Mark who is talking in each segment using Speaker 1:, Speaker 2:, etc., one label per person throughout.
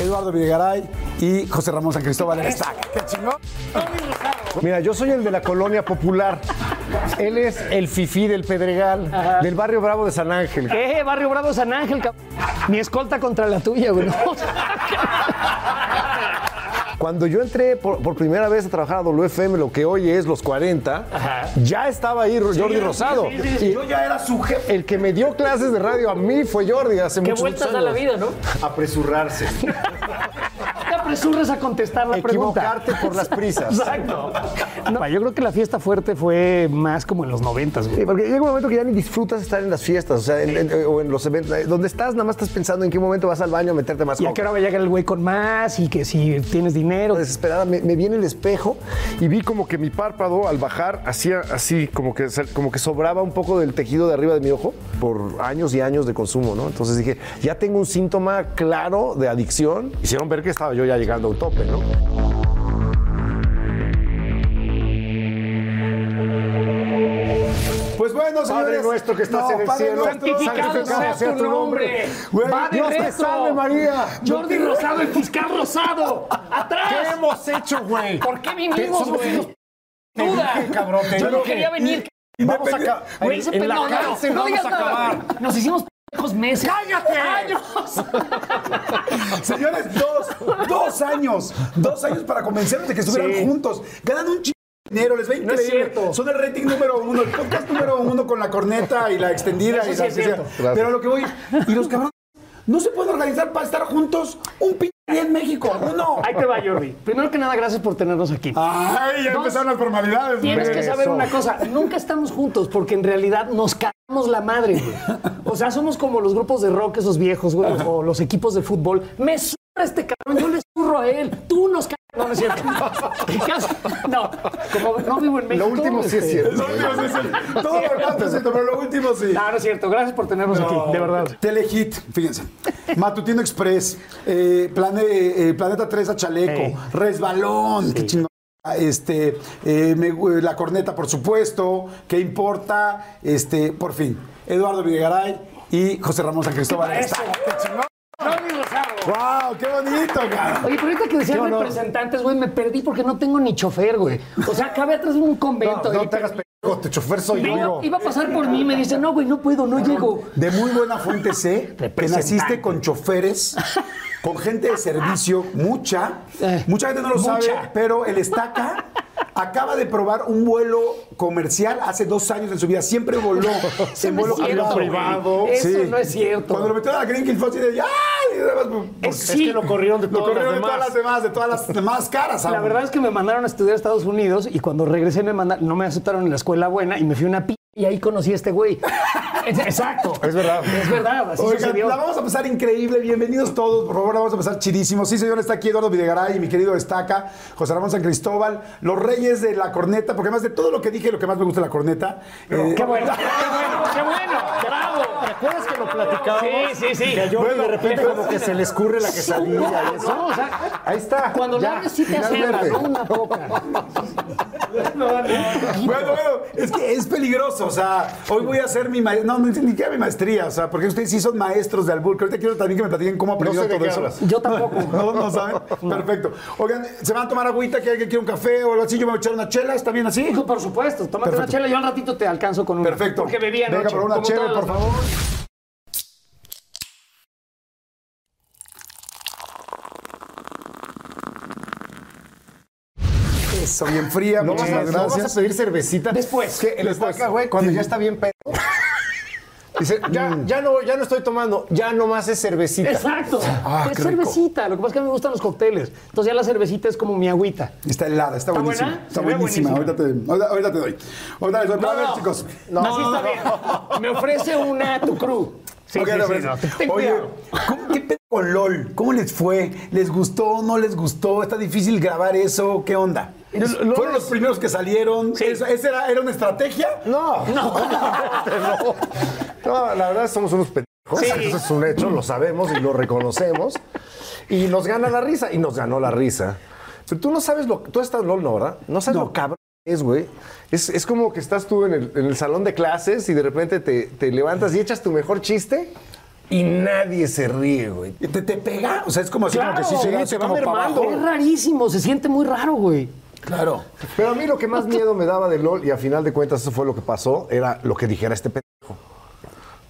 Speaker 1: Eduardo Videgaray y José Ramón San Cristóbal en esta. ¡Qué chingón! Mira, yo soy el de la colonia popular. Él es el fifí del Pedregal, del barrio Bravo de San Ángel.
Speaker 2: Eh, Barrio Bravo San Ángel, cab- mi escolta contra la tuya, güey. ¿no?
Speaker 1: Cuando yo entré por, por primera vez a trabajar a WFM, lo que hoy es los 40, ya estaba ahí Jordi Rosado. yo ya era su jefe. El que me dio clases de radio a mí fue Jordi hace
Speaker 2: Qué
Speaker 1: muchos,
Speaker 2: vueltas
Speaker 1: muchos
Speaker 2: da la
Speaker 1: años.
Speaker 2: vida, ¿no?
Speaker 1: Apresurarse.
Speaker 2: Te apresuras a contestar la pregunta.
Speaker 1: Equivocarte por las prisas.
Speaker 2: Exacto. No, yo creo que la fiesta fuerte fue más como en los noventas, güey.
Speaker 1: Sí, porque llega un momento que ya ni disfrutas estar en las fiestas, o sea, en- en- o en los eventos. Eh, Donde estás, nada más estás pensando en qué momento vas al baño a meterte más
Speaker 2: Y a
Speaker 1: coca.
Speaker 2: qué hora va a llegar el güey con más y que si tienes dinero.
Speaker 1: Desesperada, me, me vi en el espejo y vi como que mi párpado al bajar hacía así, como que, sal- como que sobraba un poco del tejido de arriba de mi ojo por años y años de consumo, ¿no? Entonces dije, ya tengo un síntoma claro de adicción. Hicieron ver que estaba yo ya llegando a un tope, ¿no? Pues bueno, Padre nuestro que estás en el cielo,
Speaker 2: santificado sea tu nombre. Va de
Speaker 1: Dios te
Speaker 2: rezo.
Speaker 1: salve, María.
Speaker 2: Jordi Rosado, el fiscal Rosado. ¡Atrás!
Speaker 1: ¿Qué hemos hecho, güey?
Speaker 2: ¿Por qué vinimos,
Speaker 1: Somos
Speaker 2: güey?
Speaker 1: unos
Speaker 2: Duda.
Speaker 1: dije, cabrón, te
Speaker 2: Yo no
Speaker 1: dije.
Speaker 2: quería venir.
Speaker 1: Vamos a ca-
Speaker 2: Güey,
Speaker 1: en-
Speaker 2: ese
Speaker 1: en
Speaker 2: pe-
Speaker 1: la
Speaker 2: no, no,
Speaker 1: cárcel
Speaker 2: no
Speaker 1: vamos
Speaker 2: digas
Speaker 1: a
Speaker 2: nada, güey.
Speaker 1: acabar.
Speaker 2: Nos hicimos pendejos meses. ¡Cállate! ¡Años!
Speaker 3: Señores, dos, dos años, dos años para convencernos de que estuvieran
Speaker 2: Sí.
Speaker 3: juntos. Ganan un chingo de dinero, les va
Speaker 2: No es
Speaker 3: increíble.
Speaker 2: cierto.
Speaker 3: Son el rating número uno, el podcast número uno con la corneta y la extendida.
Speaker 2: Eso
Speaker 3: y
Speaker 2: sí
Speaker 3: la-
Speaker 2: es cierto.
Speaker 1: Gracias.
Speaker 3: Pero lo que voy, y los cabrones no se pueden organizar para estar juntos un pinche día en México. Uno.
Speaker 2: Ahí te va, Jordi. Primero que nada, gracias por tenernos aquí.
Speaker 1: Ah,
Speaker 3: Ay, ya
Speaker 2: Dos.
Speaker 3: empezaron las formalidades.
Speaker 2: Tienes
Speaker 3: hombre.
Speaker 2: que saber una cosa, nunca estamos juntos porque en realidad nos cagamos la madre, güey. O sea, somos como los grupos de rock, esos viejos, güey, o los equipos de fútbol. Me surra este cabrón, yo le surro a él, tú nos cagas. No, no es cierto. Te cagas- No, como no vivo en México.
Speaker 1: Lo último sí es
Speaker 2: este,
Speaker 1: cierto.
Speaker 3: Lo último sí, sí. Todo lo demás no es cierto, pero lo último sí.
Speaker 2: No, no es cierto. Gracias por tenernos aquí, de verdad.
Speaker 3: Telehit, fíjense. Matutino Express, eh, Plane- eh, Planeta 3 a Chaleco,
Speaker 2: Ey.
Speaker 3: Resbalón, qué chingón. Este, eh, me gu- la corneta, por supuesto, ¿qué importa? Este, por fin, Eduardo Videgaray y José Ramón San Cristóbal.
Speaker 2: Eso.
Speaker 3: Está.
Speaker 2: Jordi Rosado.
Speaker 3: ¡Wow! ¡Qué bonito, cara!
Speaker 2: Oye, pero ahorita que decían
Speaker 1: Qué honor.
Speaker 2: representantes, güey, me perdí porque no tengo ni chofer, güey. O sea, acabé atrás de un
Speaker 1: No,
Speaker 2: convento.
Speaker 1: no
Speaker 2: ahí,
Speaker 1: te hagas pendejo, tu chofer soy
Speaker 2: Venga,
Speaker 1: yo.
Speaker 2: iba a pasar por mí y me dice, no, güey, no puedo, no llego.
Speaker 3: De muy buena fuente sé que
Speaker 2: Representante.
Speaker 3: naciste con choferes, con gente de servicio, mucha.
Speaker 2: Eh,
Speaker 3: Mucha gente no lo
Speaker 2: mucha.
Speaker 3: sabe, pero el Estaca acaba de probar un vuelo comercial hace dos años en su vida. Siempre voló
Speaker 2: Eso
Speaker 3: en
Speaker 2: no
Speaker 3: vuelo
Speaker 2: es cierto,
Speaker 3: privado.
Speaker 2: güey. Eso no es cierto.
Speaker 3: Cuando lo metieron a Greenfield Fox y de ¡ay! pues,
Speaker 2: Es sí. que lo corrieron de
Speaker 3: lo
Speaker 2: todas las
Speaker 3: corrieron de
Speaker 2: demás.
Speaker 3: todas las demás, de todas las demás caras.
Speaker 2: La
Speaker 3: aún.
Speaker 2: verdad es que me mandaron a estudiar a Estados Unidos y cuando regresé me manda- no me aceptaron en la escuela buena y me fui a una p y ahí conocí a este güey. Es- Exacto.
Speaker 1: Es verdad.
Speaker 2: Es verdad, así
Speaker 3: Oigan,
Speaker 2: sucedió.
Speaker 3: la vamos a pasar increíble. Bienvenidos todos. Por favor, la vamos a pasar chidísimo. Sí, señor, está aquí Eduardo Videgaray y mi querido Estaca, José Ramón San Cristóbal, los reyes de la corneta, porque además de todo lo que dije, lo que más me gusta es la corneta. Eh,
Speaker 2: Qué bueno, qué bueno, qué bueno. Bravo.
Speaker 1: ¿Te acuerdas que lo platicábamos?
Speaker 2: Sí, sí, sí.
Speaker 1: Que yo
Speaker 3: Bueno,
Speaker 1: de repente como que se le escurre la quesadilla y eso.
Speaker 2: No, o sea,
Speaker 1: Ahí está.
Speaker 2: cuando
Speaker 1: ya,
Speaker 2: largues sí te
Speaker 1: final
Speaker 2: acercas,
Speaker 1: verde.
Speaker 2: ¿no? Una poca.
Speaker 3: Bueno, bueno, es que es peligroso. O sea, hoy voy a hacer mi maestría. No, no ni siquiera mi maestría. O sea, porque ustedes sí son maestros de albur. que ahorita quiero también que me platiquen cómo aprendieron
Speaker 1: sé de
Speaker 3: todo
Speaker 1: qué
Speaker 3: eso.
Speaker 1: hablas.
Speaker 2: Yo tampoco.
Speaker 3: Pues, No, no saben. Perfecto. Oigan, ¿se van a tomar agüita? ¿Que alguien quiere un café o algo así? Yo me voy a echar una chela. ¿Está bien así?
Speaker 2: Por supuesto, tómate una
Speaker 3: Perfecto.
Speaker 2: chela, yo al ratito te alcanzo con una.
Speaker 3: Perfecto.
Speaker 2: Porque bebía
Speaker 3: Venga,
Speaker 2: anoche,
Speaker 3: por una
Speaker 2: como
Speaker 3: chévere,
Speaker 2: todas
Speaker 3: por
Speaker 2: las-
Speaker 3: favor. Eso, pues, bien fría.
Speaker 1: ¿No vas, a,
Speaker 3: muchísimas
Speaker 1: no vas a
Speaker 3: gracias.
Speaker 1: pedir cervecita?
Speaker 2: Después.
Speaker 1: Es que el
Speaker 3: Después.
Speaker 1: estaca, güey, cuando ya está bien pedo. Dice, ya,
Speaker 3: Mm.
Speaker 1: ya, no, ya no estoy tomando, ya nomás es cervecita.
Speaker 2: Exacto.
Speaker 3: Ah,
Speaker 2: es
Speaker 3: qué rico.
Speaker 2: cervecita. Lo que pasa es que a mí me gustan los cócteles. Entonces ya la cervecita es como mi agüita.
Speaker 3: Está helada, está,
Speaker 2: ¿Está
Speaker 3: buenísima.
Speaker 2: buena?
Speaker 3: Está
Speaker 2: Se ve
Speaker 3: buenísima. Ahorita
Speaker 2: buenísima.
Speaker 3: te, ahorita, ahorita te doy. Ahorita les doy. Pero a ver, chicos.
Speaker 2: No, Así está bien. Me ofrece una tu crew. Sí,
Speaker 3: Ok,
Speaker 2: sí,
Speaker 3: no,
Speaker 2: sí,
Speaker 3: pero-
Speaker 2: no. Ten
Speaker 3: Oye,
Speaker 2: cuidado.
Speaker 3: ¿cómo- ¿qué pedo con LOL? ¿Cómo les fue? ¿Les gustó? ¿No les gustó? ¿Está difícil grabar eso? ¿Qué onda?
Speaker 2: Lo- lo-
Speaker 3: ¿Fueron los primeros que salieron?
Speaker 2: Sí.
Speaker 3: ¿Eso- ¿Esa era, era una estrategia?
Speaker 1: No. No. no. la verdad somos unos pendejos.
Speaker 2: Sí.
Speaker 1: Eso es un hecho, lo sabemos y lo reconocemos. Y nos gana la risa. Y nos ganó la risa. Pero tú no sabes lo... Tú estás LOL, ¿no, verdad? No sabes lo cabrón que es, güey. Es, es como que estás tú en el, en el salón de clases y de repente te, te levantas y echas tu mejor chiste y nadie se ríe, güey.
Speaker 3: ¿Te, te pega? O sea, es como así
Speaker 2: Claro,
Speaker 3: como que sí,
Speaker 1: sí,
Speaker 3: sí,
Speaker 1: te va
Speaker 3: como para
Speaker 1: mermando.
Speaker 3: abajo.
Speaker 2: Es rarísimo. Se siente muy raro, güey.
Speaker 3: Claro.
Speaker 1: Pero a mí lo que más miedo me daba de LOL, y a final de cuentas eso fue lo que pasó, era lo que dijera este pendejo.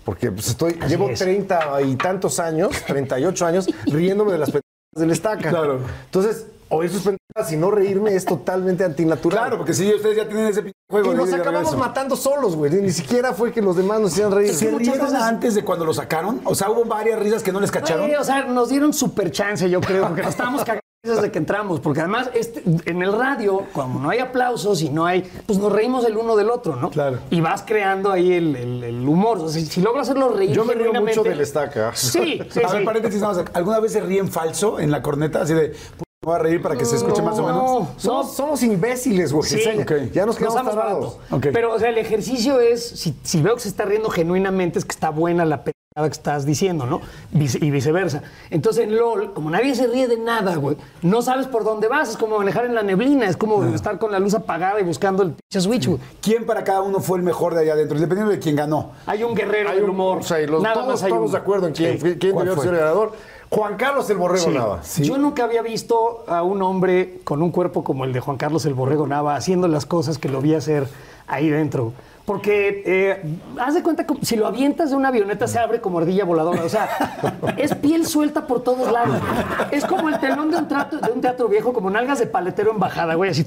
Speaker 1: Porque pues, estoy, llevo
Speaker 2: es.
Speaker 1: 30 y tantos años, 38 años, riéndome de las pendejas del estaca.
Speaker 3: Claro.
Speaker 1: Entonces, oír sus pendejas y no reírme es totalmente antinatural.
Speaker 3: Claro, porque si ustedes ya tienen ese pinche
Speaker 1: Y
Speaker 3: juego. de
Speaker 1: nos
Speaker 3: ida y de
Speaker 1: acabamos
Speaker 3: regreso.
Speaker 1: matando solos, güey. Ni siquiera fue que los demás nos hicieran reír.
Speaker 3: ¿Se rieron antes de cuando lo sacaron? O sea, hubo varias risas que no les cacharon.
Speaker 2: Oye, o sea, nos dieron super chance, yo creo, porque nos estábamos cagando desde que entramos, porque además este, en el radio, como no hay aplausos y no hay, pues nos reímos el uno del otro, ¿no?
Speaker 3: Claro.
Speaker 2: Y vas creando ahí el, el- el humor. O sea, si logras hacerlo reír,
Speaker 1: Yo me río
Speaker 2: genuinamente-
Speaker 1: mucho del estaca.
Speaker 2: Sí, sí,
Speaker 3: a ver,
Speaker 2: sí.
Speaker 3: paréntesis, nada más. ¿Alguna vez se ríen falso en la corneta? Así de, "P- me voy a reír para que se escuche más o menos.
Speaker 2: No,
Speaker 1: Somos, somos imbéciles, güey.
Speaker 2: Sí.
Speaker 3: Ok.
Speaker 1: Ya nos quedamos
Speaker 2: damos
Speaker 1: parados.
Speaker 2: barato.
Speaker 3: Ok.
Speaker 2: Pero, o sea, el ejercicio es, si, si veo que se está riendo genuinamente, es que está buena la pendejada que estás diciendo, ¿no? Vice- y viceversa. Entonces, en LOL, como nadie se ríe de nada, güey, no sabes por dónde vas, es como manejar en la neblina, es como
Speaker 1: Ah.
Speaker 2: estar con la luz apagada y buscando el pinche switch, güey.
Speaker 3: ¿Quién para cada uno fue el mejor de allá adentro? Dependiendo de quién ganó.
Speaker 2: Hay un guerrero
Speaker 1: Hay
Speaker 2: del
Speaker 1: un
Speaker 2: humor.
Speaker 1: O sea, y los,
Speaker 2: Nada
Speaker 1: todos
Speaker 2: más hay
Speaker 1: estamos
Speaker 2: uno.
Speaker 1: de acuerdo en quién,
Speaker 2: Sí.
Speaker 1: quién
Speaker 3: ¿Cuál
Speaker 1: debió
Speaker 3: fue?
Speaker 1: ser el ganador. Juan Carlos el Borrego
Speaker 2: Sí.
Speaker 1: Nava.
Speaker 2: Yo nunca había visto a un hombre con un cuerpo como el de Juan Carlos el Borrego Nava haciendo las cosas que lo vi hacer ahí dentro. Porque eh, haz de cuenta que si lo avientas de una avioneta se abre como ardilla voladora. O sea, es piel suelta por todos lados. Es como el telón de un, trato- de un teatro viejo, como nalgas de paletero en bajada, güey, así.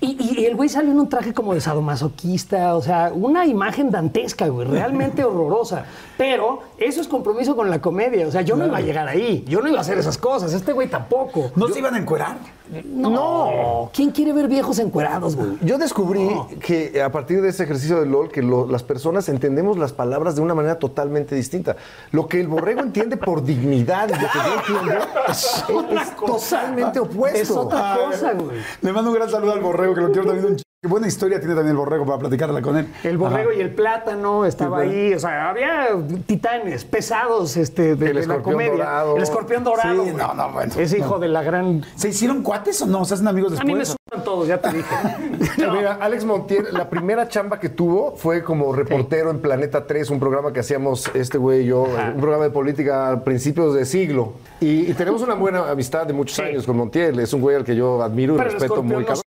Speaker 2: Y, y- y el güey salió en un traje como de sadomasoquista, o sea, una imagen dantesca, güey, realmente horrorosa. Pero eso es compromiso con la comedia, o sea, yo no iba a llegar ahí, yo no iba a hacer esas cosas, este güey tampoco.
Speaker 3: ¿No se iban a encuerar?
Speaker 2: No. ¿Quién quiere ver viejos encuerados, güey?
Speaker 1: Yo descubrí
Speaker 2: Oh.
Speaker 1: que a partir de ese ejercicio de LOL, que lo- las personas entendemos las palabras de una manera totalmente distinta. Lo que el borrego entiende por dignidad y lo que yo entiendo es, es totalmente opuesto.
Speaker 2: Es otra cosa,
Speaker 3: A ver,
Speaker 2: güey.
Speaker 3: Le mando un gran saludo al borrego, que lo quiero también un ch- Qué buena historia tiene también el borrego para platicarla con él.
Speaker 2: El borrego
Speaker 3: Ajá.
Speaker 2: y el plátano estaba
Speaker 3: Sí,
Speaker 2: ahí, o sea, había titanes pesados este, de,
Speaker 1: El
Speaker 2: de la
Speaker 1: escorpión
Speaker 2: comedia.
Speaker 1: dorado.
Speaker 2: El escorpión dorado.
Speaker 3: Sí,
Speaker 2: güey.
Speaker 3: no, no, bueno,
Speaker 2: Es hijo
Speaker 3: no.
Speaker 2: de la gran.
Speaker 3: ¿Se hicieron cuates o no? ¿Se hacen amigos
Speaker 2: A
Speaker 3: después?
Speaker 2: mí me suenan todos, ya te dije.
Speaker 1: Mira, Alex Montiel, la primera chamba que tuvo fue como reportero en Planeta 3, un programa que hacíamos este güey y yo, eh, un programa de política a principios de siglo. Y, y tenemos una buena amistad de muchos
Speaker 2: Sí.
Speaker 1: años con Montiel. Es un güey al que yo admiro y
Speaker 2: Pero el
Speaker 1: respeto
Speaker 2: escorpión
Speaker 1: muy
Speaker 2: no
Speaker 1: cabrón.
Speaker 2: sobra.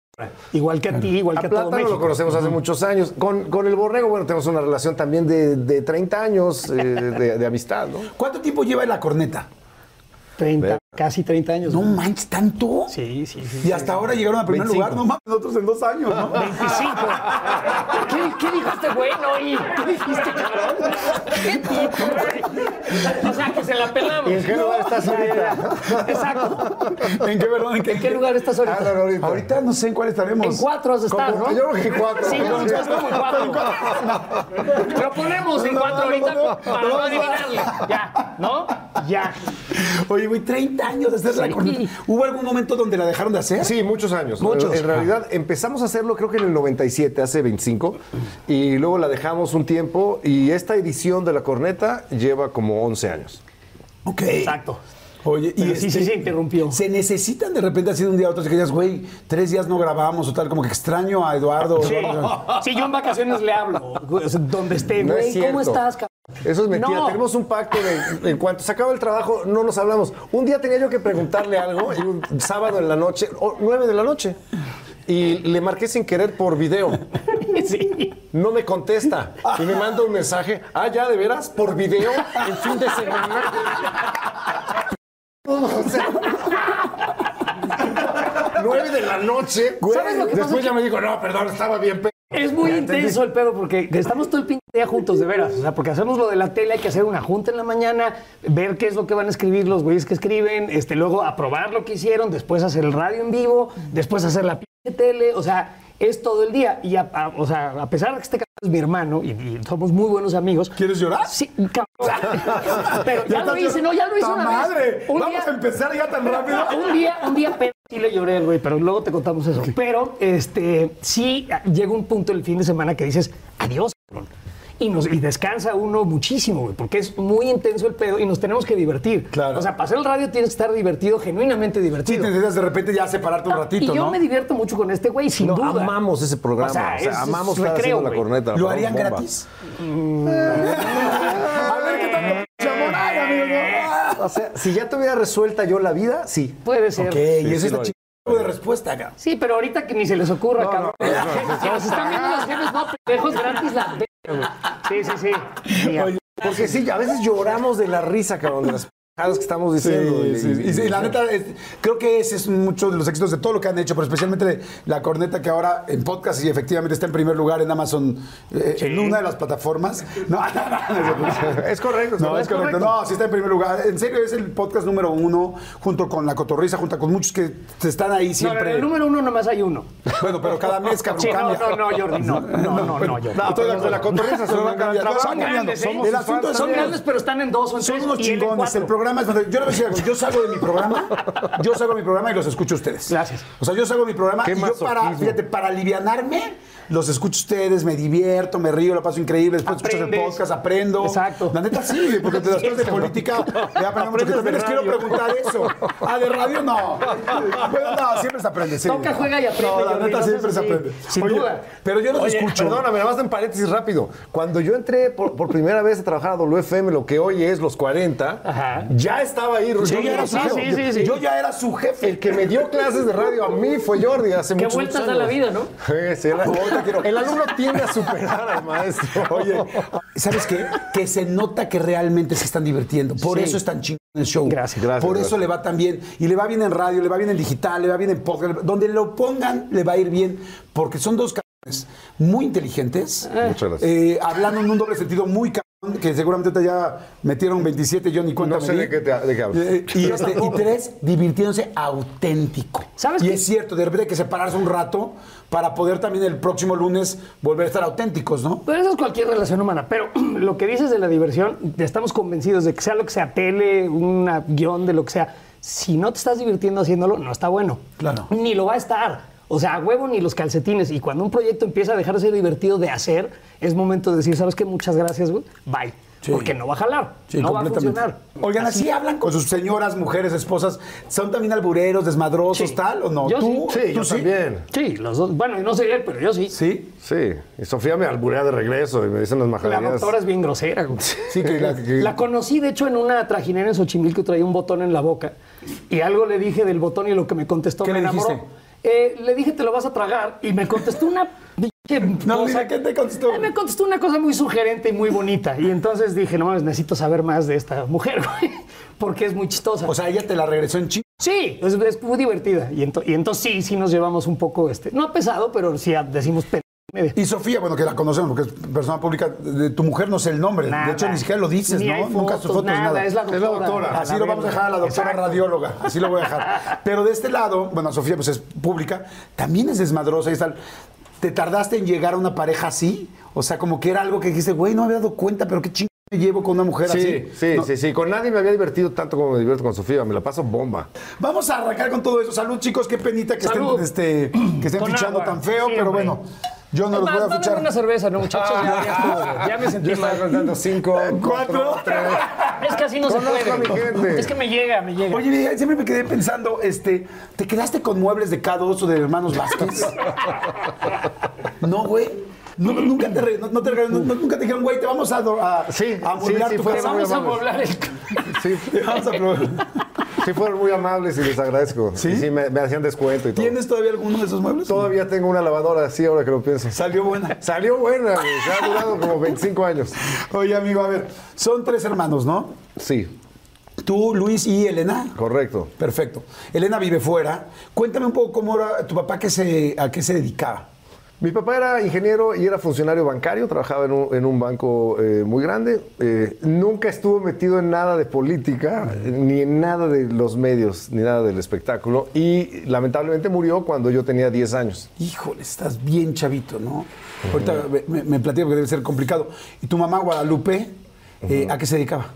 Speaker 2: Igual que a ti, igual
Speaker 1: A
Speaker 2: que a todo
Speaker 1: Plátano lo
Speaker 2: México.
Speaker 1: conocemos hace muchos años. Con, con el Borrego, bueno, tenemos una relación también de, de 30 años eh, de, de amistad, ¿no?
Speaker 3: ¿Cuánto tiempo lleva en la corneta?
Speaker 2: 30, casi 30 años.
Speaker 3: No
Speaker 2: güey.
Speaker 3: manches, ¿tanto?
Speaker 2: Sí, sí, sí.
Speaker 3: Y hasta ahora llegaron a primer
Speaker 1: 25.
Speaker 3: lugar, no mames, nosotros en dos años, ¿no?
Speaker 2: 25. ¿Qué, ¿Qué dijo este güey, Noy? ¿Qué dijiste, cabrón? ¿Qué tipo, güey? O sea, que se la pelamos.
Speaker 1: ¿Y en qué lugar estás ahorita?
Speaker 2: Exacto.
Speaker 3: ¿En qué, perdón?
Speaker 2: ¿En qué lugar estás Pues ahorita?
Speaker 1: Ah, no, no, ahorita.
Speaker 3: Ahorita no sé en cuál estaremos.
Speaker 2: En cuatro has de estar,
Speaker 1: Como-
Speaker 2: ¿no?
Speaker 1: Yo creo que en cuatro.
Speaker 2: Sí, yo estás como en cuatro. Lo ponemos en
Speaker 3: No,
Speaker 2: cuatro
Speaker 3: no,
Speaker 2: ahorita
Speaker 3: no, no.
Speaker 2: para
Speaker 3: No,
Speaker 2: no
Speaker 3: no.
Speaker 2: adivinarle. Ya, ¿no? Ya.
Speaker 3: Oye, güey, 30 años de hacer la
Speaker 2: Sí.
Speaker 3: corneta. ¿Hubo algún momento donde la dejaron de hacer?
Speaker 1: Sí, muchos años.
Speaker 3: Muchos.
Speaker 1: En, en realidad empezamos a hacerlo creo que en el 97, hace 25, y luego la dejamos un tiempo y esta edición de La Corneta lleva como 11 años.
Speaker 3: Ok.
Speaker 2: Exacto.
Speaker 3: Oye, y este,
Speaker 2: Pero sí, sí, se interrumpió.
Speaker 3: Se necesitan de repente así de un día a otro, así que digas, güey, tres días no grabamos o tal, como que extraño a Eduardo.
Speaker 2: Sí. Sí, yo en vacaciones le hablo. güey, o sea, Donde esté,
Speaker 1: No es
Speaker 2: güey. ¿Cómo
Speaker 1: cierto.
Speaker 2: estás, cabrón?
Speaker 1: Eso es mentira.
Speaker 2: No.
Speaker 1: Tenemos un pacto de en cuanto se acaba el trabajo, no nos hablamos. Un día tenía yo que preguntarle algo y un sábado en la noche, o 9 de la noche. Y le marqué sin querer por video.
Speaker 2: Sí.
Speaker 1: No me contesta. Y me manda un mensaje. Ah, ya, de veras, por video, en fin de semana. O sea, 9 de la la noche.
Speaker 2: ¿Sabes lo que
Speaker 1: Después
Speaker 2: pasa?
Speaker 1: ya me dijo, no, perdón, estaba bien. pe-".
Speaker 2: Es muy
Speaker 1: Ya entendí.
Speaker 2: intenso el pedo porque estamos todo el pinche día juntos, de veras. O sea, porque hacemos lo de la tele, hay que hacer una junta en la mañana, ver qué es lo que van a escribir los güeyes que escriben, este, luego aprobar lo que hicieron, después hacer el radio en vivo, después hacer la pinche tele. O sea, es todo el día. Y a, a- o sea, a pesar de que este cabrón es mi hermano y, y somos muy buenos amigos.
Speaker 3: ¿Quieres llorar?
Speaker 2: Sí, cabrón. Pero ya,
Speaker 3: estás
Speaker 2: lo hice,
Speaker 3: llorando.
Speaker 2: no, ya lo hice
Speaker 3: ¡Ta
Speaker 2: una
Speaker 3: madre!
Speaker 2: vez. Un
Speaker 3: Vamos
Speaker 2: día-
Speaker 3: a empezar ya tan rápido.
Speaker 2: un día, un día pedo, sí le lloré, güey, pero luego te contamos eso. Pero este sí ah, llega un punto el fin de semana que dices, adiós, cabrón. Y, nos, y descansa uno muchísimo, güey, porque es muy intenso el pedo y nos tenemos que divertir.
Speaker 3: Claro.
Speaker 2: O sea, para hacer el radio tienes que estar divertido, genuinamente
Speaker 3: Sí,
Speaker 2: divertido.
Speaker 3: te necesitas de repente ya separarte un ratito,
Speaker 2: y yo
Speaker 3: ¿no?
Speaker 2: me divierto mucho con este güey, sin
Speaker 1: No,
Speaker 2: duda.
Speaker 1: amamos ese programa.
Speaker 2: O sea,
Speaker 1: O sea,
Speaker 2: es-
Speaker 1: amamos
Speaker 2: es
Speaker 1: estar
Speaker 2: recreo,
Speaker 1: haciendo la
Speaker 2: güey.
Speaker 1: corneta.
Speaker 3: ¿Lo
Speaker 1: la
Speaker 3: harían
Speaker 1: bomba.
Speaker 3: gratis?
Speaker 1: Mm.
Speaker 3: a ver qué tanto pinche amor hay, amigo. ¿no?
Speaker 1: Eh. O sea, si ya tuviera resuelta yo la vida, sí.
Speaker 2: Puede ser.
Speaker 3: Ok, y
Speaker 1: Pues, sí
Speaker 3: ese es
Speaker 1: lo
Speaker 3: el
Speaker 1: hay.
Speaker 3: chico de respuesta acá.
Speaker 2: Sí, pero ahorita que ni se les ocurra, cabrón. Si nos están viendo los jefes, no, pendejos gratis la verga, güey. Sí, sí, sí. Mira.
Speaker 1: Porque sí, a veces lloramos de la risa, cabrón, de las pendejadas que estamos diciendo.
Speaker 3: Sí,
Speaker 1: Y-
Speaker 3: sí,
Speaker 1: y-
Speaker 3: y, sí, la neta, es- creo que ese es mucho de los éxitos de todo lo que han hecho, pero especialmente de la corneta que ahora en podcast y efectivamente está en primer lugar en Amazon, eh, en una de las plataformas. No,
Speaker 1: Es correcto,
Speaker 3: No, es correcto. No, sí está en primer lugar. En serio, es el podcast número uno, junto con La Cotorrisa, junto con muchos que están ahí
Speaker 2: No, no, no,
Speaker 3: siempre.
Speaker 2: el número uno nomás hay uno.
Speaker 3: Bueno, pero cada mes, cabrón,
Speaker 2: Sí, no,
Speaker 3: cambia.
Speaker 2: no, no, Jordi, no, no, no, no, Jordi.
Speaker 3: No, estoy de acuerdo,
Speaker 1: La Cotorrisa son
Speaker 3: Son
Speaker 1: un gran
Speaker 3: cambiando,
Speaker 1: trabajo.
Speaker 3: son cambiando.
Speaker 2: Grandes, ¿eh?
Speaker 3: Somos El asunto es
Speaker 2: Son grandes, pero están en dos, son
Speaker 3: son
Speaker 2: tres
Speaker 3: unos
Speaker 2: y él en
Speaker 3: chingones.
Speaker 2: cuatro.
Speaker 3: El programa es. fantástico. Yo le voy a decir algo. Yo salgo de mi programa. Yo salgo de mi programa y los escucho a ustedes.
Speaker 2: Gracias.
Speaker 3: O sea, yo salgo de mi programa
Speaker 1: Qué
Speaker 3: y yo para,
Speaker 1: masoquismo.
Speaker 3: fíjate, para alivianarme, los escucho a ustedes, me divierto, me río, la paso increíble. Después escucho el
Speaker 2: Aprendes.
Speaker 3: podcast, aprendo.
Speaker 2: Exacto.
Speaker 3: La neta sí, porque de las cosas de política ya aprendo mucho. Que
Speaker 2: Aprendes de
Speaker 3: también les quiero
Speaker 2: radio.
Speaker 3: preguntar eso. Ah, de radio no. Bueno, no, siempre se aprende. sí.
Speaker 2: Toca, juega y aprende,
Speaker 3: No, la
Speaker 2: Jordi,
Speaker 3: neta
Speaker 2: no seas
Speaker 3: siempre se
Speaker 2: así.
Speaker 3: aprende.
Speaker 2: Sin
Speaker 3: Oye,
Speaker 2: duda.
Speaker 3: Pero yo los
Speaker 1: Oye,
Speaker 3: escucho.
Speaker 1: Perdóname, nada más en paréntesis rápido. Cuando yo entré por, por primera vez a trabajar a WFM, lo que hoy es los 40,
Speaker 2: Ajá.
Speaker 1: ya estaba ahí.
Speaker 3: Yo
Speaker 1: Jordi
Speaker 3: ya era su
Speaker 2: Sí,
Speaker 1: Rosado.
Speaker 2: sí,
Speaker 3: jefe.
Speaker 2: sí, sí.
Speaker 3: Yo ya era su jefe.
Speaker 1: El que me dio clases de radio a mí fue Jordi hace
Speaker 2: Qué
Speaker 1: muchos, muchos
Speaker 2: vueltas da
Speaker 1: años.
Speaker 2: la vida, ¿no?
Speaker 1: Sí, sí, el, el alumno tiende a superar al maestro.
Speaker 3: Oye, ¿sabes qué? Que se nota que realmente se están divirtiendo. Por eso es tan chingón el show.
Speaker 2: Gracias.
Speaker 3: Por
Speaker 1: Gracias,
Speaker 3: eso
Speaker 1: gracias.
Speaker 3: le va tan bien. Y le va bien en radio, le va bien en digital, le va bien en podcast. Donde lo pongan, le va a ir bien. Porque son dos cabrones muy inteligentes.
Speaker 1: Ah. Muchas gracias.
Speaker 3: eh, hablando en un doble sentido muy cabrón, que seguramente ahorita ya metieron 27, yo ni cuenta
Speaker 1: No sé
Speaker 3: me di.
Speaker 1: de qué te- de qué hablas.
Speaker 3: Eh, y, este, y tres, divirtiéndose auténtico.
Speaker 2: ¿Sabes
Speaker 3: y
Speaker 2: qué?
Speaker 3: es cierto, de repente hay que separarse un rato para poder también el próximo lunes volver a estar auténticos, ¿no?
Speaker 2: Pero eso es cualquier relación humana. Pero lo que dices de la diversión, estamos convencidos de que sea lo que sea, tele, una guión de lo que sea. Si no te estás divirtiendo haciéndolo, no está bueno.
Speaker 3: Claro.
Speaker 2: Ni lo va a estar. O sea, a huevo ni los calcetines. Y cuando un proyecto empieza a dejar de ser divertido de hacer, es momento de decir, ¿sabes qué? Muchas gracias, güey. Bye.
Speaker 3: Sí.
Speaker 2: Porque no va a jalar. no va a funcionar.
Speaker 3: Oigan, ¿así hablan con sus señoras, mujeres, esposas? ¿Son también albureros, desmadrosos,
Speaker 2: Sí.
Speaker 3: tal o no?
Speaker 2: Yo
Speaker 3: ¿Tú?
Speaker 1: Sí,
Speaker 3: ¿Tú
Speaker 1: yo también.
Speaker 2: Sí, los dos. Bueno, no sé él, pero yo sí.
Speaker 3: ¿Sí?
Speaker 1: Sí, y Sofía me alburea de regreso y me dicen las
Speaker 2: La
Speaker 1: majaderías.
Speaker 2: doctora es bien grosera. güey.
Speaker 3: Sí, que la- que-
Speaker 2: La conocí, de hecho, en una trajinera en Xochimilco que traía un botón en la boca. Y algo le dije del botón y lo que me contestó
Speaker 3: ¿Qué
Speaker 2: me
Speaker 3: le
Speaker 2: enamoró.
Speaker 3: dijiste?
Speaker 2: Eh, le dije, te lo vas a tragar. Y me contestó una. pinche
Speaker 3: No,
Speaker 2: cosa-
Speaker 3: mira, ¿qué te contestó?
Speaker 2: Eh, Me contestó una cosa muy sugerente y muy bonita. Y entonces dije, no mames, necesito saber más de esta mujer, güey, porque es muy chistosa.
Speaker 3: O sea, ella te la regresó en chico.
Speaker 2: Sí, es, es muy divertida. Y, ento- y entonces sí, sí nos llevamos un poco, este, no pesado, pero sí ah, decimos "Pen- media".
Speaker 3: Y Sofía, bueno, que la conocemos porque es persona pública, de tu mujer no sé el nombre.
Speaker 2: Nada.
Speaker 3: De hecho, ni siquiera lo dices,
Speaker 2: Ni
Speaker 3: ¿no?
Speaker 2: hay
Speaker 3: Nunca sus
Speaker 2: fotos,
Speaker 3: fotos, nada.
Speaker 2: nada, es la doctora.
Speaker 3: Así lo vamos a dejar a la doctora
Speaker 2: Exacto.
Speaker 3: radióloga. Así lo voy a dejar. Pero de este lado, bueno, Sofía pues es pública, también es desmadrosa y tal. ¿Te tardaste en llegar a una pareja así? O sea, como que era algo que dijiste, güey, no me había dado cuenta, pero qué chingo me llevo con una mujer
Speaker 1: Sí,
Speaker 3: así.
Speaker 1: sí,
Speaker 3: No.
Speaker 1: sí, sí. Con nadie me había divertido tanto como me divierto con Sofía. Me la paso bomba.
Speaker 3: Vamos a arrancar con todo eso. Salud, chicos, qué penita que
Speaker 2: Salud.
Speaker 3: estén, este, que estén
Speaker 2: Con
Speaker 3: fichando
Speaker 2: agua,
Speaker 3: tan feo, pero
Speaker 2: siempre.
Speaker 3: bueno, yo no
Speaker 2: Es
Speaker 3: los
Speaker 2: más,
Speaker 3: voy a
Speaker 2: dame
Speaker 3: fichar.
Speaker 2: una cerveza, ¿no, muchachos? Ya, ya estuvo, güey. Ya me sentí
Speaker 1: Yo estaba
Speaker 2: mal.
Speaker 1: contando cinco,
Speaker 3: Cuatro.
Speaker 2: Es que así no
Speaker 1: Conozco
Speaker 2: se
Speaker 1: a mi
Speaker 2: puede.
Speaker 1: gente.
Speaker 2: Es que me llega, me llega.
Speaker 3: Oye, mira, siempre me quedé pensando, este, ¿te quedaste con muebles de K2 o de hermanos Vázquez? no, güey. No, nunca te, re- no, no te regalaron- no- nunca te dijeron, güey, te vamos a, do- a,
Speaker 1: Sí,
Speaker 3: a
Speaker 1: sí,
Speaker 3: mueblar
Speaker 1: sí,
Speaker 3: tu
Speaker 1: fue
Speaker 3: casa.
Speaker 1: muy
Speaker 2: Vamos a
Speaker 1: amable.
Speaker 2: poblar el...
Speaker 1: Sí,
Speaker 3: Te vamos a probar.
Speaker 1: sí fueron muy amables y les agradezco.
Speaker 3: ¿Sí?
Speaker 1: Y sí, me, me hacían descuento y todo.
Speaker 3: ¿Tienes todavía alguno de esos muebles?
Speaker 1: Todavía tengo una lavadora así ahora que lo pienso.
Speaker 3: Salió buena.
Speaker 1: Salió buena, güey. Se ha durado como 25 años.
Speaker 3: Oye, amigo, a ver, son tres hermanos, ¿no?
Speaker 1: Sí.
Speaker 3: Tú, Luis y Elena.
Speaker 1: Correcto.
Speaker 3: Perfecto. Elena vive fuera. Cuéntame un poco cómo era tu papá que se, a qué se dedicaba.
Speaker 1: Mi papá era ingeniero y era funcionario bancario, trabajaba en un, en un banco eh, muy grande. Eh, nunca estuvo metido en nada de política, eh, ni en nada de los medios, ni nada del espectáculo. Y lamentablemente murió cuando yo tenía 10 años.
Speaker 3: Híjole, estás bien chavito, ¿no? Ahorita me, me platico que debe ser complicado. ¿Y tu mamá, Guadalupe, eh, a qué se dedicaba?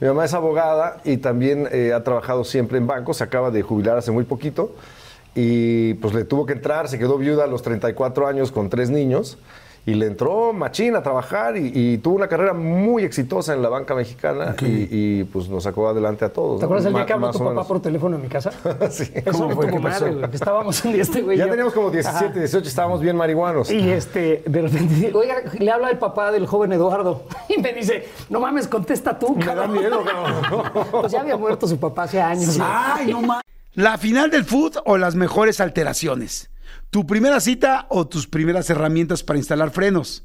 Speaker 1: Mi mamá es abogada y también eh, ha trabajado siempre en bancos, se acaba de jubilar hace muy poquito y pues le tuvo que entrar, se quedó viuda a los 34 años con tres niños y le entró machín a trabajar y, y tuvo una carrera muy exitosa en la banca mexicana y, y, pues nos sacó adelante a todos.
Speaker 2: ¿Te
Speaker 1: ¿no?
Speaker 2: acuerdas el
Speaker 1: Ma-
Speaker 2: día que habló
Speaker 1: más
Speaker 2: tu
Speaker 1: o
Speaker 2: papá
Speaker 1: menos.
Speaker 2: por teléfono en mi casa?
Speaker 1: Sí.
Speaker 2: Eso me
Speaker 3: ¿Qué
Speaker 2: tocó madre,
Speaker 3: pasó?
Speaker 2: güey. que Estábamos un día este güey. y
Speaker 1: Ya
Speaker 2: yo.
Speaker 1: teníamos como 17,
Speaker 2: Ajá.
Speaker 1: 18, estábamos bien marihuanos.
Speaker 2: Y este, de repente, oiga, le habla el papá del joven Eduardo y me dice, no mames, contesta tú, cabrón.
Speaker 1: miedo, cabrón. Ah.
Speaker 2: Pues ya había muerto su papá hace años.
Speaker 3: ¡Ay, no más! La final del food o las mejores alteraciones. Tu primera cita o tus primeras herramientas para instalar frenos.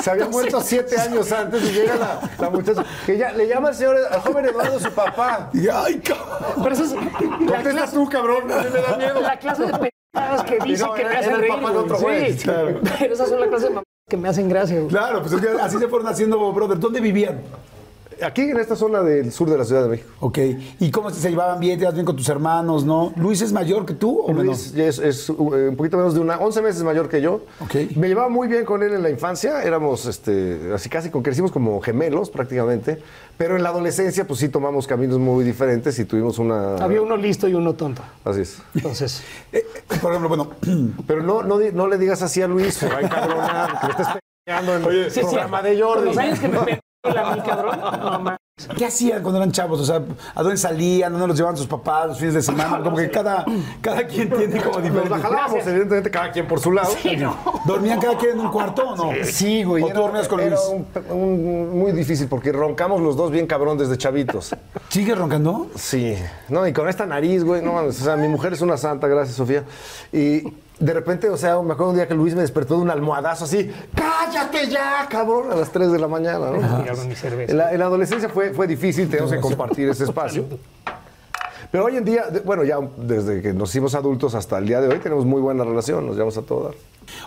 Speaker 1: Se había muerto siete años antes y llega la, la muchacha. Que ya, le llama al señor, al joven Eduardo, su papá.
Speaker 3: ¡Ay,
Speaker 2: Pero eso es la
Speaker 1: Contesta
Speaker 2: clase,
Speaker 1: tú, cabrón. A mí me da miedo.
Speaker 2: la clase de pendejadas que dicen
Speaker 1: no,
Speaker 2: que me
Speaker 1: era-
Speaker 2: hacen
Speaker 1: era el
Speaker 2: reír.
Speaker 1: papá de otro
Speaker 2: güey.
Speaker 1: güey,
Speaker 2: Sí,
Speaker 1: claro.
Speaker 2: pero esas son la clase de mamás que me hacen gracia. güey.
Speaker 3: Claro, pues así se fueron haciendo, brother. ¿Dónde vivían?
Speaker 1: Aquí en esta zona del sur de la Ciudad de México.
Speaker 3: Ok. ¿Y cómo se llevaban bien? ¿Te llevas bien con tus hermanos, no? ¿Luis es mayor que tú o
Speaker 1: Luis ya es, es, eh, un poquito menos de una, 11 meses mayor que yo.
Speaker 3: Ok.
Speaker 1: Me llevaba muy bien con él en la infancia, éramos este, así casi con- crecimos como gemelos prácticamente, pero en la adolescencia pues sí tomamos caminos muy diferentes y tuvimos una...
Speaker 2: Había uno listo y uno tonto.
Speaker 1: Así es.
Speaker 2: Entonces,
Speaker 3: Eh, eh, por ejemplo, bueno,
Speaker 1: Pero no, no, di- no le digas así a Luis, se va a encabronar, que lo estás peleando en el
Speaker 2: sí,
Speaker 1: programa
Speaker 2: sí.
Speaker 1: de
Speaker 2: Con
Speaker 1: Jordi.
Speaker 2: los años que me pegó la mil, cabrón. No, mames.
Speaker 3: ¿Qué hacían cuando eran chavos? O sea, ¿a dónde salían? ¿A dónde los llevaban sus papás los fines de semana? Como que cada, cada quien tiene como
Speaker 1: Nos la
Speaker 3: diferente.
Speaker 1: jalábamos, evidentemente, cada quien por su lado.
Speaker 2: Sí, no.
Speaker 3: ¿Dormían cada quien en un cuarto o no?
Speaker 1: Sí, güey.
Speaker 3: ¿O
Speaker 1: era-
Speaker 3: tú dormías con
Speaker 1: era
Speaker 3: Luis?
Speaker 1: un- un- muy difícil porque roncamos los dos bien cabrón desde chavitos.
Speaker 3: ¿Sigues roncando?
Speaker 1: Sí, no, y con esta nariz, güey, no mames, o sea, mi mujer es una santa, gracias, Sofía. Y de repente, o sea, me acuerdo un día que Luis me despertó de un almohadazo así, cállate ya, cabrón, a las 3 de la mañana, ¿no?
Speaker 2: Y hago mi cerveza.
Speaker 1: En la, en la adolescencia fue, fue difícil, tenemos que compartir ese espacio. Pero hoy en día, de- bueno, ya desde que nos hicimos adultos hasta el día de hoy, tenemos muy buena relación, nos llevamos a todas.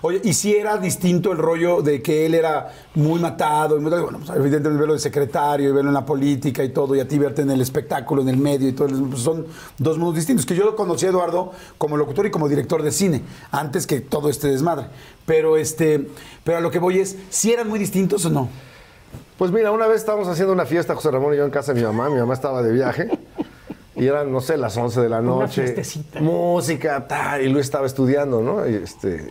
Speaker 3: Oye, ¿y si era distinto el rollo de que él era muy matado? Y muy- bueno, pues, evidentemente verlo de secretario y verlo en la política y todo, y a ti verte en el espectáculo, en el medio y todo. pues, son dos mundos distintos. Que yo lo conocí a Eduardo como locutor y como director de cine, antes que todo este desmadre. Pero, este, pero a lo que voy es, ¿si eran muy distintos o no?
Speaker 1: Pues mira, una vez estábamos haciendo una fiesta, José Ramón y yo en casa de mi mamá, mi mamá estaba de viaje. Y eran, no sé, las 11 de la noche.
Speaker 2: fiestecita.
Speaker 1: Música, tal, y Luis estaba estudiando, ¿no? Y, este,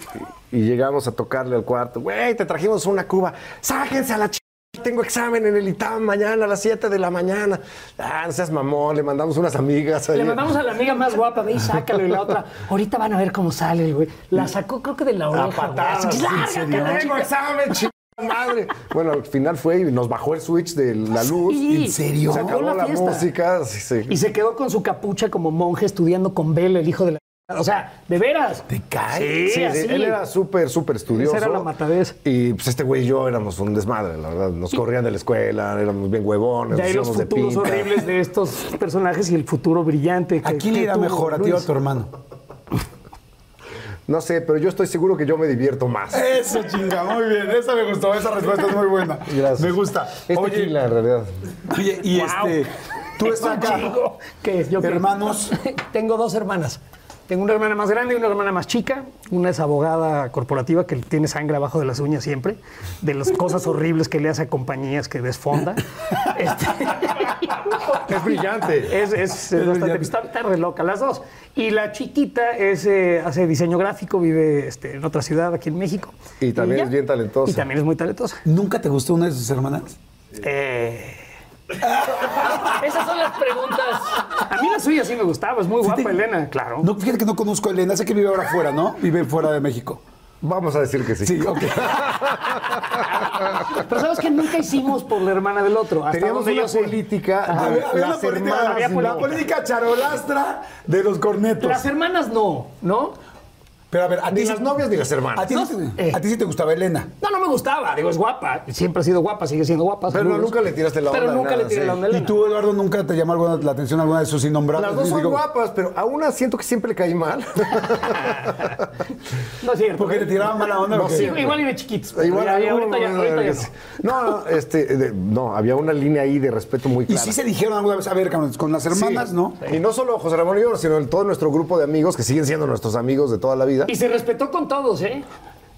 Speaker 1: y, y llegamos a tocarle al cuarto. Güey, te trajimos una cuba. Sáquense a la ch... Tengo examen en el ITAM mañana a las 7 de la mañana. Ah, no seas mamón, le mandamos unas amigas. ahí.
Speaker 2: Le mandamos a la amiga más guapa, ve y sácalo. Y la otra, ahorita van a ver cómo sale el güey. La sacó, creo que de la oreja. güey.
Speaker 1: patadas,
Speaker 2: Así,
Speaker 1: ¿en
Speaker 2: "Lárgate a la
Speaker 1: serio?
Speaker 2: chica".
Speaker 1: Tengo examen, chingada madre. Bueno, al final fue y nos bajó el switch de la luz.
Speaker 2: Sí.
Speaker 1: ¿En serio? Se acabó
Speaker 2: Acabó la
Speaker 1: la,
Speaker 2: fiesta.
Speaker 1: música. sí, sí.
Speaker 2: Y se quedó con su capucha como monje estudiando con Bel, el hijo de la. O sea, de veras.
Speaker 3: ¿Te cae?
Speaker 2: Sí,
Speaker 1: Sí,
Speaker 2: así.
Speaker 1: sí, él era súper, súper estudioso.
Speaker 2: Esa era la matadez.
Speaker 1: Y pues este güey y yo éramos un desmadre, la verdad. Nos corrían de la escuela, éramos bien huevones,
Speaker 2: De
Speaker 1: nos
Speaker 2: ahí los
Speaker 1: íbamos de
Speaker 2: futuros
Speaker 1: pinta.
Speaker 2: horribles de estos personajes y el futuro brillante.
Speaker 3: ¿A
Speaker 2: que-
Speaker 3: quién
Speaker 2: que
Speaker 3: le irá
Speaker 2: tuvo
Speaker 3: mejor, a ti o a
Speaker 2: Luis.
Speaker 3: tu hermano?
Speaker 1: No sé, pero yo estoy seguro que yo me divierto más.
Speaker 3: Eso, chinga, muy bien. Esa me gustó, esa respuesta es muy buena.
Speaker 1: Gracias.
Speaker 3: Me gusta.
Speaker 1: Es
Speaker 3: Oye,
Speaker 1: tequila, en realidad.
Speaker 3: oye, y este, tú estás acá.
Speaker 2: ¿Qué? ¿Yo qué?
Speaker 3: Hermanos.
Speaker 2: Tengo dos hermanas. Tengo una hermana más grande y una hermana más chica. Una es abogada corporativa que tiene sangre abajo de las uñas siempre, de las cosas horribles que le hace a compañías que desfonda. Este-
Speaker 1: Es brillante.
Speaker 2: Es, es, es bastante,
Speaker 3: brillante.
Speaker 2: está, está re loca, las dos. Y la chiquita es, eh, hace diseño gráfico, vive este, en otra ciudad aquí en México.
Speaker 1: Y también
Speaker 2: ya.
Speaker 1: es bien talentosa.
Speaker 2: Y también es muy talentosa.
Speaker 3: ¿Nunca te gustó una de sus hermanas?
Speaker 2: Eh. Esas son las preguntas. A mí la suya sí me gustaba, es muy guapa,
Speaker 3: te-
Speaker 2: Elena, claro.
Speaker 3: No, fíjate que no conozco a Elena, sé que vive ahora fuera, ¿no? Vive fuera de México.
Speaker 1: Vamos a decir que sí.
Speaker 3: Sí, ok.
Speaker 2: Pero sabes que nunca hicimos por la hermana del otro. Hasta
Speaker 1: Teníamos
Speaker 2: donde
Speaker 1: una
Speaker 2: yo sé.
Speaker 1: política
Speaker 3: Había-
Speaker 1: de
Speaker 3: había una
Speaker 1: las
Speaker 3: política-
Speaker 1: hermanas.
Speaker 2: había
Speaker 1: no.
Speaker 3: la política charolastra de los cornetos.
Speaker 2: Las hermanas no, ¿no?
Speaker 3: Pero a ver, a
Speaker 1: Ni
Speaker 3: ti
Speaker 1: las
Speaker 3: sí-
Speaker 1: novias ni las
Speaker 3: A
Speaker 1: hermanas.
Speaker 3: ti, sí te-
Speaker 2: eh.
Speaker 3: a ti sí te gustaba Elena.
Speaker 2: No, no me gustaba. Digo, es guapa. Siempre ha sido guapa, sigue siendo guapa.
Speaker 1: Pero
Speaker 2: saludos.
Speaker 1: nunca le tiraste la
Speaker 2: Pero
Speaker 1: onda,
Speaker 2: nunca le
Speaker 1: nada,
Speaker 2: tiré
Speaker 1: sí.
Speaker 2: la onda a
Speaker 3: ¿Y
Speaker 2: Elena.
Speaker 3: tú, Eduardo, nunca te llamó alguna- la atención alguna de sus innombrables?
Speaker 1: Las dos son
Speaker 3: Digo,
Speaker 1: guapas, pero a una siento que siempre le caí mal.
Speaker 2: No es cierto.
Speaker 3: Porque te tiraban mala onda.
Speaker 1: No,
Speaker 3: porque-
Speaker 2: Sí,
Speaker 1: sí.
Speaker 2: igual y de chiquitos.
Speaker 1: Igual
Speaker 2: Ya- ya,
Speaker 1: alguno,
Speaker 2: ahorita ya,
Speaker 1: no,
Speaker 2: ahorita ya
Speaker 1: no.
Speaker 2: no.
Speaker 1: No, no, este, de- no, había una línea ahí de respeto
Speaker 3: Y
Speaker 1: muy clara.
Speaker 3: sí se dijeron alguna vez, a ver, cabrón, con las hermanas,
Speaker 1: Sí.
Speaker 3: ¿no?
Speaker 1: Y no solo José Ramón y yo, sino en todo nuestro grupo de amigos que siguen siendo nuestros amigos de toda la vida.
Speaker 2: Y se respetó con todos, ¿eh?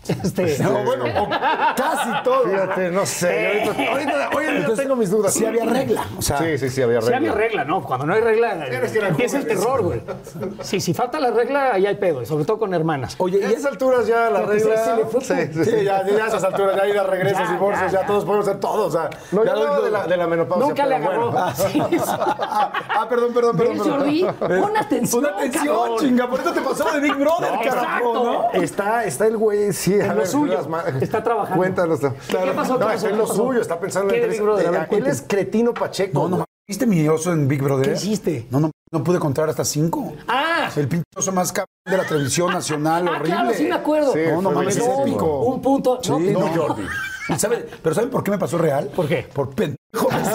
Speaker 2: Este.
Speaker 3: No, bueno, o casi todo.
Speaker 1: Fíjate, no sé. yo Ahorita, ahorita- hoy en día
Speaker 3: Entonces,
Speaker 1: tengo mis dudas.
Speaker 3: sí había regla, o sea-
Speaker 1: sí, sí, sí, había regla.
Speaker 2: Si había regla, ¿no? Cuando no hay regla, eh,
Speaker 1: Eres que eran
Speaker 2: empieza el
Speaker 1: jóvenes.
Speaker 2: terror, güey. Sí, si falta la regla, ahí hay pedo, y sobre todo con hermanas.
Speaker 3: Oye,
Speaker 1: Y a
Speaker 3: y
Speaker 1: esas alturas ya la
Speaker 2: Porque se-
Speaker 1: regla.
Speaker 2: se le fue
Speaker 1: sí,
Speaker 2: por-
Speaker 1: sí, sí.
Speaker 3: Sí, ya, ya a esas alturas, ya ida, regresas,
Speaker 2: Ya,
Speaker 3: divorcios,
Speaker 2: ya,
Speaker 3: ya,
Speaker 2: ya.
Speaker 3: todos podemos ser todos. O sea,
Speaker 1: No, yo
Speaker 3: ya
Speaker 1: hablaba de la, de la
Speaker 3: Oh,
Speaker 1: menopausia.
Speaker 2: Nunca le
Speaker 1: pero
Speaker 2: agarró.
Speaker 1: bueno.
Speaker 2: Sí,
Speaker 3: ah, perdón, perdón, perdón.
Speaker 2: ¿Ves,
Speaker 3: perdón.
Speaker 2: Jordi? Pon atención,
Speaker 3: Pon atención,
Speaker 2: cabrón.
Speaker 3: chinga. Por eso te pasó de Big Brother,
Speaker 2: No,
Speaker 3: carajo,
Speaker 2: exacto.
Speaker 3: ¿no? Este,
Speaker 1: Está, está el güey, sí, a
Speaker 2: lo
Speaker 1: ver,
Speaker 2: suyo.
Speaker 1: las ma-
Speaker 2: Está trabajando.
Speaker 1: Cuéntanos.
Speaker 2: ¿Qué- qué pasó? ¿Qué
Speaker 1: No,
Speaker 2: pasó?
Speaker 1: está en
Speaker 2: ¿Qué
Speaker 1: lo
Speaker 2: pasó?
Speaker 1: suyo, está pensando
Speaker 2: ¿Qué
Speaker 1: en
Speaker 2: de
Speaker 1: tres-
Speaker 2: Big Brother? A ver,
Speaker 1: eh, Él
Speaker 2: cuéntame.
Speaker 1: es cretino Pacheco.
Speaker 3: No, no,
Speaker 1: güey.
Speaker 3: ¿viste mi oso en Big Brother?
Speaker 2: ¿Qué hiciste?
Speaker 3: No, no, no pude contar hasta cinco.
Speaker 2: Ah,
Speaker 3: El pinche oso más cabrón de la televisión nacional,
Speaker 2: ah,
Speaker 3: horrible.
Speaker 2: claro, sí me acuerdo.
Speaker 1: Sí,
Speaker 3: No, no
Speaker 1: fue
Speaker 3: mames, es
Speaker 1: bellísimo.
Speaker 3: épico.
Speaker 2: Un punto.
Speaker 3: Sí,
Speaker 2: no,
Speaker 3: no,
Speaker 2: no.
Speaker 3: Jordi. ¿Y sabe- ¿Pero saben por qué me pasó real?
Speaker 2: ¿Por qué? Ah,
Speaker 3: Por pendejo.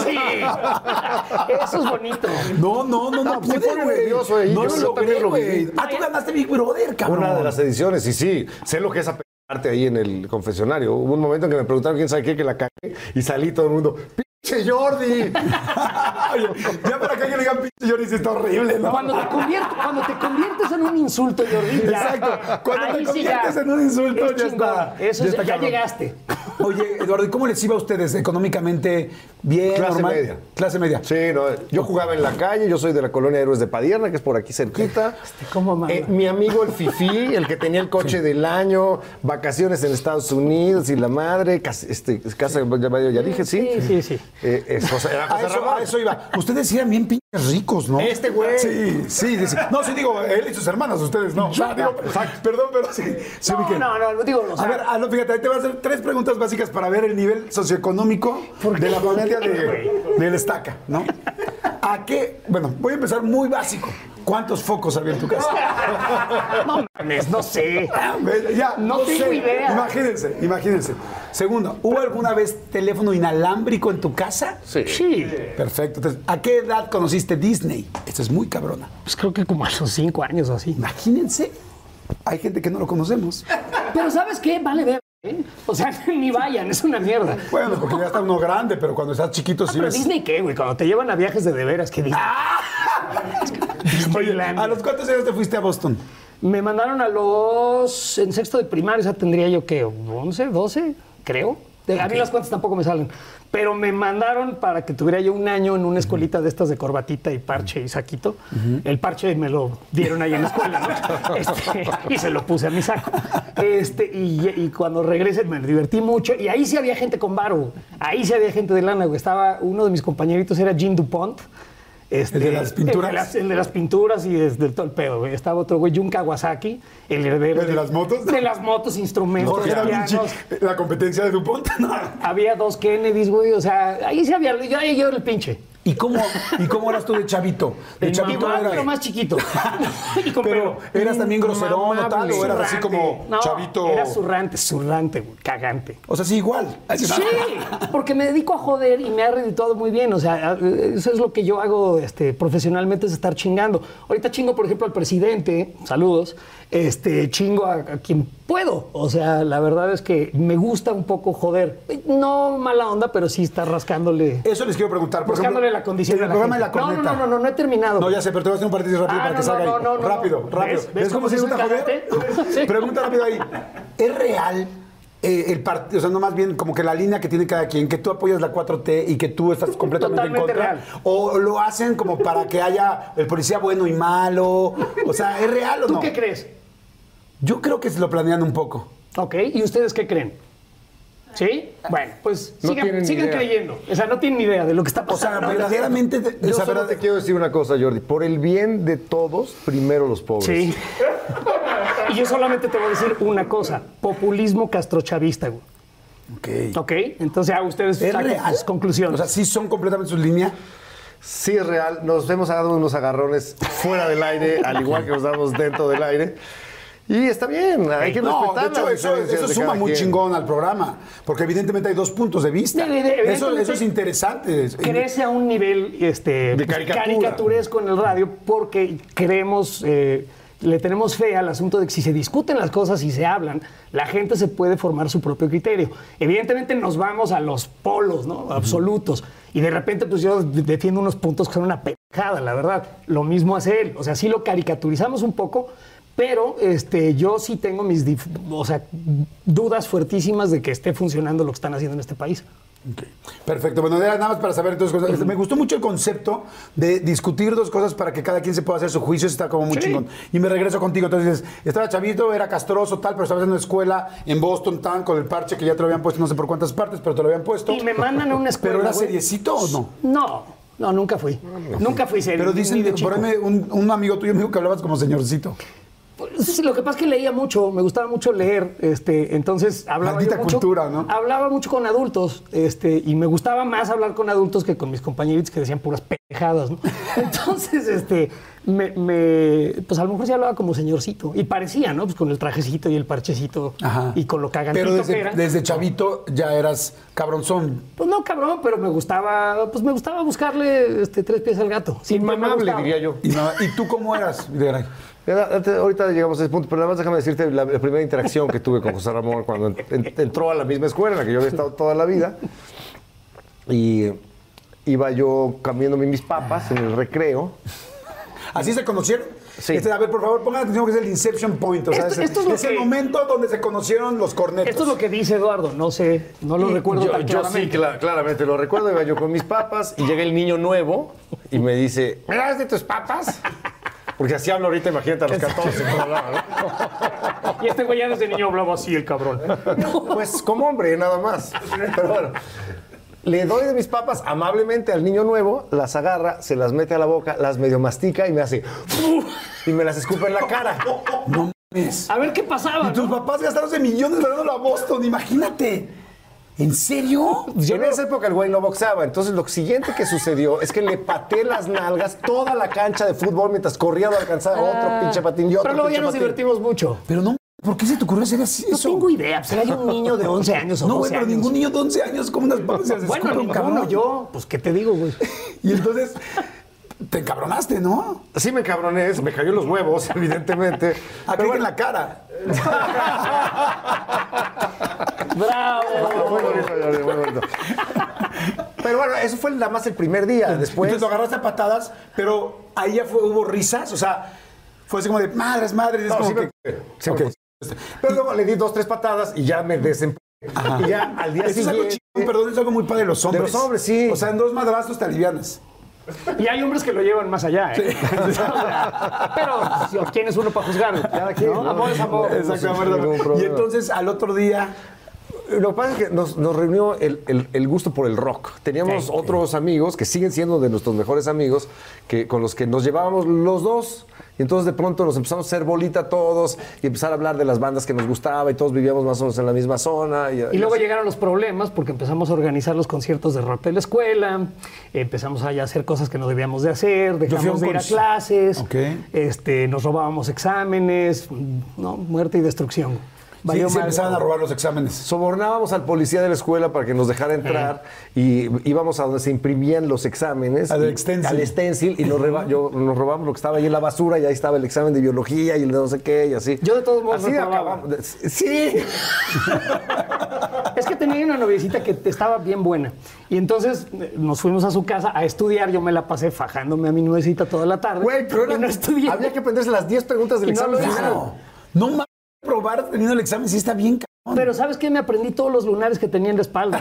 Speaker 2: Sí. Eso es bonito.
Speaker 3: No, no, no, no,
Speaker 1: No,
Speaker 3: pude,
Speaker 1: se pone
Speaker 3: güey.
Speaker 1: nervioso, eh,
Speaker 3: No
Speaker 1: yo
Speaker 3: lo
Speaker 1: también
Speaker 3: logré,
Speaker 1: lo viví.
Speaker 3: güey. Ah, tú ganaste Big Brother, cabrón.
Speaker 1: Una de las ediciones, y sí, sé lo que es aparte ahí en el confesionario. Hubo un momento en que me preguntaron quién sabe qué, que la cagué, y salí todo el mundo, ¡pinche Jordi!
Speaker 3: Oye, ya para acá que le digan pinche Jordi, sí está horrible, ¿no?
Speaker 2: Cuando te, conviert- cuando te conviertes en un insulto, Jordi. ya.
Speaker 3: Exacto. Cuando te
Speaker 2: Ahí sí
Speaker 3: conviertes
Speaker 2: ya.
Speaker 3: en un insulto,
Speaker 2: Es
Speaker 3: ya
Speaker 2: chingón.
Speaker 3: está.
Speaker 2: Eso
Speaker 3: Ya
Speaker 2: es-
Speaker 3: está
Speaker 2: ya
Speaker 3: cabrón.
Speaker 2: llegaste.
Speaker 3: Oye, Eduardo, ¿y cómo les iba a ustedes económicamente? Bien,
Speaker 1: Clase
Speaker 3: normal?
Speaker 1: media.
Speaker 3: Clase media.
Speaker 1: Sí, no, yo jugaba en la calle, yo soy de la colonia Héroes de Padierna, que es por aquí cerquita. Eh,
Speaker 2: ¿cómo mama?
Speaker 1: mi amigo el Fifi, el que tenía el coche del año, vacaciones en Estados Unidos y la madre, cas- este, casa, ya, ya dije, sí.
Speaker 2: Sí, sí, sí.
Speaker 1: Eh, es José- era
Speaker 3: A
Speaker 1: José
Speaker 3: eso,
Speaker 1: Ramón.
Speaker 3: a eso iba. Ustedes eran bien pinches ricos, ¿no?
Speaker 1: Este güey.
Speaker 3: Sí, sí, sí, sí. No, sí digo, él y sus hermanas, ustedes no. Ah,
Speaker 2: Yo,
Speaker 3: Digo,
Speaker 2: no.
Speaker 3: exacto. Perdón, pero sí. sí
Speaker 2: No,
Speaker 3: ubiqué.
Speaker 2: no, no, digo, o sea-
Speaker 3: a ver, ah, no, fíjate, ahí te voy a hacer tres preguntas básicas para ver el nivel socioeconómico de la familia de, del estaca, ¿no? ¿A qué? Bueno, voy a empezar muy básico. ¿Cuántos focos había en tu casa?
Speaker 2: No mames, no sé.
Speaker 3: Ya,
Speaker 2: No tengo idea.
Speaker 3: Imagínense, imagínense. Segundo, ¿hubo alguna vez teléfono inalámbrico en tu casa?
Speaker 2: Sí.
Speaker 3: Perfecto. Entonces, ¿a qué edad conociste Disney? Esta es muy cabrona.
Speaker 2: Pues creo que como a los cinco años o así.
Speaker 3: Imagínense, hay gente que no lo conocemos.
Speaker 2: Pero ¿sabes qué? Vale ver. ¿eh? O sea, ni vayan, es una mierda.
Speaker 3: Bueno, porque ya está uno grande, pero cuando estás chiquito sí
Speaker 2: Ah, Pero
Speaker 3: ves.
Speaker 2: Disney qué, güey, cuando te llevan a viajes de de veras, ¿qué Disney?
Speaker 3: Oye,
Speaker 2: Disneylandia.
Speaker 3: ¿a los cuántos años te fuiste a Boston?
Speaker 2: Me mandaron a los... En sexto de primaria, o sea, tendría yo, ¿qué? ¿11, 12? Creo. De- A mí las cuentas tampoco me salen. Pero me mandaron para que tuviera yo un año en una escuelita de estas de corbatita y parche y saquito. El parche me lo dieron ahí en la escuela. ¿no? Este, y se lo puse a mi saco. Este, y, y cuando regresé me divertí mucho. Y ahí sí había gente con varo. Ahí sí había gente de lana. güey. Estaba uno de mis compañeritos, era Jim Dupont. Este,
Speaker 3: ¿El de las pinturas?
Speaker 2: El de las, el de las pinturas y desde todo el pedo. güey. Estaba otro güey, Jun Kawasaki, el heredero.
Speaker 3: ¿El de las motos?
Speaker 2: De las motos, instrumentos.
Speaker 3: Jorge Da
Speaker 2: pianos.
Speaker 3: Vinci, la competencia de Dupont. No.
Speaker 2: Había dos Kennedys, güey. O sea, ahí sí había. Yo, ahí yo era el pinche.
Speaker 3: ¿Y cómo, ¿Y cómo eras tú de chavito? De
Speaker 2: El
Speaker 3: chavito
Speaker 2: mamá,
Speaker 3: era-
Speaker 2: pero más chiquito. Y con
Speaker 3: Pero,
Speaker 2: pelo.
Speaker 3: ¿eras también groserón o
Speaker 2: Inmamable.
Speaker 3: tal, o eras así
Speaker 2: Zurrante.
Speaker 3: como
Speaker 2: No,
Speaker 3: chavito?
Speaker 2: Era zurrante, zurrante, güey, cagante.
Speaker 3: O sea, sí, igual.
Speaker 2: Sí, porque me dedico a joder y me ha redituado muy bien. O sea, eso es lo que yo hago este, profesionalmente, es estar chingando. Ahorita chingo, por ejemplo, al presidente, saludos, este, chingo a, a quien puedo. O sea, la verdad es que me gusta un poco joder. No mala onda, pero sí estar rascándole.
Speaker 3: Eso les quiero preguntar. Eh, Por
Speaker 2: Buscándole
Speaker 3: ejemplo,
Speaker 2: la condición.
Speaker 3: En el
Speaker 2: a la
Speaker 3: programa de
Speaker 2: gente.
Speaker 3: la corneta.
Speaker 2: No, no, no, no, no he terminado.
Speaker 3: No, ya sé, pero te voy a hacer un partido rápido
Speaker 2: Ah,
Speaker 3: para que
Speaker 2: no,
Speaker 3: salga
Speaker 2: no,
Speaker 3: ahí.
Speaker 2: no, no,
Speaker 3: rápido,
Speaker 2: no.
Speaker 3: rápido.
Speaker 2: ¿Ves? ¿Ves
Speaker 3: cómo
Speaker 2: cómo
Speaker 3: se
Speaker 2: soy
Speaker 3: gusta
Speaker 2: un
Speaker 3: joder?
Speaker 2: cagante? Sí.
Speaker 3: Pregunta rápido ahí. ¿Es real eh, el partido? O sea, no más bien como que la línea que tiene cada quien, que tú apoyas la 4T y que tú estás completamente
Speaker 2: Totalmente
Speaker 3: en contra.
Speaker 2: real.
Speaker 3: O lo hacen como para que haya el policía bueno y malo. O sea, ¿es real o
Speaker 2: ¿Tú
Speaker 3: no?
Speaker 2: qué crees?
Speaker 3: Yo creo que se lo planean un poco.
Speaker 2: Ok, ¿y ustedes qué creen? ¿Sí? Bueno, pues
Speaker 1: No tienen
Speaker 2: sigan,
Speaker 1: ni
Speaker 2: sigan
Speaker 1: idea.
Speaker 2: creyendo. O sea, no tienen ni idea de lo que está
Speaker 3: O sea,
Speaker 2: pasando.
Speaker 3: verdaderamente. o
Speaker 1: Yo
Speaker 3: sea,
Speaker 1: solo
Speaker 3: verdad-
Speaker 1: te quiero decir una cosa, Jordi. Por el bien de todos, primero los pobres.
Speaker 2: Sí.
Speaker 3: pues.
Speaker 2: y yo solamente te voy a decir una cosa: populismo castrochavista, güey.
Speaker 3: Ok.
Speaker 2: Ok, entonces ya ustedes
Speaker 3: ¿Es
Speaker 2: saquen
Speaker 3: real?
Speaker 2: sus conclusiones.
Speaker 3: O sea, sí son completamente sus líneas.
Speaker 1: Sí es real, nos hemos dado unos agarrones fuera del aire, al igual que nos damos dentro del aire. Y está bien, hay que
Speaker 3: No, de
Speaker 1: respetar
Speaker 3: hecho,
Speaker 1: las
Speaker 3: eso,
Speaker 1: diferencias
Speaker 3: eso
Speaker 1: de
Speaker 3: suma
Speaker 1: cada
Speaker 3: muy
Speaker 1: quien.
Speaker 3: chingón al programa, porque evidentemente hay dos puntos de vista.
Speaker 2: De- de- de-
Speaker 3: eso,
Speaker 2: evidentemente-
Speaker 3: eso es interesante.
Speaker 2: crece a un nivel este,
Speaker 3: De caricatura.
Speaker 2: caricaturesco en el radio porque creemos, eh, le tenemos fe al asunto de que si se discuten las cosas y se hablan, la gente se puede formar su propio criterio. Evidentemente nos vamos a los polos, ¿no? Absolutos. Y de repente, pues yo de- defiendo unos puntos que son una pendejada, la verdad. Lo mismo hace él. O sea, sí lo caricaturizamos un poco. Pero este, yo sí tengo mis dif- o sea, dudas fuertísimas de que esté funcionando lo que están haciendo en este país.
Speaker 3: Perfecto. Bueno, era nada más para saber entonces cosas. Me gustó mucho el concepto de discutir dos cosas para que cada quien se pueda hacer su juicio. Eso está como muy chingón. Y me regreso contigo. Entonces, estaba chavito, era castroso, tal, pero estabas en una escuela en Boston, tan, con el parche que ya te lo habían puesto no sé por cuántas partes, pero te lo habían puesto.
Speaker 2: Y me mandan a una escuela.
Speaker 3: ¿Pero era
Speaker 2: güey.
Speaker 3: seriecito o no?
Speaker 2: No, no, nunca fui. Nunca fui serio.
Speaker 3: Pero
Speaker 2: ni- ni
Speaker 3: dicen,
Speaker 2: de
Speaker 3: por
Speaker 2: chico.
Speaker 3: ahí me- un, un amigo tuyo me dijo que hablabas como señorcito.
Speaker 2: Sí, lo que pasa es que leía mucho, me gustaba mucho leer, este, entonces hablaba yo
Speaker 3: Maldita
Speaker 2: mucho-
Speaker 3: cultura, ¿no?
Speaker 2: Hablaba mucho con adultos, este, y me gustaba más hablar con adultos que con mis compañeritos que decían puras pejadas, ¿no? Entonces, este, me, me- pues a lo mejor sí hablaba como señorcito y parecía, ¿no? Pues con el trajecito y el parchecito y con lo cagantito
Speaker 3: Pero
Speaker 2: que
Speaker 3: desde,
Speaker 2: era.
Speaker 3: desde chavito ya eras cabronzón.
Speaker 2: Pues no, cabrón, pero me gustaba, pues me gustaba buscarle este, tres pies al gato. Siempre me
Speaker 1: Inmamable,
Speaker 2: gustaba.
Speaker 1: diría yo.
Speaker 3: Y, no- ¿y tú cómo eras, Videgaray?
Speaker 1: Mira, antes- ahorita llegamos a ese punto, pero nada más déjame decirte la, la primera interacción que tuve con José Ramón cuando en- en- entró a la misma escuela en la que yo había estado toda la vida. Y eh, iba yo cambiándome mis papas en el recreo.
Speaker 3: ¿Así se conocieron?
Speaker 1: Sí.
Speaker 3: Este, a ver, por favor, pongan atención que es el Inception Point. O sea,
Speaker 2: Esto-
Speaker 3: ese-
Speaker 2: esto es lo
Speaker 3: el
Speaker 2: que-
Speaker 3: momento donde se conocieron los cornetos.
Speaker 2: Esto es lo que dice Eduardo, no sé, no lo recuerdo
Speaker 1: yo,
Speaker 2: tan
Speaker 1: yo sí,
Speaker 2: claramente.
Speaker 1: cla- claramente lo recuerdo. Iba yo con mis papas y llega el niño nuevo y me dice, ¿me das de tus papas? Porque así hablo ahorita, imagínate a los 14. ¿cómo hablaba, no?
Speaker 2: Y este güey ya desde niño hablaba así, el cabrón.
Speaker 1: Pues como hombre, nada más. Pero bueno, le doy de mis papas amablemente al niño nuevo, las agarra, se las mete a la boca, las medio mastica y me hace... "Fu", Y me las escupe en la cara.
Speaker 2: A ver qué pasaba.
Speaker 3: Y tus
Speaker 2: ¿no?
Speaker 3: papás gastándose millones dándolo a Boston, imagínate. ¿En serio?
Speaker 1: en esa época el güey no boxaba, entonces lo siguiente que sucedió es que le pateé las nalgas toda la cancha de fútbol mientras corría lo alcanzaba otro pinche patín y otro
Speaker 2: Pero luego ya
Speaker 1: pinche
Speaker 2: nos
Speaker 1: patín.
Speaker 2: divertimos mucho.
Speaker 3: Pero no, ¿por qué se te ocurrió hacer así
Speaker 2: No
Speaker 3: eso?
Speaker 2: tengo idea, pues hay un niño de 11 años o
Speaker 3: No,
Speaker 2: 12
Speaker 3: güey, pero
Speaker 2: años.
Speaker 3: ningún niño de 11 años como unas papas se las
Speaker 2: Bueno,
Speaker 3: escupe un
Speaker 2: ninguno,
Speaker 3: cabrón.
Speaker 2: yo, pues qué te digo, güey.
Speaker 3: Y entonces te encabronaste, ¿no?
Speaker 1: Sí me cabroné, se me cayó los huevos, evidentemente.
Speaker 3: A Craig en la cara.
Speaker 2: Bravo.
Speaker 1: Muy bonito, Jordi, muy bonito. Pero bueno, eso fue nada más el primer día.
Speaker 3: Entonces
Speaker 1: Después,
Speaker 3: lo agarraste a patadas, pero ahí ya fue, hubo risas, o sea, fue así como de madres, madres, es
Speaker 1: No,
Speaker 3: como
Speaker 1: sí
Speaker 3: que.
Speaker 1: me- sí me
Speaker 3: Ok.
Speaker 1: pero luego le di dos, tres patadas y ya me desempujé Y ya al día
Speaker 3: Eso es algo
Speaker 1: siguiente.
Speaker 3: chingón, perdón, es algo muy padre de los hombres.
Speaker 1: los hombres, sí.
Speaker 3: O sea, en dos madrazos te alivianas.
Speaker 2: Y hay hombres que lo llevan más allá, ¿eh? O sea, Pero, Dios, ¿quién es uno para juzgar?
Speaker 1: Cada quien,
Speaker 2: ¿no?
Speaker 1: ¿no?
Speaker 2: Amor es amor.
Speaker 3: Exacto,
Speaker 1: sin
Speaker 3: ¿verdad?
Speaker 1: ningún
Speaker 3: Y
Speaker 1: problema.
Speaker 3: entonces al otro día,
Speaker 1: Lo que pasa es que nos, nos reunió el, el- el gusto por el rock. Teníamos
Speaker 2: Sí.
Speaker 1: otros amigos que siguen siendo de nuestros mejores amigos, que, con los que nos llevábamos los dos. Y entonces de pronto nos empezamos a hacer bolita todos y empezar a hablar de las bandas que nos gustaba y todos vivíamos más o menos en la misma zona. Y,
Speaker 2: Y luego llegaron los problemas porque empezamos a organizar los conciertos de rock de la escuela, empezamos a ya hacer cosas que no debíamos de hacer,
Speaker 3: fui a un
Speaker 2: dejamos de ir a
Speaker 3: cons-
Speaker 2: clases,
Speaker 3: Ok.
Speaker 2: este, nos robábamos exámenes, no, muerte y destrucción.
Speaker 3: sí,
Speaker 2: Valió
Speaker 3: se
Speaker 2: madre.
Speaker 3: empezaban a robar los exámenes.
Speaker 1: Sobornábamos al policía de la escuela para que nos dejara entrar y íbamos a donde se imprimían los exámenes.
Speaker 3: Al
Speaker 1: y-
Speaker 3: stencil.
Speaker 1: Al stencil y nos, reba- yo- nos robamos lo que estaba ahí en la basura y ahí estaba el examen de biología y el de no sé qué y así.
Speaker 2: Yo de todos modos
Speaker 1: Así
Speaker 2: reprobaba.
Speaker 1: acabamos. de- Sí.
Speaker 2: Es que tenía una noviecita que estaba bien buena. Y entonces eh, nos fuimos a su casa a estudiar. Yo me la pasé fajándome a mi noviecita toda la tarde.
Speaker 1: Güey, pero
Speaker 2: Y
Speaker 1: era-
Speaker 2: no estudié.
Speaker 1: había que aprenderse las 10 preguntas del
Speaker 2: Y no
Speaker 1: examen
Speaker 2: lo hice.
Speaker 1: final.
Speaker 3: Claro. No mames, probar teniendo el examen sí está bien cabrón.
Speaker 2: Pero ¿sabes qué? Me aprendí todos los lunares que tenía en la espalda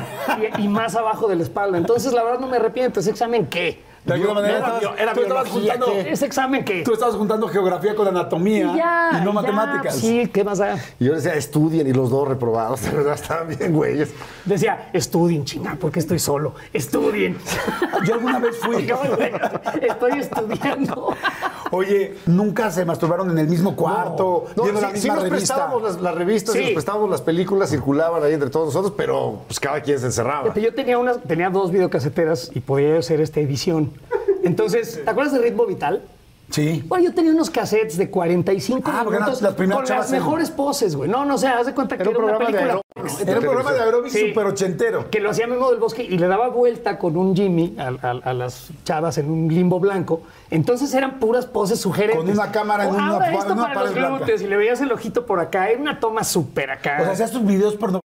Speaker 2: y, y más abajo de la espalda. Entonces, la verdad, no me arrepiento. ¿Ese examen qué?
Speaker 3: De alguna manera
Speaker 2: Era,
Speaker 3: estabas-
Speaker 2: bio- era
Speaker 3: tú estabas
Speaker 2: biología,
Speaker 3: juntando-
Speaker 2: ¿qué? ¿Ese examen qué?
Speaker 3: Tú estabas juntando geografía con anatomía
Speaker 2: Y ya,
Speaker 3: y no
Speaker 2: ya,
Speaker 3: matemáticas.
Speaker 2: Sí, ¿qué más da?
Speaker 1: Y yo decía, estudien y los dos reprobados, de verdad, estaban bien güeyes.
Speaker 2: Decía, estudien, chinga, porque estoy solo. Estudien.
Speaker 3: Yo alguna vez fui.
Speaker 2: Yo, güey, estoy estudiando.
Speaker 3: Oye, nunca se masturbaron en el mismo cuarto,
Speaker 1: No,
Speaker 3: viendo
Speaker 1: sí,
Speaker 3: la
Speaker 1: sí
Speaker 3: misma
Speaker 1: nos
Speaker 3: revista.
Speaker 1: prestábamos las, las revistas
Speaker 2: Sí.
Speaker 1: y nos prestábamos las películas, circulaban ahí entre todos nosotros, pero pues cada quien se encerraba.
Speaker 2: Yo tenía, unas, tenía dos videocaseteras y podía hacer esta edición. Entonces, ¿te acuerdas de Ritmo Vital?
Speaker 3: Sí.
Speaker 2: Bueno, yo tenía unos cassettes de 45
Speaker 3: Ah, porque
Speaker 2: minutos
Speaker 3: eran las primeras
Speaker 2: con
Speaker 3: chavas
Speaker 2: las
Speaker 3: en-
Speaker 2: mejores poses, güey. No, no, o sea, haz de cuenta que era,
Speaker 1: un
Speaker 2: una
Speaker 1: programa de
Speaker 2: película
Speaker 1: aeróbics.
Speaker 3: Era un programa de aeróbics
Speaker 2: Sí.
Speaker 3: super ochentero.
Speaker 2: que lo hacía Memo del Bosque y le daba vuelta con un Jimmy a, a- a las chavas en un limbo blanco. Entonces eran puras poses sugerentes.
Speaker 3: Con una cámara en
Speaker 2: O
Speaker 3: una
Speaker 2: ahora
Speaker 3: pa-
Speaker 2: esto
Speaker 3: en una
Speaker 2: para los
Speaker 3: pared blanca.
Speaker 2: glúteos y le veías el ojito por acá. Era una toma súper acá.
Speaker 3: O sea, hacías tus videos por
Speaker 2: No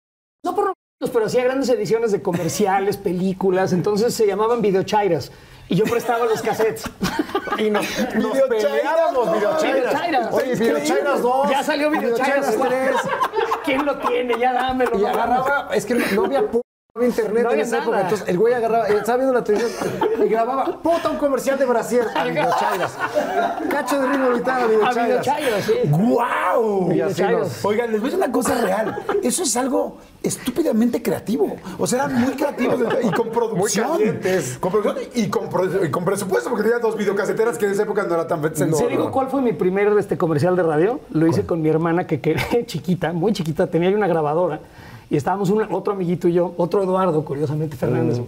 Speaker 2: por los, pero hacía grandes ediciones de comerciales, películas. Entonces se llamaban videochairas. Y yo prestaba los cassettes.
Speaker 1: Y nos, nos
Speaker 3: Videochairas,
Speaker 1: peleábamos,
Speaker 3: no,
Speaker 1: videochairas.
Speaker 2: videochairas.
Speaker 1: Oye, videochairas dos.
Speaker 2: Ya salió videochairas.
Speaker 1: tres.
Speaker 2: ¿Quién lo tiene? Ya dámelo.
Speaker 1: Y
Speaker 2: no
Speaker 1: agarraba, es que no había pu- no había internet
Speaker 2: No
Speaker 1: en
Speaker 2: había
Speaker 1: esa época.
Speaker 2: nada.
Speaker 1: Entonces el güey agarraba, eh, estaba viendo la televisión y grababa, puta, un comercial de Brasil. A videochairas. Cacho de ritmo vital, a
Speaker 2: mames. A
Speaker 1: videochairas.
Speaker 2: videochairas, sí.
Speaker 3: ¡Guau!
Speaker 1: Y así nos-
Speaker 3: Oigan, les voy a decir una cosa real. Eso es algo estúpidamente creativo. O sea, eran muy creativos y con producción.
Speaker 1: calientes.
Speaker 3: Con producción y con, pro- y con presupuesto, porque tenía dos videocaseteras que en esa época no era tan
Speaker 2: ¿Se
Speaker 3: sencillo.
Speaker 2: digo cuál fue mi primer este, comercial de radio? Lo hice con mi hermana que, que chiquita, muy chiquita, tenía ahí una grabadora y estábamos un- otro amiguito y yo, otro Eduardo, curiosamente
Speaker 1: Mm.
Speaker 2: Fernández.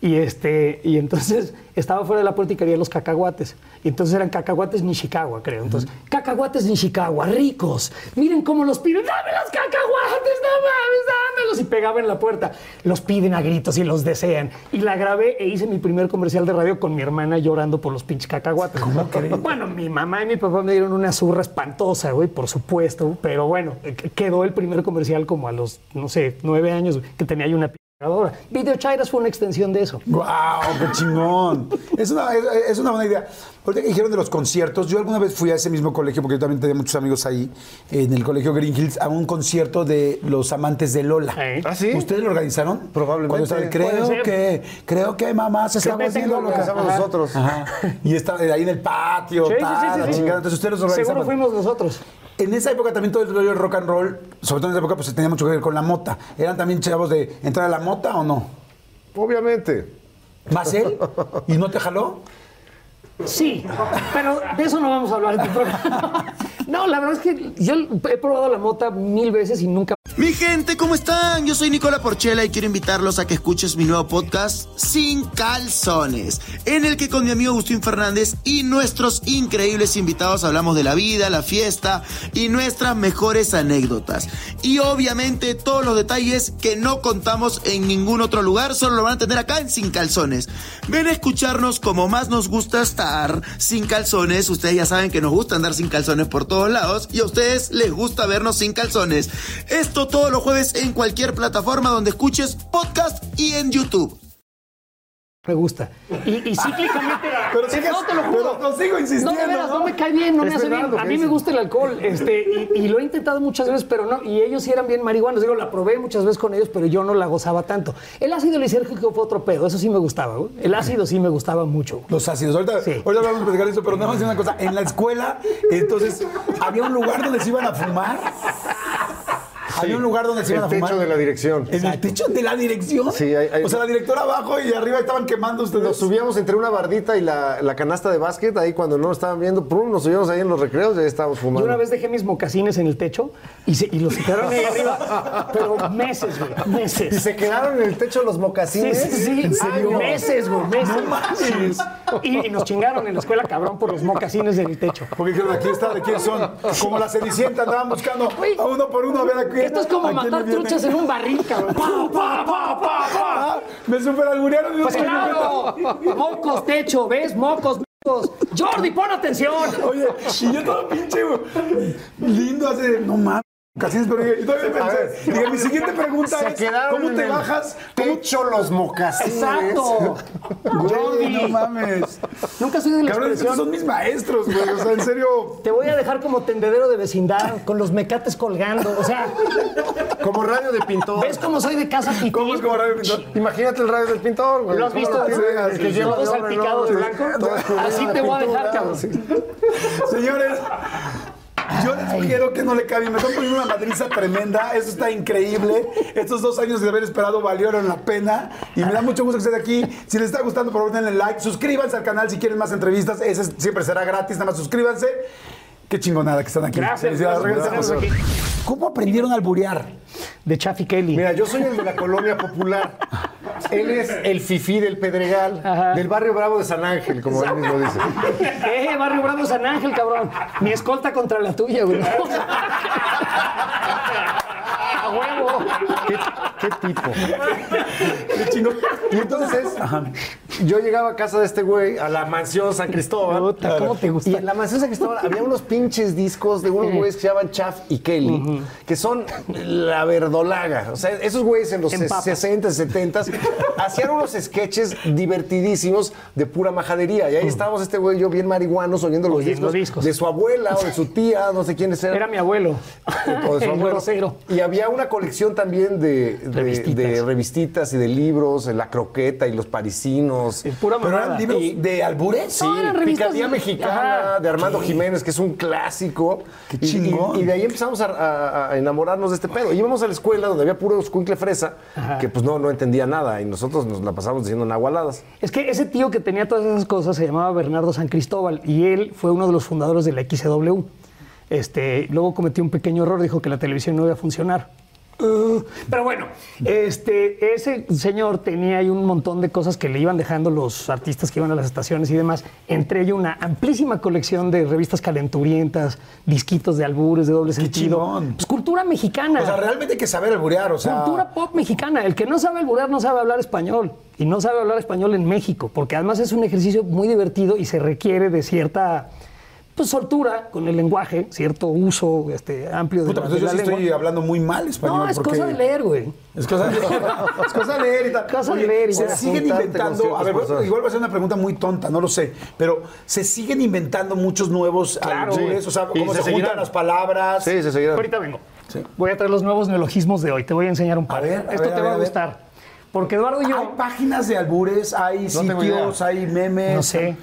Speaker 2: Y, este, y entonces estaba fuera de la puerta y quería los cacahuates. Y entonces eran cacahuates Nishikawa, creo. Entonces,
Speaker 1: Mm.
Speaker 2: cacahuates Nishikawa, ricos. Miren cómo los piden. ¡Dame los cacahuates! ¡No mames! ¡Dámelos! Y pegaba en la puerta. Los piden a gritos y los desean. Y la grabé e hice mi primer comercial de radio con mi hermana llorando por los pinches cacahuates. Bueno, mi mamá y mi papá me dieron una zurra espantosa, güey, por supuesto. Pero bueno, eh, quedó el primer comercial como a los, no sé, nueve años güey, que tenía yo una p- grabadora. Videochairas fue una extensión de eso.
Speaker 3: ¡Guau! ¡Qué chingón! Es una, es, es una buena idea. Ahorita que dijeron de los conciertos, yo alguna vez fui a ese mismo colegio, porque yo también tenía muchos amigos ahí, en el colegio Green Hills, a un concierto de los amantes de Lola.
Speaker 2: Eh.
Speaker 1: ¿Ah, sí?
Speaker 3: ¿Ustedes lo organizaron?
Speaker 1: Probablemente.
Speaker 3: Cuando estaban,
Speaker 2: Puede
Speaker 3: creo
Speaker 2: ser.
Speaker 3: que, creo que mamá se está
Speaker 2: me tengo
Speaker 3: volviendo
Speaker 2: que
Speaker 3: loca.
Speaker 1: Empezamos
Speaker 2: Ajá.
Speaker 1: nosotros.
Speaker 3: Ajá. Y estaba ahí en el patio,
Speaker 2: Sí, sí,
Speaker 3: tal,
Speaker 2: sí, sí,
Speaker 3: la
Speaker 2: sí.
Speaker 3: chingada. Entonces ustedes los
Speaker 2: Seguro
Speaker 3: organizaban.
Speaker 2: fuimos nosotros.
Speaker 3: En esa época también todo el rollo del rock and roll, sobre todo en esa época, pues se tenía mucho que ver con la mota. ¿Eran también chavos de entrar a la mota o no?
Speaker 1: Obviamente.
Speaker 3: ¿Más él? ¿Y no te jaló?
Speaker 2: Sí, pero de eso no vamos a hablar en tu programa. No, la verdad es que yo he probado la mota mil veces y nunca.
Speaker 4: Mi gente, ¿cómo están? Yo soy Nicola Porchela y quiero invitarlos a que escuches mi nuevo podcast Sin Calzones, en el que con mi amigo Agustín Fernández y nuestros increíbles invitados hablamos de la vida, la fiesta y nuestras mejores anécdotas. Y obviamente todos los detalles que no contamos en ningún otro lugar, solo lo van a tener acá en Sin Calzones. Ven a escucharnos como más nos gusta estar sin calzones. Ustedes ya saben que nos gusta andar sin calzones por todos lados y a ustedes les gusta vernos sin calzones. Esto todos los jueves en cualquier plataforma donde escuches podcast y en YouTube.
Speaker 2: Me gusta. Y, y cíclicamente. eh,
Speaker 3: Pero sigues-
Speaker 2: no te lo juro.
Speaker 3: pero sigo insistiendo,
Speaker 2: No, de veras, no,
Speaker 3: ¿no?
Speaker 2: me cae bien, no
Speaker 3: Es
Speaker 2: me hace
Speaker 3: verdad
Speaker 2: bien.
Speaker 3: lo que
Speaker 2: A mí me
Speaker 3: dices.
Speaker 2: gusta el alcohol. Este, y, y lo he intentado muchas veces, pero no. Y ellos sí eran bien marihuanos. Digo, la probé muchas veces con ellos, pero yo no la gozaba tanto. El ácido lisérgico fue otro pedo. Eso sí me gustaba. güey. El ácido sí me gustaba mucho.
Speaker 3: Los ácidos. Ahorita,
Speaker 2: Sí.
Speaker 3: ahorita vamos a platicar de eso, pero nada más una cosa. En la escuela, entonces, había un lugar donde se iban a fumar. Había un lugar donde se
Speaker 1: El
Speaker 3: iban a fumar.
Speaker 1: techo de la dirección.
Speaker 3: ¿En el techo de la dirección?
Speaker 1: Sí, hay- hay-
Speaker 3: O sea, la directora abajo y arriba estaban quemando ustedes.
Speaker 1: Nos subíamos entre una bardita y la, la canasta de básquet, ahí cuando no estaban viendo, prum, nos subíamos ahí en los recreos y ahí estábamos
Speaker 2: Yo
Speaker 1: fumando.
Speaker 2: una vez dejé mis mocasines en el techo y, se- y los quitaron ahí arriba, pero meses, güey, meses.
Speaker 1: Y se quedaron en el techo los
Speaker 2: Sí,
Speaker 1: mocasines. Ah,
Speaker 2: sí, sí.
Speaker 1: ¿En
Speaker 2: Ay,
Speaker 1: serio?
Speaker 2: meses, güey, meses. Sí. Y, y nos chingaron en la escuela, cabrón, por los mocasines en el techo.
Speaker 3: Porque dijeron, aquí está, ¿de quién son? Como la Cenicienta, andaban buscando a uno por uno a ver a quién.
Speaker 2: Esto es como
Speaker 3: a quién le
Speaker 2: matar
Speaker 3: viene.
Speaker 2: truchas en un barril, cabrón. ¡Pa, pa, pa, pa, pa!
Speaker 3: Ah, Me superalburearon y no
Speaker 2: Pues
Speaker 3: se dieron
Speaker 2: claro, mocos, techo, ¿ves? Mocos, mocos. Jordi, pon atención.
Speaker 3: cuenta. Oye, y yo todo pinche güey, lindo hace, no mames. Casi pero yo todavía pensé. Dije, mi siguiente pregunta
Speaker 1: Se
Speaker 3: es:
Speaker 1: quedaron
Speaker 3: ¿Cómo
Speaker 1: en
Speaker 3: te
Speaker 1: el
Speaker 3: bajas? ¿Cómo
Speaker 1: Techo los mocasines.
Speaker 2: Exacto.
Speaker 3: Güey, no
Speaker 2: Jordi.
Speaker 3: mames.
Speaker 2: Nunca soy de la
Speaker 3: Cabrón, estos
Speaker 2: expresión.
Speaker 3: son mis maestros, güey. O sea, en serio.
Speaker 2: Te voy a dejar como tendedero de vecindad, con los mecates colgando. O sea,
Speaker 1: Como radio de pintor.
Speaker 2: ¿ves cómo soy de casa pitín?
Speaker 3: ¿Cómo es como radio pintor?
Speaker 1: Imagínate el radio del pintor, güey.
Speaker 2: ¿Lo has
Speaker 1: ¿Cómo
Speaker 2: visto?
Speaker 1: tienes?
Speaker 2: El
Speaker 1: Que
Speaker 2: que
Speaker 1: lleva
Speaker 2: todo
Speaker 1: de hombre,
Speaker 2: salpicado
Speaker 1: ¿no?
Speaker 2: de blanco.
Speaker 1: Todo cubierto
Speaker 2: Así
Speaker 1: de
Speaker 2: te voy a
Speaker 1: pintura,
Speaker 2: dejar, cabrón.
Speaker 1: sí.
Speaker 3: Señores, yo les quiero que no le cambien. Me están poniendo una madriza tremenda. Eso está increíble. Estos dos años de haber esperado valieron la pena. Y me da mucho gusto que estén aquí. Si les está gustando, por favor, denle like. Suscríbanse al canal si quieren más entrevistas. Ese es- siempre será gratis. Nada más suscríbanse. Qué chingonada que están aquí.
Speaker 2: Gracias,
Speaker 3: Felicidades.
Speaker 2: gracias por
Speaker 3: Regresemos.
Speaker 2: tenernos
Speaker 3: ¿Cómo aprendieron a alburear?
Speaker 2: De Chaffy Kelly.
Speaker 1: Mira, yo soy el de la colonia popular. Él es el fifí del Pedregal, del barrio Bravo de San Ángel, como él mismo dice.
Speaker 2: Eh, Barrio Bravo San Ángel, cabrón. Mi escolta contra la tuya, güey. A huevo.
Speaker 1: ¿Qué, qué tipo?
Speaker 3: Qué chingón.
Speaker 1: Y entonces, yo llegaba a casa de este güey, a la mansión San Cristóbal.
Speaker 2: Puta, ¿cómo te gusta?
Speaker 1: Y en la mansión San Cristóbal había unos pinches discos de unos güeyes que se llamaban Chaff y Kelly, que son la verdolaga. O sea, esos güeyes en los
Speaker 2: En papas.
Speaker 1: 60, 70 hacían unos sketches divertidísimos de pura majadería. Y ahí estábamos este güey y yo bien marihuanos oyendo los
Speaker 2: Oyendo
Speaker 1: discos,
Speaker 2: discos.
Speaker 1: de su abuela o de su tía, no sé quiénes eran.
Speaker 2: Era mi abuelo.
Speaker 1: O
Speaker 3: Pues,
Speaker 1: de su
Speaker 2: El
Speaker 1: abuelo.
Speaker 2: grosero.
Speaker 1: Y había una colección también de, de- de revistitas.
Speaker 2: Revistitas.
Speaker 1: y de libros, La Croqueta y Los Parisinos.
Speaker 2: Es pura
Speaker 3: Pero eran
Speaker 2: mamada.
Speaker 3: libros de albures.
Speaker 1: Sí,
Speaker 2: eran revistas-
Speaker 1: Picardía Mexicana
Speaker 2: Ajá.
Speaker 1: de Armando Jiménez, que es un clásico.
Speaker 3: Qué
Speaker 1: Y- y-
Speaker 3: chingón.
Speaker 1: Y, de ahí empezamos a, a- a enamorarnos de este pedo. Íbamos a la escuela donde había puro escuincle fresa, que pues no, no entendía nada. Y nosotros nos la pasamos diciendo nahualadas.
Speaker 2: Es que ese tío que tenía todas esas cosas se llamaba Bernardo San Cristóbal y él fue uno de los fundadores de la XCW. Este, luego cometió un pequeño error, dijo que la televisión no iba a funcionar. Uh, pero bueno, este, ese señor tenía ahí un montón de cosas que le iban dejando los artistas que iban a las estaciones y demás, entre ellos una amplísima colección de revistas calenturientas, disquitos de albures, de doble sentido.
Speaker 3: chingón.
Speaker 2: Pues, cultura mexicana.
Speaker 3: O sea, realmente hay que saber alburear. O sea,
Speaker 2: Cultura pop mexicana. El que no sabe alburear no sabe hablar español. Y no sabe hablar español en México. Porque además es un ejercicio muy divertido y se requiere de cierta pues, soltura con el lenguaje, cierto uso este, amplio de,
Speaker 3: Puta,
Speaker 2: la,
Speaker 3: pero
Speaker 2: de
Speaker 3: yo
Speaker 2: la
Speaker 3: sí
Speaker 2: lengua.
Speaker 3: estoy hablando muy mal español.
Speaker 2: no, es
Speaker 3: porque...
Speaker 2: cosa de leer, güey.
Speaker 3: Es cosa de leer. es cosa de leer y tal.
Speaker 2: Cosa de leer y
Speaker 3: Se
Speaker 2: ya.
Speaker 3: siguen
Speaker 1: Juntarte
Speaker 3: inventando.
Speaker 1: con
Speaker 3: A ver,
Speaker 1: ciertas personas.
Speaker 3: igual va a ser una pregunta muy tonta, no lo sé. Pero se siguen inventando muchos nuevos
Speaker 2: Claro.
Speaker 3: albures. O sea,
Speaker 1: Y
Speaker 3: cómo
Speaker 1: se
Speaker 3: se,
Speaker 1: seguirán.
Speaker 3: juntan las palabras.
Speaker 1: Sí, se seguirá.
Speaker 2: Ahorita vengo. Voy a traer los nuevos neologismos de hoy. Te voy a enseñar un par.
Speaker 3: A ver, a ver,
Speaker 2: Esto te
Speaker 3: a
Speaker 2: va
Speaker 3: ver,
Speaker 2: a
Speaker 3: a ver.
Speaker 2: gustar. Porque Eduardo y yo.
Speaker 3: Hay páginas de albures, hay
Speaker 1: tengo
Speaker 3: sitios,
Speaker 1: idea.
Speaker 3: hay memes.
Speaker 2: no sé.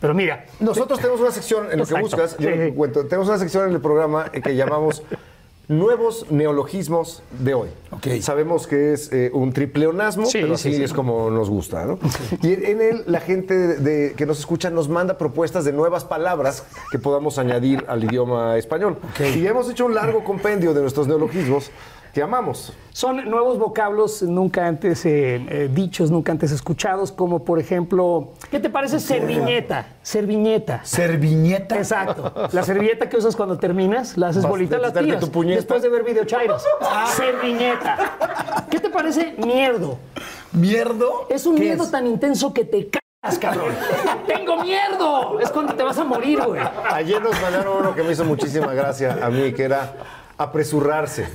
Speaker 2: Pero mira,
Speaker 1: Nosotros tenemos una sección en lo que
Speaker 2: Exacto.
Speaker 1: buscas. Yo
Speaker 2: Sí, sí.
Speaker 1: cuento, tenemos una sección en el programa eh, que llamamos Nuevos Neologismos de hoy.
Speaker 3: Ok.
Speaker 1: Sabemos que es eh, un tripleonasmo,
Speaker 2: Sí,
Speaker 1: pero
Speaker 2: sí,
Speaker 1: así
Speaker 2: sí.
Speaker 1: es como nos gusta, ¿no? Y en, en él la gente de- que nos escucha nos manda propuestas de nuevas palabras que podamos añadir al idioma español. Y hemos hecho un largo compendio de nuestros neologismos que amamos.
Speaker 2: Son nuevos vocablos nunca antes eh, eh, dichos, nunca antes escuchados, como por ejemplo, ¿qué te parece serviñeta? Serviñeta.
Speaker 3: Serviñeta.
Speaker 2: Exacto. La servilleta que usas cuando terminas, la haces
Speaker 1: Vas a
Speaker 2: bolita, la
Speaker 1: quitarte
Speaker 2: tiras.
Speaker 1: tu puñeta.
Speaker 2: Después de ver videochairos. Serviñeta. ¿Qué te parece mierdo?
Speaker 3: Mierdo.
Speaker 2: Es un
Speaker 3: ¿Qué
Speaker 2: miedo
Speaker 3: es?
Speaker 2: tan intenso que te cagas, cabrón. ¡Tengo miedo! Es cuando te vas a morir, güey.
Speaker 1: Ayer nos mandaron uno que me hizo muchísima gracia a mí, que era apresurarse.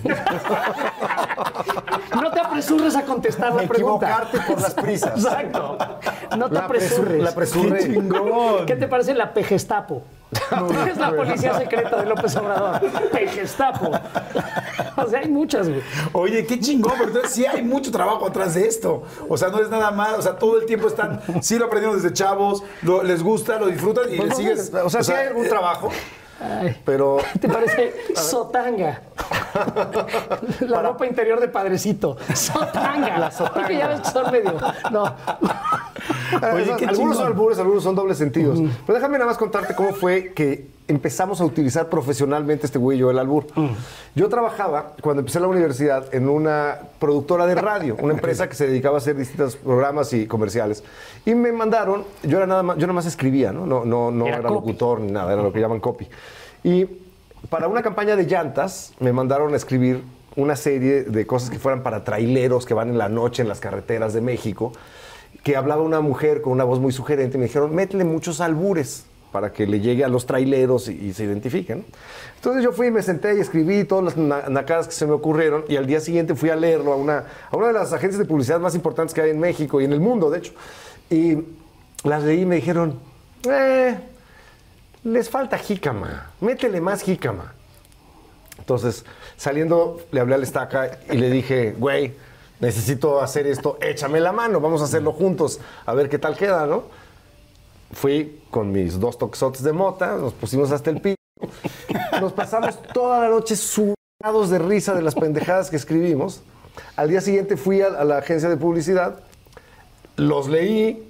Speaker 2: No te apresures a contestar la pregunta.
Speaker 1: Equivocarte por las prisas.
Speaker 2: Exacto. No te
Speaker 1: La presu-
Speaker 2: apresures.
Speaker 1: la presurre.
Speaker 2: Qué chingón. ¿Qué te parece la pejestapo? es la policía secreta de López Obrador. Pejestapo. O sea, hay muchas, güey.
Speaker 3: Oye, qué chingón, pero entonces sí hay mucho trabajo atrás de esto. O sea, no es nada más, o sea, todo el tiempo están, sí lo aprendieron desde chavos, lo- les gusta, lo disfrutan y le
Speaker 1: Pues no,
Speaker 3: sigues.
Speaker 1: o sea, sí hay algún
Speaker 3: trabajo.
Speaker 1: Pero
Speaker 2: ¿Te parece sotanga? La ropa interior de padrecito. Sotanga. La sotanga. ya ves que son medio. No.
Speaker 3: Oye,
Speaker 1: Esas-
Speaker 3: qué
Speaker 1: algunos
Speaker 3: chingón.
Speaker 1: son albures, algunos son dobles sentidos. Pero déjame nada más contarte cómo fue que empezamos a utilizar profesionalmente este güey y yo el albur. Yo trabajaba, cuando empecé la universidad, en una productora de radio, una empresa que se dedicaba a hacer distintos programas y comerciales. Y me mandaron, yo era nada más, yo nada más escribía, ¿no? No, no, no
Speaker 2: Era
Speaker 1: era,
Speaker 2: copy.
Speaker 1: locutor ni nada, era lo que llaman copy. Y para una campaña de llantas me mandaron a escribir una serie de cosas que fueran para traileros que van en la noche en las carreteras de México, que hablaba una mujer con una voz muy sugerente y me dijeron, métele muchos albures para que le llegue a los traileros y, y se identifiquen. Entonces yo fui y me senté y escribí todas las na- nacadas que se me ocurrieron y al día siguiente fui a leerlo a una, a una de las agencias de publicidad más importantes que hay en México y en el mundo, de hecho. Y las leí y me dijeron, eh, les falta jícama, métele más jícama. Entonces, saliendo, le hablé al estaca y le dije, güey, necesito hacer esto, échame la mano, vamos a hacerlo juntos, a ver qué tal queda, ¿no? Fui con mis dos toxotes de mota, nos pusimos hasta el pico, nos pasamos toda la noche sudados de risa de las pendejadas que escribimos. Al día siguiente fui a, a la agencia de publicidad, los leí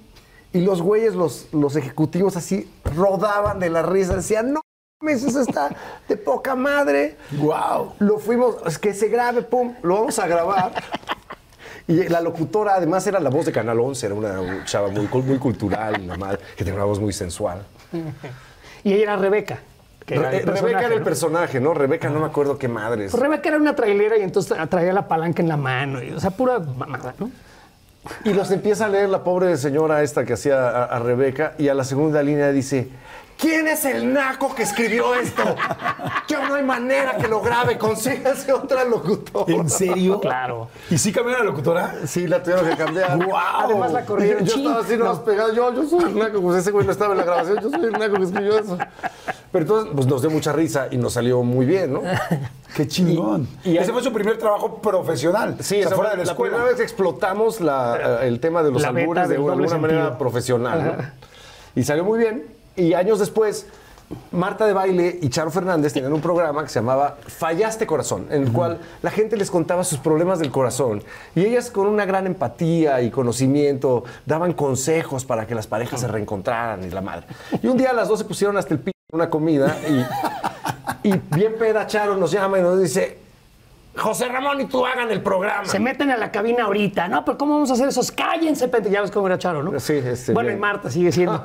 Speaker 1: y los güeyes, los, los ejecutivos así rodaban de la risa, decían, no, mames, eso está de poca madre.
Speaker 3: ¡Wow!
Speaker 1: Lo fuimos, es que se grabe, pum, lo vamos a grabar. Y la locutora además era la voz de Canal 11, era una chava muy, cul- muy cultural, la madre, que tenía una voz muy sensual.
Speaker 2: Y ella era Rebeca. que era el
Speaker 1: Re- Rebeca
Speaker 2: personaje,
Speaker 1: era el
Speaker 2: ¿no?
Speaker 1: personaje, ¿no? Rebeca, no me acuerdo qué madre es.
Speaker 2: Pues Rebeca era una trailera y entonces traía la palanca en la mano. y, o sea, pura mamada, ¿no?
Speaker 1: Y los empieza a leer la pobre señora esta que hacía a, a Rebeca y a la segunda línea dice, ¿quién es el naco que escribió esto? Yo no hay manera que lo grabe, consígase otra locutora.
Speaker 3: ¿En serio?
Speaker 2: Claro.
Speaker 3: ¿Y sí cambió la locutora?
Speaker 1: Sí, la tuvieron que cambiar.
Speaker 3: ¡Guau!
Speaker 2: Además la corrieron.
Speaker 1: Yo
Speaker 2: Chin.
Speaker 1: estaba así, nomás pegado. Yo, yo soy el naco. Pues ese güey no estaba en la grabación. Yo soy el naco que escribió eso. Pero entonces, pues nos dio mucha risa y nos salió muy bien, ¿no?
Speaker 3: ¡Qué chingón!
Speaker 1: Y- y-
Speaker 3: Ese fue su primer trabajo profesional.
Speaker 1: Sí,
Speaker 3: o
Speaker 1: esa
Speaker 3: sea, fuera
Speaker 1: fue
Speaker 3: de la
Speaker 1: la
Speaker 3: escuela.
Speaker 1: primera vez que explotamos la, eh, el tema de los
Speaker 2: La beta
Speaker 1: albures de
Speaker 2: del
Speaker 1: una-
Speaker 2: doble
Speaker 1: alguna manera
Speaker 2: sentido.
Speaker 1: profesional. ¿no? Y salió muy bien. Y años después, Marta de Baile y Charo Fernández tenían un programa que se llamaba Fallaste Corazón, en el cual la gente les contaba sus problemas del corazón. Y ellas con una gran empatía y conocimiento daban consejos para que las parejas se reencontraran y la madre. Y un día las dos se pusieron hasta el p en una comida y, y bien peda Charo nos llama y nos dice... José Ramón y tú hagan el programa.
Speaker 2: Se meten a la cabina ahorita, ¿no? Pero ¿cómo vamos a hacer esos? Cállense, pendejo. Ya ves cómo era Charo, ¿no?
Speaker 1: Sí, este,
Speaker 2: Bueno,
Speaker 1: bien.
Speaker 2: y Marta sigue siendo.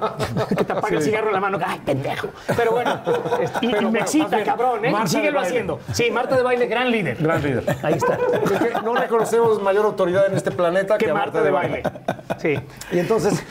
Speaker 2: que te apaga el cigarro en la mano. ¡Ay, pendejo! Pero bueno, es-
Speaker 1: Este,
Speaker 2: y, y me excita, cabrón, ¿eh?
Speaker 1: Marta de
Speaker 2: Síguelo
Speaker 1: baile.
Speaker 2: haciendo. Sí, Marta de baile, gran líder.
Speaker 1: Gran líder.
Speaker 2: Ahí está.
Speaker 1: Es que no reconocemos mayor autoridad en este planeta
Speaker 2: Que Marta de baile. Sí.
Speaker 1: Y entonces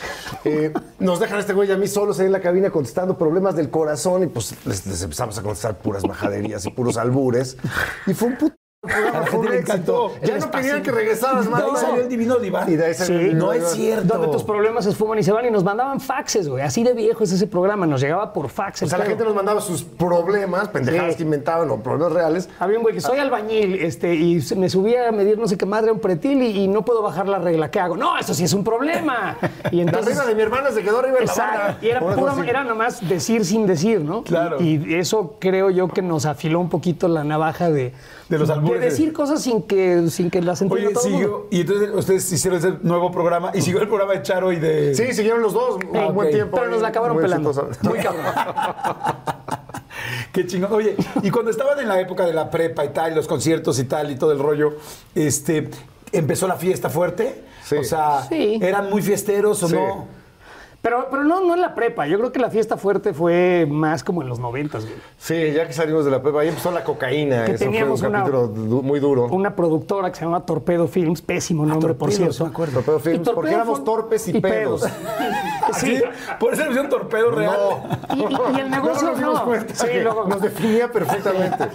Speaker 1: eh, nos dejan a este güey y a mí solos ahí en la cabina contestando problemas del corazón y pues les, les empezamos a contestar puras majaderías y puros albures. Y fue un puto programa, fue un
Speaker 3: le
Speaker 1: éxito.
Speaker 3: encantó.
Speaker 1: Ya
Speaker 3: El
Speaker 1: no pedían
Speaker 3: espacio.
Speaker 1: que regresaras,
Speaker 3: De ahí
Speaker 1: Marta.
Speaker 3: salió el divino diván.
Speaker 1: Y de ahí salió el
Speaker 2: Sí,
Speaker 1: divino
Speaker 3: no es
Speaker 1: diván.
Speaker 3: cierto.
Speaker 2: Donde tus problemas se esfuman y se van y nos mandaban faxes, güey. Así de viejo es ese programa. Nos llegaba por fax. el
Speaker 1: O sea, la
Speaker 2: pedo.
Speaker 1: gente nos mandaba sus problemas, pendejadas
Speaker 2: Sí.
Speaker 1: que inventaban o problemas reales.
Speaker 2: Había un güey que soy albañil este, y se- me subía a medir no sé qué madre a un pretil y, y no puedo bajar la regla. ¿Qué hago? No, eso sí es un problema. Y
Speaker 1: La
Speaker 2: entonces.
Speaker 1: reina de mi hermana se quedó arriba de la barra.
Speaker 2: Exacto. Y era, pura- era nomás decir sin decir, ¿no?
Speaker 3: Claro.
Speaker 2: Y, y eso creo yo que nos afiló un poquito la navaja de,
Speaker 3: De los albures.
Speaker 2: de decir cosas sin que, sin que las entienda
Speaker 3: Oye,
Speaker 2: todo el mundo.
Speaker 3: siguió. Y entonces ustedes hicieron ese nuevo programa y siguió el programa de Charo y de.
Speaker 1: Sí, siguieron los dos un
Speaker 2: Ah,
Speaker 1: buen
Speaker 2: ok.
Speaker 1: tiempo.
Speaker 2: Pero nos la acabaron
Speaker 1: Muy
Speaker 2: pelando.
Speaker 1: exitosa.
Speaker 2: Muy cabrón.
Speaker 3: Qué chingón. Oye, y cuando estaban en la época de la prepa y tal, y los conciertos y tal, y todo el rollo, este, ¿empezó la fiesta fuerte?
Speaker 1: Sí.
Speaker 3: O sea,
Speaker 2: Sí.
Speaker 3: ¿eran muy fiesteros o
Speaker 1: Sí.
Speaker 3: no?
Speaker 2: Pero, pero no, no en la prepa. Yo creo que la fiesta fuerte fue más como en los noventas, güey.
Speaker 1: Sí, ya que salimos de la pepa, ahí empezó la cocaína.
Speaker 2: Que
Speaker 1: Eso fue un
Speaker 2: teníamos una-
Speaker 1: capítulo du- muy duro.
Speaker 2: Una productora que se llamaba Torpedo Films,
Speaker 1: Ah,
Speaker 2: pésimo nombre, por
Speaker 3: Torpedo,
Speaker 2: cierto.
Speaker 3: me acuerdo.
Speaker 1: Torpedo Films,
Speaker 2: Y Torpedo
Speaker 1: porque éramos
Speaker 2: fue-
Speaker 1: torpes y,
Speaker 2: y pedos.
Speaker 1: pedos.
Speaker 3: ¿Sí?
Speaker 2: Sí.
Speaker 3: ¿Por eso le pusieron torpedo real?
Speaker 2: Y, y- y el negocio
Speaker 1: nos dimos
Speaker 2: no.
Speaker 1: cuenta
Speaker 2: Sí,
Speaker 1: que
Speaker 2: luego-
Speaker 1: pues, Nos definía perfectamente.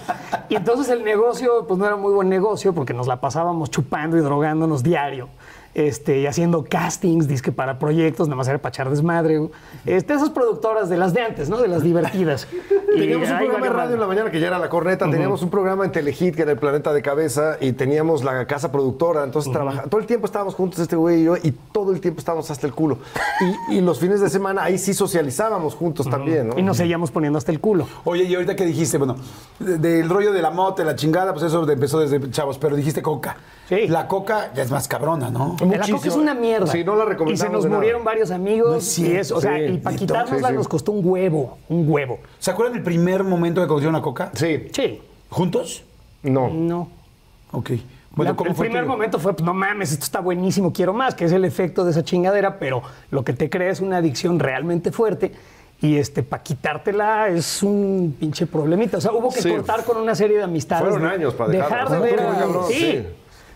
Speaker 2: Y entonces el negocio, pues no era muy buen negocio porque nos la pasábamos chupando y drogándonos diario. este, y haciendo castings, disque para proyectos, nada más era para echar desmadre. güey. Este, esas productoras de las de antes, ¿no? De las divertidas. Y
Speaker 1: Teníamos un
Speaker 2: ahí
Speaker 1: programa de
Speaker 2: valió
Speaker 1: radio en la
Speaker 2: madre.
Speaker 1: mañana que ya era la corneta, teníamos un programa en Telehit que era el planeta de cabeza y teníamos la casa productora, entonces trabaja- todo el tiempo estábamos juntos este güey y yo y todo el tiempo estábamos hasta el culo. Y, y los fines de semana ahí sí socializábamos juntos también, ¿no?
Speaker 2: Y nos seguíamos poniendo hasta el culo.
Speaker 3: Oye, y ahorita que dijiste, bueno, de- del rollo de la mota, la chingada, pues eso empezó desde chavos, pero dijiste coca.
Speaker 2: Sí.
Speaker 3: La coca ya es más cabrona, ¿no?
Speaker 2: La coca es una mierda.
Speaker 1: Sí, no la
Speaker 2: Y
Speaker 1: recomendamos
Speaker 2: se nos
Speaker 1: de nada.
Speaker 2: murieron varios amigos.
Speaker 3: No es
Speaker 2: y
Speaker 3: cierto.
Speaker 2: eso, o sea,
Speaker 1: Sí,
Speaker 2: y
Speaker 3: neta.
Speaker 2: para quitárnosla
Speaker 1: Sí, sí.
Speaker 2: nos costó un huevo, un huevo.
Speaker 3: ¿Se acuerdan el primer momento que conocieron la coca?
Speaker 1: Sí,
Speaker 2: Sí,
Speaker 3: ¿Juntos?
Speaker 1: no.
Speaker 2: no.
Speaker 3: Ok. Bueno,
Speaker 2: La-
Speaker 3: ¿cómo
Speaker 2: el
Speaker 3: fue el
Speaker 2: primer
Speaker 3: tuyo?
Speaker 2: momento fue, pues, no mames, esto está buenísimo, quiero más, que es el efecto de esa chingadera, pero lo que te crea es una adicción realmente fuerte y este, para quitártela es un pinche problemita. O sea, hubo que
Speaker 1: Sí.
Speaker 2: cortar con una serie de amistades.
Speaker 1: Fueron
Speaker 2: ¿no?
Speaker 1: años para
Speaker 2: Dejar
Speaker 1: dejarla.
Speaker 2: de ver
Speaker 1: Estuvo
Speaker 2: a-
Speaker 1: muy cabrón,
Speaker 2: sí.
Speaker 1: sí.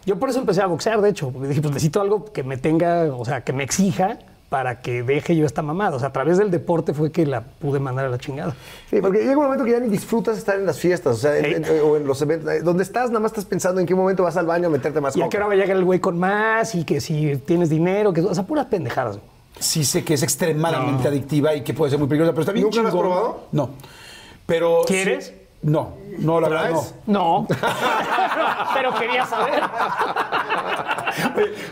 Speaker 2: Yo por eso empecé a boxear, de hecho, porque dije, pues necesito algo que me tenga, o sea, que me exija para que deje yo esta mamada. O sea, a través del deporte fue que la pude mandar a la chingada.
Speaker 1: Sí, porque llega un momento que ya ni disfrutas estar en las fiestas, o sea, en- en- o en los eventos, eh, donde estás nada más estás pensando en qué momento vas al baño a meterte más
Speaker 2: Y a
Speaker 1: coca.
Speaker 2: qué hora va a llegar el güey con más y que si tienes dinero, que, o sea, puras pendejadas. güey.
Speaker 3: Sí sé que es extremadamente adictiva y que puede ser muy peligrosa, pero está bien
Speaker 1: ¿Nunca la has
Speaker 3: chingón.
Speaker 1: probado?
Speaker 3: No. Pero...
Speaker 2: ¿Quieres?
Speaker 3: sí- no, no, la verdad
Speaker 1: ¿Traes?
Speaker 3: no.
Speaker 2: No, pero quería saber.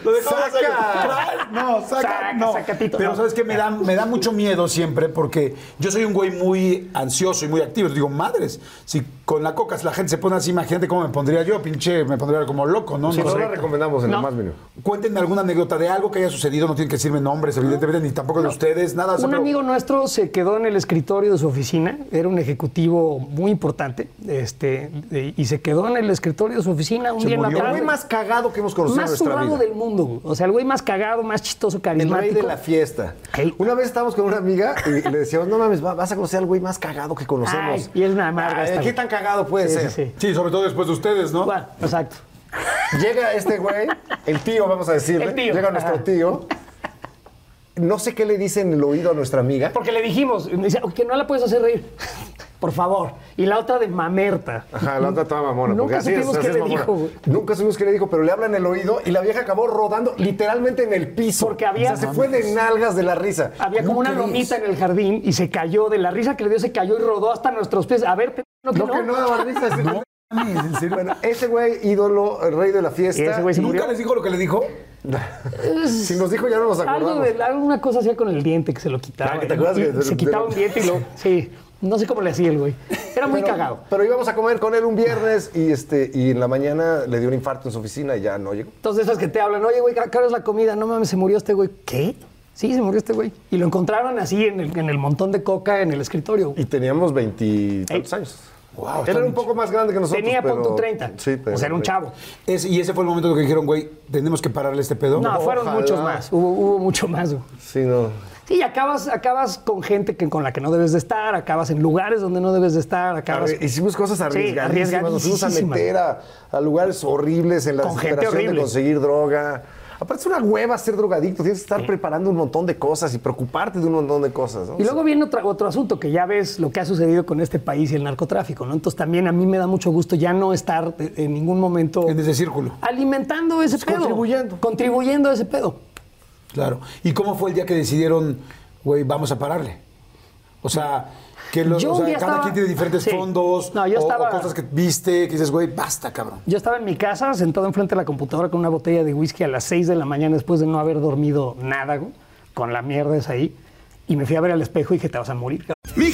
Speaker 3: Lo dejamos
Speaker 1: Saca.
Speaker 3: ahí. No, saca,
Speaker 2: Saca,
Speaker 3: no.
Speaker 2: sacatito,
Speaker 3: Pero
Speaker 2: no.
Speaker 3: sabes que me da, me da mucho miedo siempre porque yo soy un güey muy ansioso y muy activo. Digo, madres, si con la coca la gente se pone así, imagínate cómo me pondría yo, pinche, me pondría como loco, ¿no?
Speaker 1: No la
Speaker 3: Correcto.
Speaker 1: recomendamos en lo más mínimo.
Speaker 3: Cuéntenme alguna anécdota de algo que haya sucedido, no tienen que decirme nombres, evidentemente, ni tampoco de ustedes, nada. o sea,
Speaker 2: Un
Speaker 3: pero-
Speaker 2: amigo nuestro se quedó en el escritorio de su oficina, era un ejecutivo muy importante, este, de- y se quedó en el escritorio de su oficina un
Speaker 3: Se
Speaker 2: día en
Speaker 3: murió.
Speaker 2: la
Speaker 1: El
Speaker 2: tarde.
Speaker 1: güey más cagado que hemos conocido en
Speaker 2: más
Speaker 1: nuestra
Speaker 2: sudado
Speaker 1: vida.
Speaker 2: del mundo, güey. o sea, el güey más cagado, más chistoso,
Speaker 1: El
Speaker 2: carismático.
Speaker 1: rey de la fiesta.
Speaker 2: Ey.
Speaker 1: Una vez estábamos con una amiga y le decíamos, no mames, va- vas a conocer al güey más cagado que
Speaker 2: Ay,
Speaker 1: conocemos.
Speaker 2: y es una amarga esta,
Speaker 1: ¿Qué
Speaker 2: güey.
Speaker 1: tan cagado puede
Speaker 2: Sí, sí,
Speaker 1: ser?
Speaker 2: sí.
Speaker 3: Sí, sobre todo después de ustedes, ¿no?
Speaker 2: Bueno, Ah, exacto.
Speaker 1: Llega este güey, el tío, vamos a decirle.
Speaker 2: El tío,
Speaker 1: Llega
Speaker 2: ajá.
Speaker 1: nuestro tío. No sé qué le dice en el oído a nuestra amiga.
Speaker 2: Porque le dijimos, me dice, que no la puedes hacer reír, por favor. Y la otra de mamerta.
Speaker 1: Ajá, la otra estaba mamona.
Speaker 2: Nunca
Speaker 1: porque así
Speaker 2: supimos
Speaker 1: es, así
Speaker 2: qué
Speaker 1: es
Speaker 2: le
Speaker 1: mamona.
Speaker 2: dijo, güey.
Speaker 1: Nunca supimos qué le dijo, pero le habla en el oído y la vieja acabó rodando literalmente en el piso.
Speaker 2: Porque había-
Speaker 1: O sea, se fue de nalgas de la risa.
Speaker 2: Había como una lomita en el jardín y se cayó, de la risa que le dio, se cayó y rodó hasta nuestros pies. A ver, no, que
Speaker 1: No,
Speaker 2: no.
Speaker 1: que no daba risa. ese-
Speaker 3: Mames, ¿en serio?
Speaker 1: Bueno, ese güey, ídolo, el rey de la fiesta.
Speaker 2: Y ese güey se
Speaker 3: ¿Nunca
Speaker 2: murió.
Speaker 3: les dijo lo que le dijo?
Speaker 1: Si nos dijo ya no nos
Speaker 2: Algo
Speaker 1: acordamos.
Speaker 2: de, alguna cosa hacía con el diente que se lo quitaba.
Speaker 1: Ah, ¿que te acuerdas
Speaker 2: Y-
Speaker 1: que
Speaker 2: y
Speaker 1: de-
Speaker 2: se
Speaker 1: de-
Speaker 2: quitaba un diente y lo. Sí, no sé cómo le hacía el güey. Era muy
Speaker 1: Pero-
Speaker 2: cagado.
Speaker 1: Pero íbamos a comer con él un viernes y este y en la mañana le dio un infarto en su oficina y ya no llegó.
Speaker 2: Entonces, esas que te hablan, oye, güey, acá es la comida. No mames, se murió este güey. ¿Qué? Sí, se murió este güey. Y lo encontraron así en el, en el montón de coca en el escritorio.
Speaker 1: Y teníamos veintitantos años.
Speaker 3: Wow,
Speaker 1: él
Speaker 3: está
Speaker 1: era un
Speaker 3: mucho.
Speaker 1: poco más grande que nosotros.
Speaker 2: Tenía
Speaker 1: pero-
Speaker 2: punto 30.
Speaker 1: Sí,
Speaker 2: o sea, era un
Speaker 1: pero-
Speaker 2: chavo.
Speaker 3: Es- y ese fue el momento que dijeron, güey, tenemos que pararle este pedo.
Speaker 2: No, fueron
Speaker 1: Ojalá.
Speaker 2: muchos más. Hubo, hubo mucho más. güey.
Speaker 1: Sí, no.
Speaker 2: Sí, y acabas, acabas con gente que, con la que no debes de estar, acabas en lugares donde no debes de estar, acabas.
Speaker 1: Arri- Hicimos cosas
Speaker 2: Sí,
Speaker 1: arriesgadísimas. Nos fuimos a
Speaker 2: arriesgadísimas.
Speaker 1: meter a, a lugares horribles en la
Speaker 2: Con gente
Speaker 1: desesperación de
Speaker 2: horrible.
Speaker 1: conseguir droga. Aparte es una hueva ser drogadicto. Tienes que estar preparando un montón de cosas y preocuparte de un montón de cosas. ¿no?
Speaker 2: Y luego viene otra- otro asunto, que ya ves lo que ha sucedido con este país y el narcotráfico, ¿no? Entonces también a mí me da mucho gusto ya no estar de- en ningún momento
Speaker 3: En ese círculo.
Speaker 2: alimentando ese pedo.
Speaker 1: contribuyendo.
Speaker 2: Contribuyendo a ese pedo.
Speaker 3: Claro. ¿Y cómo fue el día que decidieron, güey, vamos a pararle? O sea, que los,
Speaker 2: Yo
Speaker 3: o sea,
Speaker 2: un día
Speaker 3: cada
Speaker 2: estaba-
Speaker 3: quien tiene diferentes
Speaker 2: Sí.
Speaker 3: fondos
Speaker 2: No, yo
Speaker 3: o- o
Speaker 2: estaba-
Speaker 3: cosas que viste, que dices, güey, basta, cabrón.
Speaker 2: Yo estaba en mi casa, sentado enfrente de la computadora con una botella de whisky a las 6 de la mañana después de no haber dormido nada, güey, con la mierda esa ahí. Y me fui a ver al espejo y dije, te vas a morir. cabrón".
Speaker 4: Mi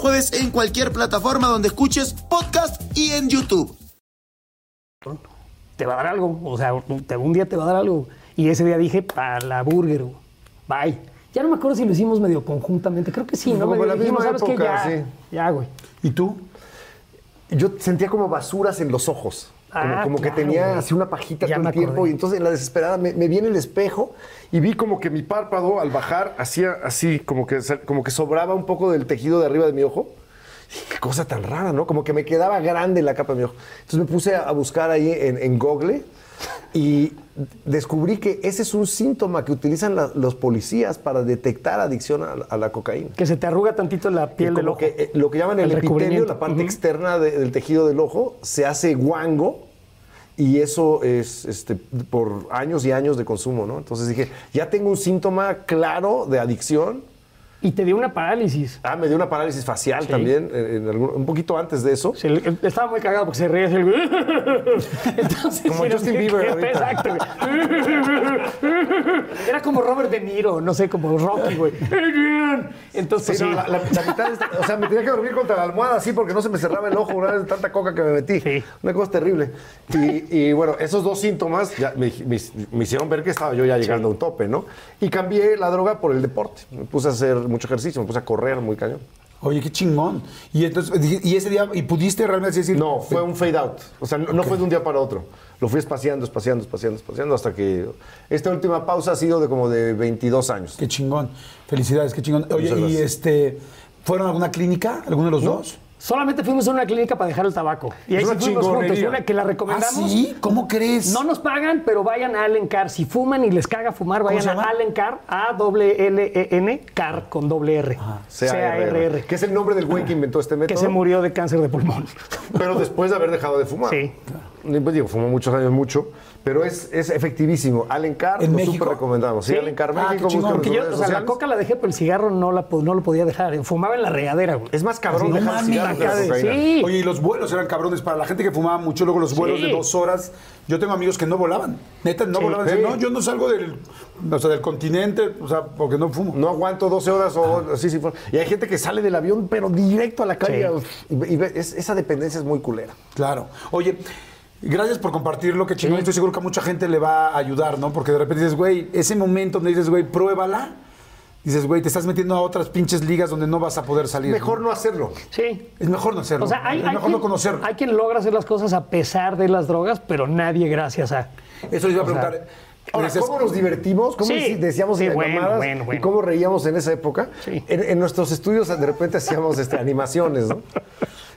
Speaker 4: jueves en cualquier plataforma donde escuches podcast y en YouTube.
Speaker 2: Te va a dar algo. O sea, un- te- un día te va a dar algo. Y ese día dije, para la burger, güey. Bye. Ya no me acuerdo si lo hicimos medio conjuntamente. Creo que sí, ¿no?
Speaker 1: Como
Speaker 2: Medio
Speaker 1: en la
Speaker 2: dijimos,
Speaker 1: misma
Speaker 2: "¿Sabes qué? ya,
Speaker 1: época, sí.
Speaker 2: ya, güey.
Speaker 3: ¿Y tú?
Speaker 1: yo sentía como basuras en los ojos. Como,
Speaker 2: Ah,
Speaker 1: como que
Speaker 2: claro,
Speaker 1: tenía
Speaker 2: güey.
Speaker 1: así una pajita
Speaker 2: Ya
Speaker 1: todo
Speaker 2: me
Speaker 1: el tiempo.
Speaker 2: acordé.
Speaker 1: Y entonces en la desesperada me, me vi en el espejo y vi como que mi párpado al bajar hacía así, como que, se- como que sobraba un poco del tejido de arriba de mi ojo. Y Qué cosa tan rara, ¿no? Como que me quedaba grande la capa de mi ojo. Entonces me puse a, a buscar ahí en, en Google y descubrí que ese es un síntoma que utilizan la- los policías para detectar adicción a la- a la cocaína
Speaker 2: Que se te arruga tantito la piel
Speaker 1: como
Speaker 2: del ojo.
Speaker 1: que, eh, lo que llaman el, epitelio,
Speaker 2: recubrimiento.
Speaker 1: la parte
Speaker 2: Ujú.
Speaker 1: externa de- del tejido del ojo, se hace guango y eso es este, por años y años de consumo, ¿no? Entonces dije, ya tengo un síntoma claro de adicción.
Speaker 2: Y te dio una parálisis.
Speaker 1: Ah, me dio una parálisis facial
Speaker 2: Sí.
Speaker 1: también, eh, en- en algún- un poquito antes de eso.
Speaker 2: Se le- estaba muy cagado porque se reía así. el- Entonces,
Speaker 1: Como
Speaker 2: era
Speaker 1: Justin
Speaker 2: bien
Speaker 1: Bieber
Speaker 2: creepy,
Speaker 1: ahorita.
Speaker 2: Exacto. güey. Era como Robert De Niro, no sé, como Rocky, güey. Entonces,
Speaker 1: Pues Sí, no,
Speaker 2: sí.
Speaker 1: la, la- la mitad de esta- o sea, me tenía que dormir contra la almohada así porque no se me cerraba el ojo una vez de tanta coca que me metí.
Speaker 2: Sí.
Speaker 1: Una cosa terrible. Y, y bueno, esos dos síntomas ya me, me- me hicieron ver que estaba yo ya llegando a un tope, ¿no? Y cambié la droga por el deporte. Me puse a hacer mucho ejercicio, me puse a correr muy cañón.
Speaker 3: Oye, qué chingón. Y entonces, pues, dije- y ese día, y pudiste realmente decir.
Speaker 1: No, fue un fade out. O sea, no, no fue de un día para otro. Lo fui espaciando, espaciando, espaciando, espaciando hasta que esta última pausa ha sido de como de 22 años.
Speaker 3: Qué chingón. Felicidades, qué chingón. Oye,
Speaker 1: Muchas
Speaker 3: y
Speaker 1: gracias.
Speaker 3: este. ¿Fueron a alguna clínica? ¿Alguno de los dos?
Speaker 2: solamente fuimos a una clínica para dejar el tabaco. Y ahí
Speaker 1: Es
Speaker 2: sí
Speaker 1: una
Speaker 2: fuimos juntos.
Speaker 1: chingonería.
Speaker 2: Una que la
Speaker 3: ¿Ah,
Speaker 2: recomendamos.
Speaker 3: sí? ¿Cómo crees?
Speaker 2: No nos pagan, pero vayan a Allen Carr. Si fuman y les caga fumar, vayan
Speaker 3: se
Speaker 2: a
Speaker 3: llama?
Speaker 2: Allen Carr, A-L-E-N, E Carr con doble R. C-A-R-R.
Speaker 1: Que es el nombre del güey que inventó este método.
Speaker 2: Que se murió de cáncer de pulmón.
Speaker 1: Pero después de haber dejado de fumar.
Speaker 2: Sí.
Speaker 1: Y, Pues digo, fumó muchos años, mucho, pero es, es efectivísimo. Allen Carr,
Speaker 3: ¿En
Speaker 1: lo
Speaker 3: México?
Speaker 1: súper recomendamos. Sí,
Speaker 2: Sí.
Speaker 1: Allen Carr,
Speaker 3: Ah, qué
Speaker 1: México,
Speaker 3: chingón,
Speaker 1: búscalo en
Speaker 3: porque
Speaker 1: sus
Speaker 2: Yo,
Speaker 1: redes
Speaker 2: o sea, la
Speaker 1: sociales.
Speaker 2: coca la dejé, pero el cigarro no, la, po- no lo podía dejar. Fumaba en la regadera, güey.
Speaker 1: Es más cabrón
Speaker 3: No
Speaker 1: dejar
Speaker 3: mames.
Speaker 1: cigarros que la
Speaker 3: Acá de-
Speaker 1: cocaína.
Speaker 2: Sí.
Speaker 3: Oye, y los vuelos eran cabrones. Para la gente que fumaba mucho, luego los vuelos
Speaker 2: Sí.
Speaker 3: de dos horas. Yo tengo amigos que no volaban. Neta, no volaban. Dicen, no, yo no salgo del, o sea, del continente, o sea, porque no fumo.
Speaker 1: No aguanto 12 horas o así, sí, fue. Y hay gente que sale del avión, pero directo a la calle. Y, y ve- es- esa dependencia es muy culera.
Speaker 3: Claro. Oye, gracias por compartirlo, que chingón. Estoy seguro que a mucha gente le va a ayudar, ¿no? Porque de repente dices, güey, ese momento donde dices, güey, pruébala. Dices, güey, te estás metiendo a otras pinches ligas donde no vas a poder salir.
Speaker 1: Mejor no hacerlo.
Speaker 2: Sí.
Speaker 3: Es mejor no hacerlo.
Speaker 2: O sea, hay,
Speaker 3: es
Speaker 2: hay
Speaker 3: mejor
Speaker 2: quien,
Speaker 3: no conocerlo.
Speaker 2: hay quien logra hacer las cosas a pesar de las drogas, pero nadie gracias a.
Speaker 3: Eso les iba a
Speaker 2: o sea,
Speaker 3: preguntar.
Speaker 1: Ahora,
Speaker 3: Dices,
Speaker 1: ¿cómo nos divertimos? ¿Cómo
Speaker 2: Sí.
Speaker 1: deci- decíamos
Speaker 2: Sí,
Speaker 1: en las
Speaker 2: bueno,
Speaker 1: llamadas?
Speaker 2: bueno, bueno.
Speaker 1: ¿Y cómo reíamos en esa época?
Speaker 2: Sí.
Speaker 1: En, en nuestros estudios de repente hacíamos este, animaciones, ¿no?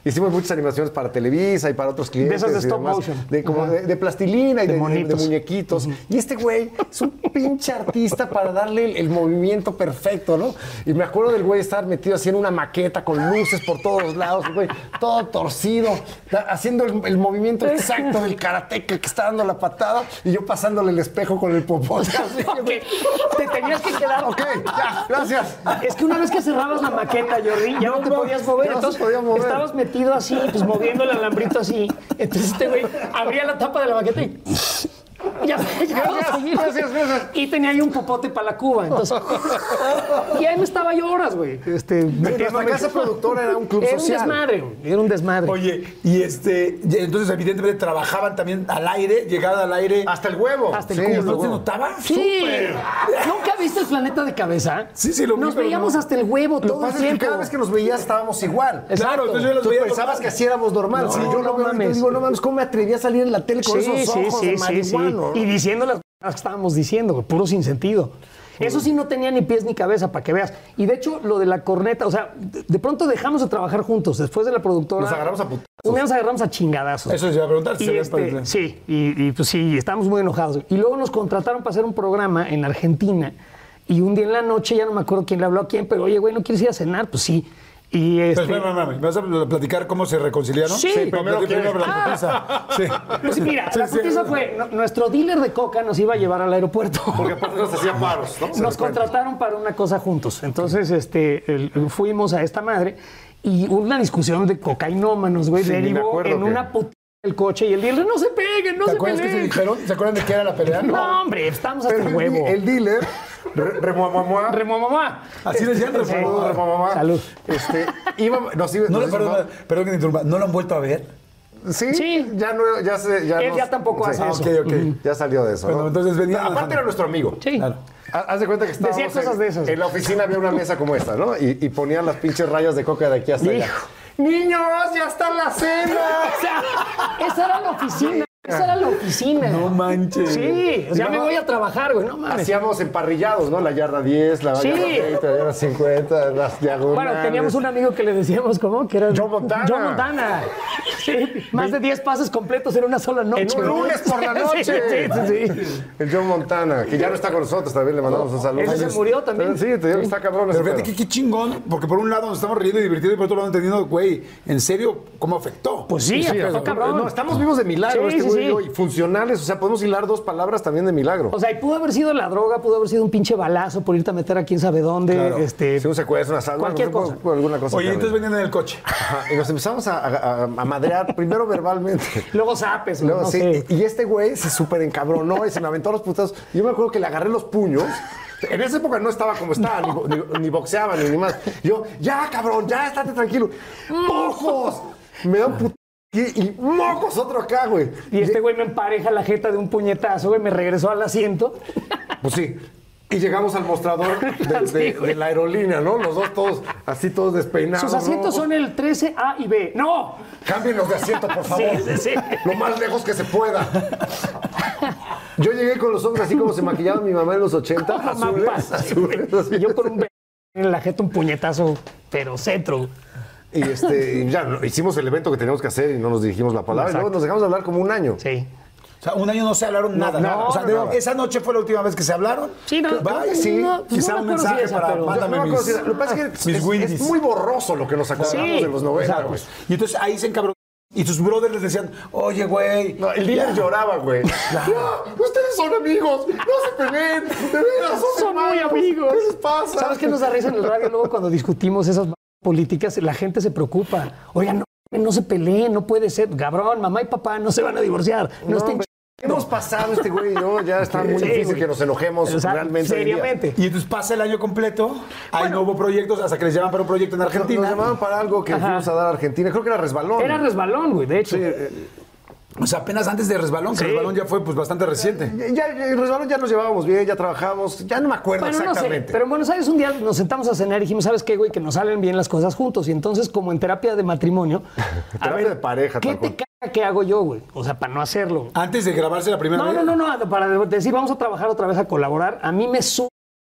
Speaker 1: Hicimos muchas animaciones para Televisa y para otros clientes.
Speaker 2: esas de
Speaker 1: y
Speaker 2: stop
Speaker 1: demás,
Speaker 2: motion.
Speaker 1: De, como de, de plastilina
Speaker 2: De
Speaker 1: y de, de- de
Speaker 2: monitos.
Speaker 1: muñequitos. Y este güey es un pinche artista para darle el, el movimiento perfecto, ¿no? Y me acuerdo del güey estar metido así en una maqueta con luces por todos lados, güey, todo torcido, da- haciendo el, el movimiento exacto del karateca que está dando la patada y yo pasándole el espejo con el popote. así,
Speaker 2: Ok,
Speaker 1: güey.
Speaker 2: Te tenías que quedar.
Speaker 1: Ok, ya, gracias.
Speaker 2: Es que una vez que cerrabas la maqueta, Jordi, ya no, te
Speaker 1: mames,
Speaker 2: podías mover.
Speaker 1: ya no se
Speaker 2: entonces
Speaker 1: podía mover.
Speaker 2: estabas metido así, pues moviendo el alambrito así. Entonces este güey abría la tapa de la maqueta y. Ya, ya no seguía.
Speaker 1: gracias, gracias.
Speaker 2: Y tenía ahí un popote para la cuba. Entonces. Y ahí me estaba yo horas, güey. Este,
Speaker 1: Nuestra
Speaker 2: metiéndome-
Speaker 1: casa productora era un club
Speaker 2: Era un
Speaker 1: social.
Speaker 2: desmadre, güey. Era un desmadre.
Speaker 3: Oye, y este, y entonces evidentemente trabajaban también al aire, llegada al aire.
Speaker 1: Hasta el huevo.
Speaker 2: Hasta el
Speaker 1: Sí,
Speaker 2: culo.
Speaker 3: ¿No
Speaker 1: huevo.
Speaker 3: se notaba?
Speaker 2: Sí.
Speaker 3: Súper.
Speaker 2: ¿Nunca viste el planeta de cabeza?
Speaker 3: Sí, sí, lo vi,
Speaker 2: Nos
Speaker 3: pero
Speaker 2: veíamos
Speaker 3: no.
Speaker 2: hasta el huevo
Speaker 1: Lo que
Speaker 2: todo el
Speaker 1: pasa es que
Speaker 2: tiempo.
Speaker 1: cada vez que nos veías estábamos igual.
Speaker 3: Claro, entonces yo los
Speaker 1: Tú
Speaker 3: veía
Speaker 1: pensabas
Speaker 3: normal.
Speaker 1: que así éramos normal.
Speaker 2: No,
Speaker 1: si yo
Speaker 2: no
Speaker 1: lo veo ahorita,
Speaker 2: mames.
Speaker 1: digo, no mames, ¿cómo me atreví a salir en la tele con esos ojos de marihuano?
Speaker 2: Y diciendo las cosas que estábamos diciendo, güey, puro sin sentido. Eso sí no tenía ni pies ni cabeza, para que veas. Y de hecho, lo de la corneta, o sea, de de pronto dejamos de trabajar juntos. Después de la productora...
Speaker 1: Nos agarramos a putazos.
Speaker 2: Un día nos agarramos a chingadazos.
Speaker 3: Eso les iba a preguntar, si
Speaker 2: Y
Speaker 3: se habían
Speaker 2: este,
Speaker 3: parecido.
Speaker 2: sí, y, y, pues sí, estábamos muy enojados. Y luego nos contrataron para hacer un programa en Argentina. Y un día en la noche, ya no me acuerdo quién le habló a quién, pero oye, güey, ¿no quieres ir a cenar? Pues sí. Y este...
Speaker 3: Pero espérame, espérame, ¿me vas a platicar cómo se reconciliaron?
Speaker 2: Sí. Sí,
Speaker 3: primero
Speaker 2: primero
Speaker 3: que
Speaker 2: quiere.
Speaker 3: la putiza. Sí.
Speaker 2: Pues mira, la
Speaker 3: Sí, sí.
Speaker 2: putiza fue, no- nuestro dealer de coca nos iba a llevar al aeropuerto.
Speaker 1: Porque aparte nos hacía paros, ¿no?
Speaker 2: nos contrataron para una cosa juntos. Entonces, este, el- fuimos a esta madre y una discusión de cocainómanos, güey,
Speaker 1: Sí, ni me
Speaker 2: derivó
Speaker 1: acuerdo
Speaker 2: en
Speaker 1: que-
Speaker 2: una puta el coche y el dealer, no se peguen, no
Speaker 3: ¿Te
Speaker 2: se
Speaker 3: acuerdas que se
Speaker 2: peleen.
Speaker 3: dijeron? ¿Se acuerdan de qué era la pelea?
Speaker 2: No, hombre, estamos hasta el
Speaker 1: Pero el,
Speaker 2: huevo.
Speaker 1: di- el dealer, re- remuamuamua,
Speaker 2: Remomamá.
Speaker 3: Así decían,
Speaker 2: Este,
Speaker 3: remuamamá,
Speaker 1: remuamamá,
Speaker 2: Salud.
Speaker 1: Este, iba, nos iba,
Speaker 3: No,
Speaker 1: nos
Speaker 3: lo-
Speaker 1: iba-
Speaker 3: perdón, perdón que te interrumpa. ¿No lo han vuelto a ver?
Speaker 1: Sí,
Speaker 2: Sí.
Speaker 1: ya no, ya se, ya
Speaker 2: Él
Speaker 1: nos-
Speaker 2: ya tampoco hace
Speaker 1: Ah,
Speaker 2: eso.
Speaker 1: ok, ok. Ya salió de eso.
Speaker 3: Bueno,
Speaker 1: ¿no?
Speaker 3: entonces venía
Speaker 1: No, aparte
Speaker 3: Alejandro.
Speaker 1: era nuestro amigo.
Speaker 2: Sí.
Speaker 3: Claro.
Speaker 1: Ha- Haz de cuenta que estábamos
Speaker 2: Decía cosas
Speaker 1: en,
Speaker 2: de esas.
Speaker 1: en la oficina había una mesa como esta, ¿no? Y, y ponían las pinches rayas de coca de aquí hasta allá.
Speaker 2: Hijo.
Speaker 1: niños, ya está la cena.
Speaker 2: O sea, esa era la oficina. Esa era la oficina.
Speaker 3: No manches.
Speaker 2: Sí, o sea,
Speaker 1: Mi
Speaker 2: me
Speaker 1: mamá-
Speaker 2: voy a trabajar, güey, no mames.
Speaker 1: Hacíamos emparrillados, ¿no? La yarda 10, la
Speaker 2: Sí.
Speaker 1: yarda 30, la yarda 50, las diagonales.
Speaker 2: Bueno, teníamos un amigo que le decíamos, ¿cómo? Que era
Speaker 1: Joe Montana.
Speaker 2: Joe Montana. Sí, más de 10 pases completos en una sola noche.
Speaker 1: En un lunes por la noche.
Speaker 2: Sí, sí, sí, sí.
Speaker 1: El John Montana, que ya no está con nosotros, también le mandamos un saludo.
Speaker 2: Ese se murió también.
Speaker 1: Sí, te digo que está cabrón. ese
Speaker 3: Pero fíjate
Speaker 1: pedo.
Speaker 3: que qué chingón, porque por un lado nos estamos riendo y divirtiendo y por otro lado entendiendo, güey, en serio, ¿cómo afectó?
Speaker 2: Pues sí,
Speaker 1: Sí,
Speaker 2: afectó
Speaker 1: o sea,
Speaker 2: cabrón.
Speaker 1: No, estamos vivos de milagro,
Speaker 2: Sí,
Speaker 1: este
Speaker 2: sí,
Speaker 1: güey y
Speaker 2: sí.
Speaker 1: yo, y funcionales. O sea, podemos hilar dos palabras también de milagro.
Speaker 2: O sea, y pudo haber sido la droga, pudo haber sido un pinche balazo por irte a meter a quién sabe dónde. Este,
Speaker 1: si un secuestro, un asalto,
Speaker 2: cualquier
Speaker 1: algo,
Speaker 2: cosa.
Speaker 1: algo- alguna cosa.
Speaker 3: Oye,
Speaker 1: terrible.
Speaker 3: entonces venían en el coche.
Speaker 1: Ajá, y nos empezamos a, a- a- a madrear, primero verbalmente.
Speaker 2: Luego zapes,
Speaker 1: Luego,
Speaker 2: no
Speaker 1: sí,
Speaker 2: sé.
Speaker 1: Y este güey se súper encabronó y se me aventó los putazos. Yo me acuerdo que le agarré los puños. En esa época no estaba como estaba, ni bo- ni, ni boxeaba, ni, ni más. Yo, ya, cabrón, ya, estate tranquilo. ¡Mocos! Me da un putazo y, y mocos otro acá, güey.
Speaker 2: Y este güey me empareja la jeta de un puñetazo, güey, me regresó al asiento.
Speaker 1: Pues sí. Y llegamos al mostrador de, de-
Speaker 2: Sí, güey.
Speaker 1: de la aerolínea, ¿no? Los dos todos, así todos despeinados.
Speaker 2: Sus asientos
Speaker 1: rojos.
Speaker 2: son el 13A y B. ¡No!
Speaker 1: Cámbienlos de asiento, por favor.
Speaker 2: Sí, sí, sí.
Speaker 1: Lo más lejos que se pueda. Yo llegué con los ojos así como se maquillaba mi mamá en los 80. azules,
Speaker 2: Mapas.
Speaker 1: azules, así.
Speaker 2: Y yo con un be- en la jeta un puñetazo, pero cetro.
Speaker 1: Y este, y ya no, hicimos el evento que teníamos que hacer y no nos dirigimos la palabra. Y luego nos dejamos de hablar como un año.
Speaker 2: Sí.
Speaker 3: O sea, un año no se hablaron nada.
Speaker 1: nada,
Speaker 3: ¿no? O sea,
Speaker 1: no,
Speaker 3: digo,
Speaker 1: nada.
Speaker 3: esa noche fue la última vez que se hablaron.
Speaker 2: Sí, no,
Speaker 3: Va,
Speaker 2: creo que
Speaker 3: sí.
Speaker 2: no, pues
Speaker 3: Quizá
Speaker 2: no
Speaker 3: un
Speaker 2: me acuerdo
Speaker 3: mensaje
Speaker 2: si esa,
Speaker 3: para.
Speaker 2: pero-
Speaker 1: Yo
Speaker 3: Mándame
Speaker 1: no me acuerdo
Speaker 3: mis.
Speaker 1: si era- Lo que pasa es que
Speaker 3: mis
Speaker 1: es- es,
Speaker 3: Windies.
Speaker 1: muy borroso lo que nos acordamos
Speaker 2: Sí.
Speaker 1: de los 90,
Speaker 3: Exacto.
Speaker 1: güey.
Speaker 3: Y entonces ahí se encabró. Y tus brothers les decían, oye, güey.
Speaker 1: No, el líder
Speaker 3: ya.
Speaker 1: lloraba, güey. No, ustedes son amigos, no se peleen, de veras, son,
Speaker 2: Son muy
Speaker 1: hermanos,
Speaker 2: amigos.
Speaker 1: ¿Qué les pasa?
Speaker 2: ¿Sabes qué nos da risa en el radio luego cuando discutimos esas m- políticas? La gente se preocupa. Oigan, no, no se peleen, no puede ser. Cabrón, mamá y papá no se van a divorciar. No, estén
Speaker 1: hombre, Hemos pasado este güey y yo, ya está muy
Speaker 2: Sí,
Speaker 1: difícil
Speaker 2: güey.
Speaker 1: que nos enojemos
Speaker 2: O sea,
Speaker 1: realmente. hoy día.
Speaker 2: seriamente.
Speaker 3: Y entonces pasa el año completo. Ahí no hubo proyectos hasta que les llaman para un proyecto en Argentina.
Speaker 1: Nos llamaban para algo que fuimos a dar a Argentina. Creo que era resbalón.
Speaker 2: Era resbalón, güey, de hecho.
Speaker 3: O sea, apenas antes de Resbalón, que Resbalón ya fue pues bastante reciente.
Speaker 1: Ya- ya, el resbalón ya nos llevábamos bien, ya trabajábamos. Ya no me acuerdo
Speaker 2: Bueno, no sé,
Speaker 1: exactamente.
Speaker 2: pero en Buenos Aires un día nos sentamos a cenar y dijimos, ¿sabes qué, güey? Que nos salen bien las cosas juntos. Y entonces, como en terapia de matrimonio, a
Speaker 1: Terapia de pareja,
Speaker 2: ¿qué
Speaker 1: tal
Speaker 2: te caga que hago yo, güey? O sea, para no hacerlo.
Speaker 3: Antes de grabarse la primera
Speaker 2: No,
Speaker 3: vez.
Speaker 2: no, no, no, para decir, vamos a trabajar otra vez a colaborar. A mí me sube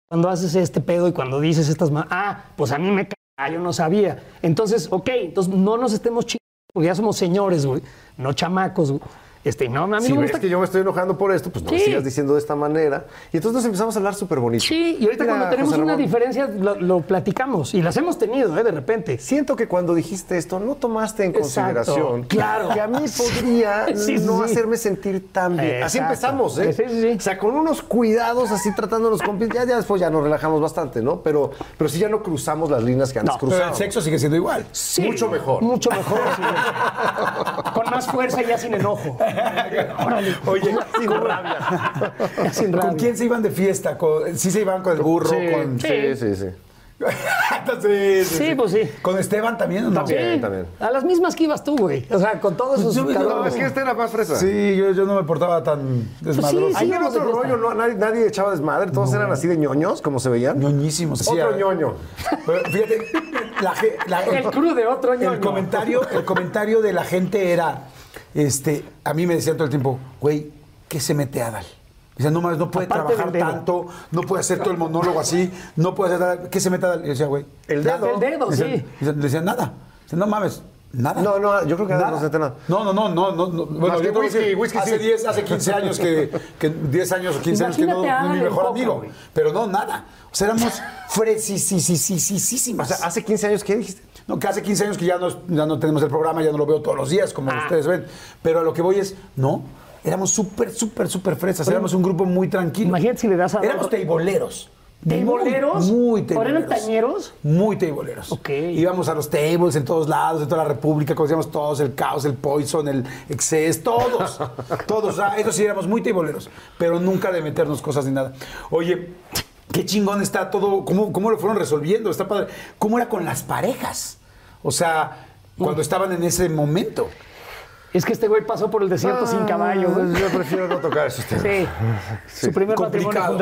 Speaker 2: cuando haces este pedo y cuando dices estas... ma- Ah, pues a mí me caga, yo no sabía. Entonces, ok, entonces no nos estemos chingando, porque ya somos señores, güey, no chamacos, güey. Este, no, a mí
Speaker 1: si
Speaker 2: no me
Speaker 1: ves
Speaker 2: gusta
Speaker 1: que yo me estoy enojando por esto, pues no me
Speaker 2: Sí.
Speaker 1: sigas diciendo de esta manera. Y entonces nos empezamos a hablar súper bonito.
Speaker 2: Sí, y ahorita
Speaker 1: Mira,
Speaker 2: cuando tenemos
Speaker 1: José
Speaker 2: una
Speaker 1: Ramón,
Speaker 2: diferencia lo, lo platicamos y las hemos tenido, ¿eh? De repente.
Speaker 1: Siento que cuando dijiste esto no tomaste en
Speaker 2: Exacto,
Speaker 1: consideración
Speaker 2: claro.
Speaker 1: que a mí podría
Speaker 2: Sí, sí,
Speaker 1: no
Speaker 2: sí.
Speaker 1: hacerme sentir tan bien. Así
Speaker 2: Exacto.
Speaker 1: empezamos, ¿eh?
Speaker 2: Sí, sí, sí.
Speaker 1: O sea, con unos cuidados así tratándonos con pin- ya, ya después ya nos relajamos bastante, ¿no? Pero, pero sí ya no cruzamos las líneas que antes
Speaker 2: No, pero
Speaker 3: Pero el
Speaker 1: cruzábamos.
Speaker 3: sexo sigue siendo igual.
Speaker 2: Sí.
Speaker 1: Mucho mejor.
Speaker 2: Mucho mejor, sí. Con más fuerza y ya sin enojo. Órale.
Speaker 3: Oye,
Speaker 1: Sin rabia.
Speaker 2: Ya sin rabia.
Speaker 3: ¿con quién se iban de fiesta? ¿Con- ¿Sí se iban con el burro? Con...
Speaker 1: sí, sí, sí.
Speaker 3: Entonces,
Speaker 2: Sí, pues sí.
Speaker 3: ¿Con Esteban también o no?
Speaker 1: También.
Speaker 2: Sí,
Speaker 1: también.
Speaker 2: A las mismas que ibas tú, güey. O sea, con todos esos
Speaker 3: Yo me-
Speaker 1: No,
Speaker 2: cabrones.
Speaker 1: es que esta era más fresa.
Speaker 3: Sí, yo, yo no me portaba
Speaker 1: Pues
Speaker 3: tan desmadroso.
Speaker 2: sí,
Speaker 1: Ahí era
Speaker 2: no
Speaker 1: otro
Speaker 2: te gusta.
Speaker 1: rollo, no, nadie, nadie echaba desmadre, todos eran así de ñoños, como se veían.
Speaker 3: Ñoñísimos. sí,
Speaker 1: Otro
Speaker 3: a-
Speaker 1: ñoño.
Speaker 3: Pero Fíjate, la ge- la-
Speaker 2: El crew de otro año.
Speaker 3: el comentario, el comentario de la gente era, este, a mí me decían todo el tiempo, güey, ¿qué se mete Adal? Dicen, no mames, no puede
Speaker 2: Aparte
Speaker 3: trabajar
Speaker 2: del dedo.
Speaker 3: tanto, no puede hacer todo el monólogo así, no puede hacer nada. ¿Qué se mete Adal? Y yo decía, güey,
Speaker 1: El
Speaker 3: nada".
Speaker 1: dedo.
Speaker 2: El dedo,
Speaker 3: Decían-
Speaker 2: sí.
Speaker 3: Decían, decían, nada. Dicen, no mames, nada.
Speaker 1: No, no, yo creo que Adal no se mete nada.
Speaker 3: No, no, no, no, no. no. Bueno,
Speaker 1: Más que
Speaker 3: yo creo
Speaker 1: whisky,
Speaker 3: que
Speaker 1: whisky
Speaker 3: hace
Speaker 1: sí.
Speaker 3: 10, hace 15 años que, que 10 años o 15 años que
Speaker 2: Imagínate a
Speaker 3: no, no es mi
Speaker 2: Adal en
Speaker 3: mejor
Speaker 2: coca,
Speaker 3: amigo.
Speaker 2: güey.
Speaker 3: Pero no, nada. O sea, éramos fresisisisisísimas.
Speaker 1: O sea, hace 15 años, ¿qué dijiste?
Speaker 3: No, que hace 15 años que ya no, ya no tenemos el programa, ya no lo veo todos los días,
Speaker 2: Ah.
Speaker 3: como ustedes ven. Pero a lo que voy es, no, éramos súper, súper, súper fresas. éramos un grupo muy tranquilo.
Speaker 2: Imagínate si le das a-
Speaker 3: Éramos teiboleros.
Speaker 2: ¿Teiboleros?
Speaker 3: Muy, muy
Speaker 2: ¿Pero
Speaker 3: teiboleros.
Speaker 2: eran tañeros?
Speaker 3: Muy teiboleros.
Speaker 2: Ok.
Speaker 3: Íbamos a los tables en todos lados, en toda la República, conocíamos todos, el caos, el poison, el exces, todos. todos. O sea, eso sí, éramos muy teiboleros, pero nunca de meternos cosas ni nada. Oye, qué chingón está todo, cómo, cómo lo fueron resolviendo, está padre. ¿Cómo era con las parejas? O sea, cuando estaban en ese momento.
Speaker 2: Es que este güey pasó por el desierto sin
Speaker 3: Ah,
Speaker 2: caballo, güey.
Speaker 1: Yo prefiero no tocar esos temas.
Speaker 2: Sí. Su primer matrimonio
Speaker 3: Complicado. Pues
Speaker 2: fue un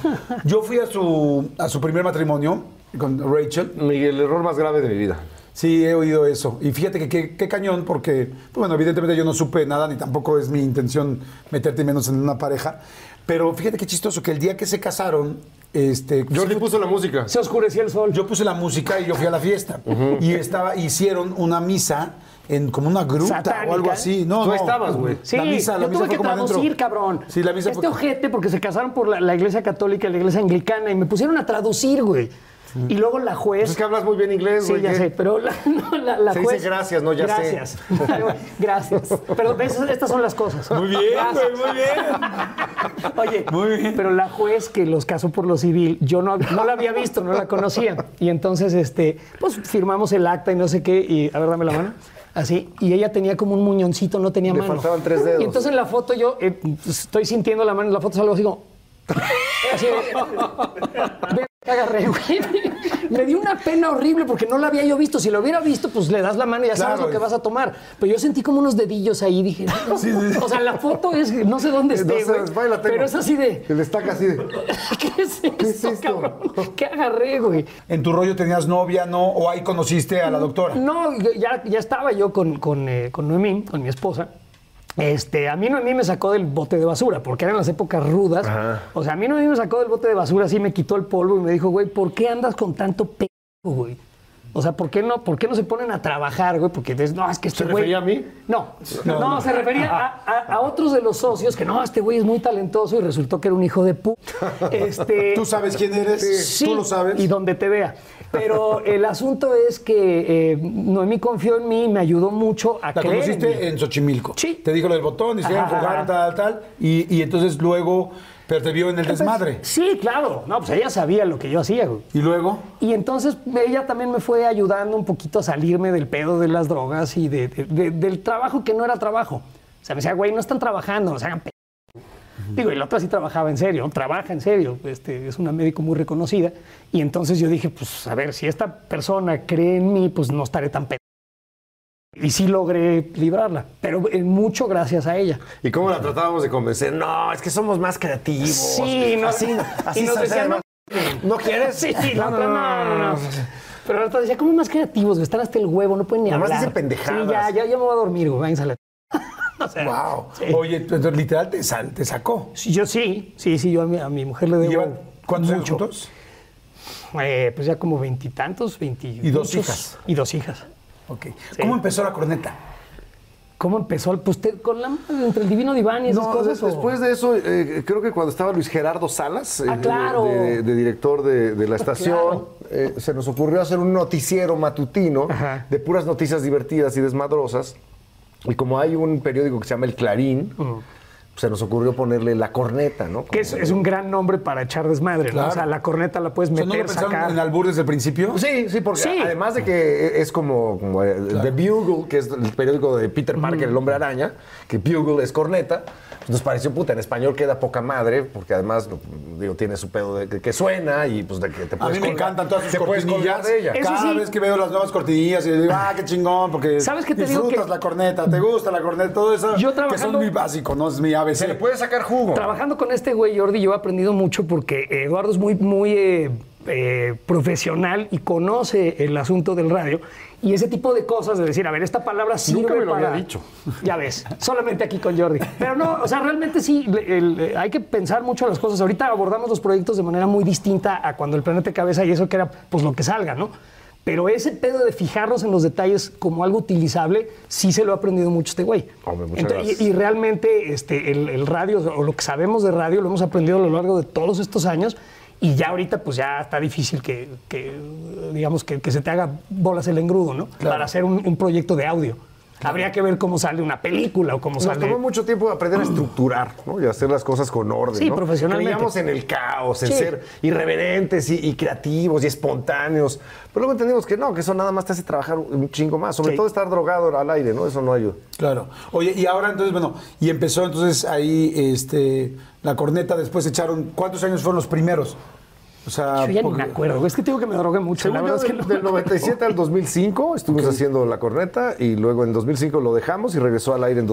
Speaker 2: desmadre.
Speaker 3: Yo fui a su, a su primer matrimonio con Rachel.
Speaker 1: Mi- El error más grave de mi vida.
Speaker 3: Sí, he oído eso. Y fíjate que qué, qué cañón, porque, pues, bueno, evidentemente yo no supe nada, ni tampoco es mi intención meterte menos en una pareja. Pero fíjate qué chistoso, que el día que se casaron, este.
Speaker 1: Jordi puso la música.
Speaker 2: Se oscurecía el sol.
Speaker 3: Yo puse la música y yo fui a la fiesta. Y estaba, hicieron una misa en como una gruta o
Speaker 2: Satánica.
Speaker 3: algo así. No,
Speaker 1: Tú
Speaker 3: no.
Speaker 1: estabas, güey.
Speaker 2: Sí,
Speaker 3: la misa, la
Speaker 2: yo
Speaker 3: misa
Speaker 2: tuve
Speaker 3: fue
Speaker 2: que
Speaker 3: como adentro.
Speaker 2: traducir, cabrón.
Speaker 3: Sí, la misa
Speaker 2: Este
Speaker 3: fue-
Speaker 2: ojete, porque se casaron por la, la iglesia católica y la iglesia anglicana y me pusieron a traducir, güey. Y luego la juez...
Speaker 1: Pues es que hablas muy bien inglés,
Speaker 2: Sí,
Speaker 1: güey.
Speaker 2: ya
Speaker 1: ¿qué?
Speaker 2: sé, pero la, no, la- la
Speaker 1: Se dice
Speaker 2: juez...
Speaker 1: gracias, no, ya sé.
Speaker 2: gracias. Gracias. Pero ves, estas son las cosas.
Speaker 5: Muy bien, güey, muy bien.
Speaker 2: Oye,
Speaker 5: Muy bien.
Speaker 2: pero la juez que los casó por lo civil, yo no, no la había visto, no la conocía. Y entonces, este, pues firmamos el acta y no sé qué, y a ver, dame la mano. Así, y ella tenía como un muñoncito, no tenía
Speaker 1: Le
Speaker 2: mano.
Speaker 1: faltaban tres dedos.
Speaker 2: Y entonces en la foto yo eh, estoy sintiendo la mano, en la foto salgo así como. Así de- Ver, agarré, güey. Me dio una pena horrible porque no la había yo visto. Si lo hubiera visto, pues le das la mano y ya sabes
Speaker 3: Claro.
Speaker 2: lo que vas a tomar. Pero yo sentí como unos dedillos ahí, dije. no. O sea, la foto es, no sé dónde esté,
Speaker 1: No sé,
Speaker 2: güey,
Speaker 1: ahí la tengo.
Speaker 2: pero es así de.
Speaker 1: El estaca así de.
Speaker 2: ¿Qué es esto,
Speaker 1: es esto?
Speaker 2: cabrón? ¿Qué agarré, güey?
Speaker 3: ¿En tu rollo tenías novia, no? ¿O ahí conociste
Speaker 2: Mm,
Speaker 3: a la doctora?
Speaker 2: No, ya, ya estaba yo con, con, eh, con Noemí, con mi esposa. Este, a mí Noemí me sacó del bote de basura, porque eran las épocas rudas. O sea, a mí Noemí me sacó del bote de basura, así me quitó el polvo y me dijo, güey, ¿por qué andas con tanto p***, güey? O sea, ¿por qué no, por qué no se ponen a trabajar, güey? Porque dices, no, es que este
Speaker 1: ¿Se
Speaker 2: güey...
Speaker 1: refería a mí?
Speaker 2: No, no, se refería a, a- a otros de los socios que, no, este güey es muy talentoso y resultó que era un hijo de puta. Este,
Speaker 3: ¿Tú sabes quién eres?
Speaker 2: Sí,
Speaker 3: ¿Tú lo sabes?
Speaker 2: Y donde te vea. Pero el asunto es que eh, Noemí confió en mí y me ayudó mucho a
Speaker 3: La
Speaker 2: creer en mí.
Speaker 3: conociste en Xochimilco.
Speaker 2: Sí.
Speaker 3: Te dijo lo del botón, hicieron
Speaker 2: Ajá.
Speaker 3: jugar, tal, tal. Y, y entonces luego, pero te vio en el desmadre.
Speaker 2: Sí, claro. No, pues ella sabía lo que yo hacía, güey.
Speaker 3: Y luego,
Speaker 2: Y entonces ella también me fue ayudando un poquito a salirme del pedo de las drogas y de, de- de- del trabajo que no era trabajo. O sea, me decía, güey, no están trabajando, no se hagan p-". Digo, y la otra sí trabajaba en serio, trabaja en serio, este, es una médico muy reconocida. Y entonces yo dije, pues a ver, si esta persona cree en mí, pues no estaré tan pedo. Y sí logré librarla, pero en mucho gracias a ella.
Speaker 1: ¿Y cómo la tratábamos de convencer? No, es que somos más creativos.
Speaker 2: Sí, no,
Speaker 1: así, así
Speaker 2: y nos
Speaker 1: se hace,
Speaker 2: decían,
Speaker 1: ¿no?
Speaker 2: ¿No quieres? Sí, la otra, no, no, no. Pero la otra decía, ¿cómo más creativos? güey? Están hasta el huevo, no pueden ni
Speaker 1: Nomás
Speaker 2: hablar.
Speaker 1: dicen pendejadas.
Speaker 2: Sí, ya, ya, ya me voy a dormir, güey, váyanse a la... O sea,
Speaker 3: wow.
Speaker 2: sí.
Speaker 3: Oye, tú- entonces, literal te, sal- te sacó.
Speaker 2: Sí, Yo sí, sí, sí, yo a mi, a mi mujer le
Speaker 3: ¿Y
Speaker 2: debo...
Speaker 3: llevan cuántos años
Speaker 2: mucho.
Speaker 3: juntos?
Speaker 2: Eh, pues ya como veintitantos, veinti...
Speaker 3: Y dos
Speaker 2: muchos.
Speaker 3: hijas.
Speaker 2: Y dos hijas.
Speaker 3: Ok. ¿Cómo empezó la corneta?
Speaker 2: ¿Cómo empezó el... Pues te- con la... Entre el divino diván y esas
Speaker 1: No,
Speaker 2: cosas,
Speaker 1: des-
Speaker 2: o-
Speaker 1: después de eso, eh, creo que cuando estaba Luis Gerardo Salas, eh,
Speaker 2: Ah, claro. Ah,
Speaker 1: de, de- de director de, de la estación,
Speaker 2: Claro.
Speaker 1: eh, se nos ocurrió hacer un noticiero matutino
Speaker 2: Ajá.
Speaker 1: de puras noticias divertidas y desmadrosas. Y como hay un periódico que se llama El Clarín, se nos ocurrió ponerle La Corneta, ¿no?
Speaker 2: Que es, es un gran nombre para echar desmadre, ¿no?
Speaker 3: Claro.
Speaker 2: O sea, la corneta la puedes
Speaker 3: O sea,
Speaker 2: meter,
Speaker 3: ¿No lo pensaron
Speaker 2: sacar...
Speaker 3: en albur desde el principio?
Speaker 1: Pues Sí, sí, porque
Speaker 2: Sí.
Speaker 1: además de que e, es como, como, eh, The Bugle, que es el periódico de Peter Parker, el hombre araña, que Bugle es corneta, pues nos pareció puta, en español queda poca madre, porque además, no, digo, tiene su pedo de que, que suena y pues de que te
Speaker 3: A
Speaker 1: puedes
Speaker 3: mí me
Speaker 1: colgar-
Speaker 3: encantan todas sus
Speaker 1: te puedes colgar
Speaker 3: cortinillas.
Speaker 1: de ella.
Speaker 2: Eso
Speaker 3: Cada
Speaker 2: sí.
Speaker 3: vez que veo las nuevas cortinillas y digo, ah, qué chingón, porque
Speaker 2: ¿Sabes qué te digo?
Speaker 3: disfrutas
Speaker 2: Que-
Speaker 3: la corneta, te gusta la corneta, todo eso,
Speaker 2: Yo
Speaker 3: que son
Speaker 2: trabajando-
Speaker 3: muy básico, no es mi
Speaker 1: Se le
Speaker 3: ABC.
Speaker 1: puede sacar jugo.
Speaker 2: Trabajando con este güey, Jordi, yo he aprendido mucho porque Eduardo es muy, muy eh, eh, profesional y conoce el asunto del radio. Y ese tipo de cosas de decir, a ver, esta palabra sirve
Speaker 1: me lo
Speaker 2: para...
Speaker 1: había dicho.
Speaker 2: Ya ves, solamente aquí con Jordi. Pero no, o sea, realmente sí, le- el- eh, hay que pensar mucho las cosas. Ahorita abordamos los proyectos de manera muy distinta a cuando el planeta de cabeza y eso que era pues lo que salga, ¿no? Pero ese pedo de fijarnos en los detalles como algo utilizable, sí se lo ha aprendido mucho este güey.
Speaker 1: Oh, Hombre, muchas
Speaker 2: Entonces, y-
Speaker 1: gracias.
Speaker 2: y y realmente este, el, el radio o lo que sabemos de radio lo hemos aprendido a lo largo de todos estos años y ya ahorita pues ya está difícil que, que, digamos que, que se te haga bolas el engrudo, ¿no? Para hacer un, un proyecto de audio. Habría que ver cómo sale una película o cómo
Speaker 1: Nos
Speaker 2: sale...
Speaker 1: tomó mucho tiempo aprender a estructurar ¿no? y hacer las cosas con orden.
Speaker 2: Mm. Sí,
Speaker 1: ¿no?
Speaker 2: profesionalmente.
Speaker 1: Creíamos en el caos, en
Speaker 2: Sí.
Speaker 1: ser irreverentes y, y creativos y espontáneos. Pero luego entendimos que no, que eso nada más te hace trabajar un chingo más. Sobre
Speaker 2: Sí.
Speaker 1: todo estar drogado al aire, ¿no? Eso no ayuda.
Speaker 3: Claro. Oye, y ahora entonces, bueno, y empezó entonces ahí este, la corneta, después echaron, ¿cuántos años fueron los primeros? O sea,
Speaker 2: Yo ya ni
Speaker 3: porque-
Speaker 2: me acuerdo, güey, Ah, es que tengo que me drogué mucho.
Speaker 1: Según
Speaker 2: la
Speaker 1: yo,
Speaker 2: verdad es que
Speaker 1: del,
Speaker 2: no
Speaker 1: del
Speaker 2: me acuerdo.
Speaker 1: 97 al 2005 estuvimos haciendo la corneta y luego en 2005 lo dejamos y regresó al aire en dos-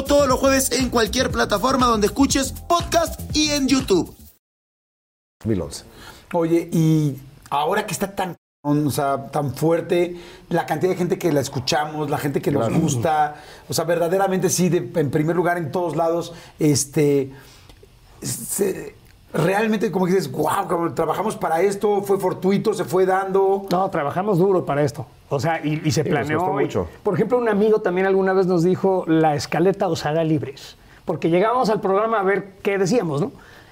Speaker 4: todos los jueves en cualquier plataforma donde escuches podcast y en YouTube.
Speaker 1: 2011.
Speaker 3: Oye, y ahora que está tan, o sea, tan fuerte, la cantidad de gente que la escuchamos, la gente que nos gusta, o sea, verdaderamente sí, de- en primer lugar, en todos lados, este, se- realmente como que dices, wow, trabajamos para esto, fue fortuito, se fue dando.
Speaker 2: No, trabajamos duro para esto. O sea, y, y se
Speaker 1: nos
Speaker 2: planeó.
Speaker 1: costó
Speaker 2: y-
Speaker 1: mucho.
Speaker 2: Por ejemplo, un amigo también alguna vez nos dijo la escaleta os haga libres. Porque llegábamos al programa a ver qué decíamos, ¿no?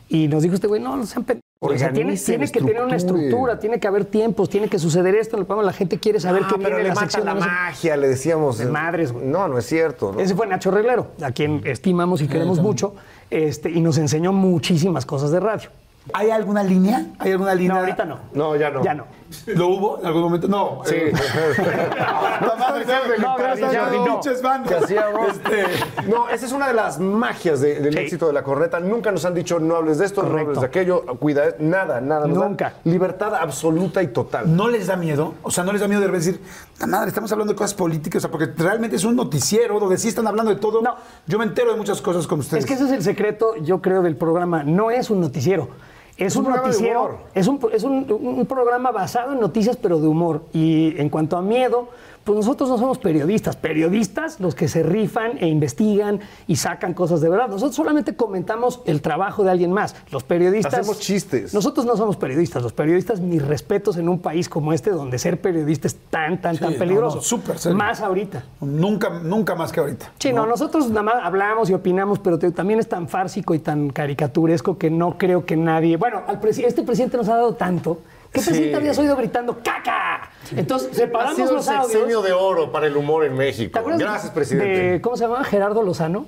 Speaker 2: Y nos dijo este güey, no, no sean pendejos. O sea, tiene,
Speaker 1: Organicen,
Speaker 2: tiene que tener una
Speaker 1: estructuren.
Speaker 2: estructura, tiene que haber tiempos, tiene que suceder esto. en el programa La gente quiere saber
Speaker 1: Ah,
Speaker 2: qué
Speaker 1: pero
Speaker 2: viene
Speaker 1: le
Speaker 2: la
Speaker 1: mata
Speaker 2: sección.
Speaker 1: la
Speaker 2: no sé qué.
Speaker 1: magia, le decíamos.
Speaker 2: De madres, güey.
Speaker 1: No, no es cierto. ¿no?
Speaker 2: Ese fue Nacho Reglero, a
Speaker 1: Mm.
Speaker 2: quien estimamos y queremos mucho, este, y nos enseñó muchísimas cosas de radio.
Speaker 3: ¿Hay alguna línea? ¿Hay alguna línea?
Speaker 2: No, ahorita no.
Speaker 1: No, ya no.
Speaker 2: Ya no.
Speaker 3: ¿Lo hubo en algún momento? No.
Speaker 1: Sí.
Speaker 3: Eh, la madre,
Speaker 2: No, gracias,
Speaker 3: están
Speaker 2: Jordi,
Speaker 3: los
Speaker 2: no.
Speaker 3: pinches bandos.
Speaker 1: Que hacíamos.
Speaker 3: Este,
Speaker 1: No, esa es una de las magias de- del
Speaker 2: Sí.
Speaker 1: éxito de la corneta. Nunca nos han dicho no hables de esto, no
Speaker 2: Correcto.
Speaker 1: hables de aquello, cuida, nada, nada. nos dan
Speaker 2: Nunca.
Speaker 1: Libertad absoluta y total.
Speaker 3: ¿No les da miedo? O sea, ¿no les da miedo de repente decir, la madre, estamos hablando de cosas políticas? O sea, porque realmente es un noticiero donde sí están hablando de todo.
Speaker 2: No.
Speaker 3: Yo me entero de muchas cosas con ustedes.
Speaker 2: Es que ese es el secreto, yo creo, del programa. No es un noticiero. Es, un,
Speaker 1: programa de humor.
Speaker 2: noticiero. Es, un, es un- un programa basado en noticias, pero de humor. Y en cuanto a miedo, pues nosotros no somos periodistas. Periodistas, los que se rifan e investigan y sacan cosas de verdad. Nosotros solamente comentamos el trabajo de alguien más. Los periodistas.
Speaker 1: Hacemos chistes.
Speaker 2: Nosotros no somos periodistas. Los periodistas, mis respetos en un país como este, donde ser periodista es tan, tan, tan
Speaker 3: no,
Speaker 2: peligroso.
Speaker 3: no, súper serio.
Speaker 2: Más ahorita.
Speaker 3: Nunca, nunca más que ahorita.
Speaker 2: Sí, no, nosotros nada más hablamos y opinamos, pero te- también es tan fársico y tan caricaturesco que no creo que nadie. Bueno, al presi- este presidente nos ha dado tanto. ¿Qué presidente habías oído gritando caca? Entonces
Speaker 6: Ha
Speaker 2: separamos
Speaker 6: sido el
Speaker 2: los audios.
Speaker 6: sexenio de oro para el humor en
Speaker 2: ¿Te
Speaker 6: México.
Speaker 2: acuerdas
Speaker 6: Gracias,
Speaker 2: de-
Speaker 6: presidente.
Speaker 2: de- ¿Cómo se llamaba? Gerardo Lozano.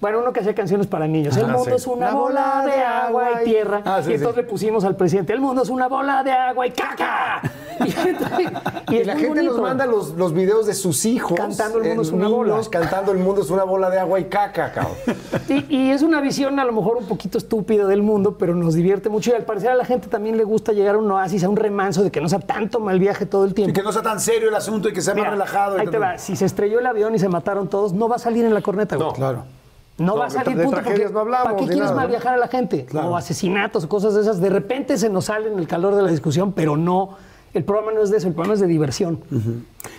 Speaker 2: Bueno, uno que hacía canciones para niños. El mundo es una
Speaker 3: La
Speaker 2: bola de agua y tierra.
Speaker 3: Ah, sí,
Speaker 2: y entonces
Speaker 3: sí.
Speaker 2: le pusimos al presidente, el mundo es una bola de agua y caca. Y, entonces- y
Speaker 1: Y
Speaker 2: es
Speaker 1: la
Speaker 2: muy
Speaker 1: gente nos
Speaker 2: bonito.
Speaker 1: manda los, los videos de sus hijos.
Speaker 2: Cantando El mundo
Speaker 1: eh,
Speaker 2: es una bola.
Speaker 1: niños Cantando El mundo es una bola de agua y caca, cabrón.
Speaker 2: Y, y es una visión a lo mejor un poquito estúpida del mundo, pero nos divierte mucho. Y al parecer a la gente también le gusta llegar a un oasis, a un remanso de que no sea tanto mal viaje todo el
Speaker 3: Y
Speaker 2: tiempo.
Speaker 3: que no sea tan serio el asunto y que sea
Speaker 2: Mira,
Speaker 3: más relajado. y
Speaker 2: ahí
Speaker 3: tal,
Speaker 2: te
Speaker 3: tal.
Speaker 2: va. Si se estrelló el avión y se mataron todos, no va a salir en la corneta, güey.
Speaker 3: Claro.
Speaker 2: No,
Speaker 1: No,
Speaker 2: va a
Speaker 1: de
Speaker 2: salir,
Speaker 1: tra- de
Speaker 2: punto.
Speaker 1: tragedias no hablamos,
Speaker 2: ¿Para qué
Speaker 1: ni
Speaker 2: quieres
Speaker 1: nada,
Speaker 2: mal
Speaker 1: ¿no?
Speaker 2: viajar a la gente? O asesinatos o cosas de esas. De repente se nos sale en el calor de la discusión, pero no. El programa no es de eso, el programa es de diversión.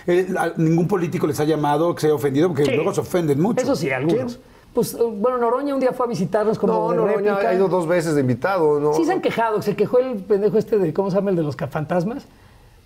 Speaker 3: Eh, a- ningún político les ha llamado que se haya ofendido porque
Speaker 2: Sí.
Speaker 3: luego se ofenden mucho.
Speaker 2: Eso sí, algunos. Pues, eh, bueno, Noroña un día fue a visitarnos como
Speaker 1: No,
Speaker 2: de
Speaker 1: no, no,
Speaker 2: réplica.
Speaker 1: ha ido dos veces de invitado. No,
Speaker 2: Sí se han quejado, se quejó el pendejo este de, ¿cómo se llama? El de los cafantasmas.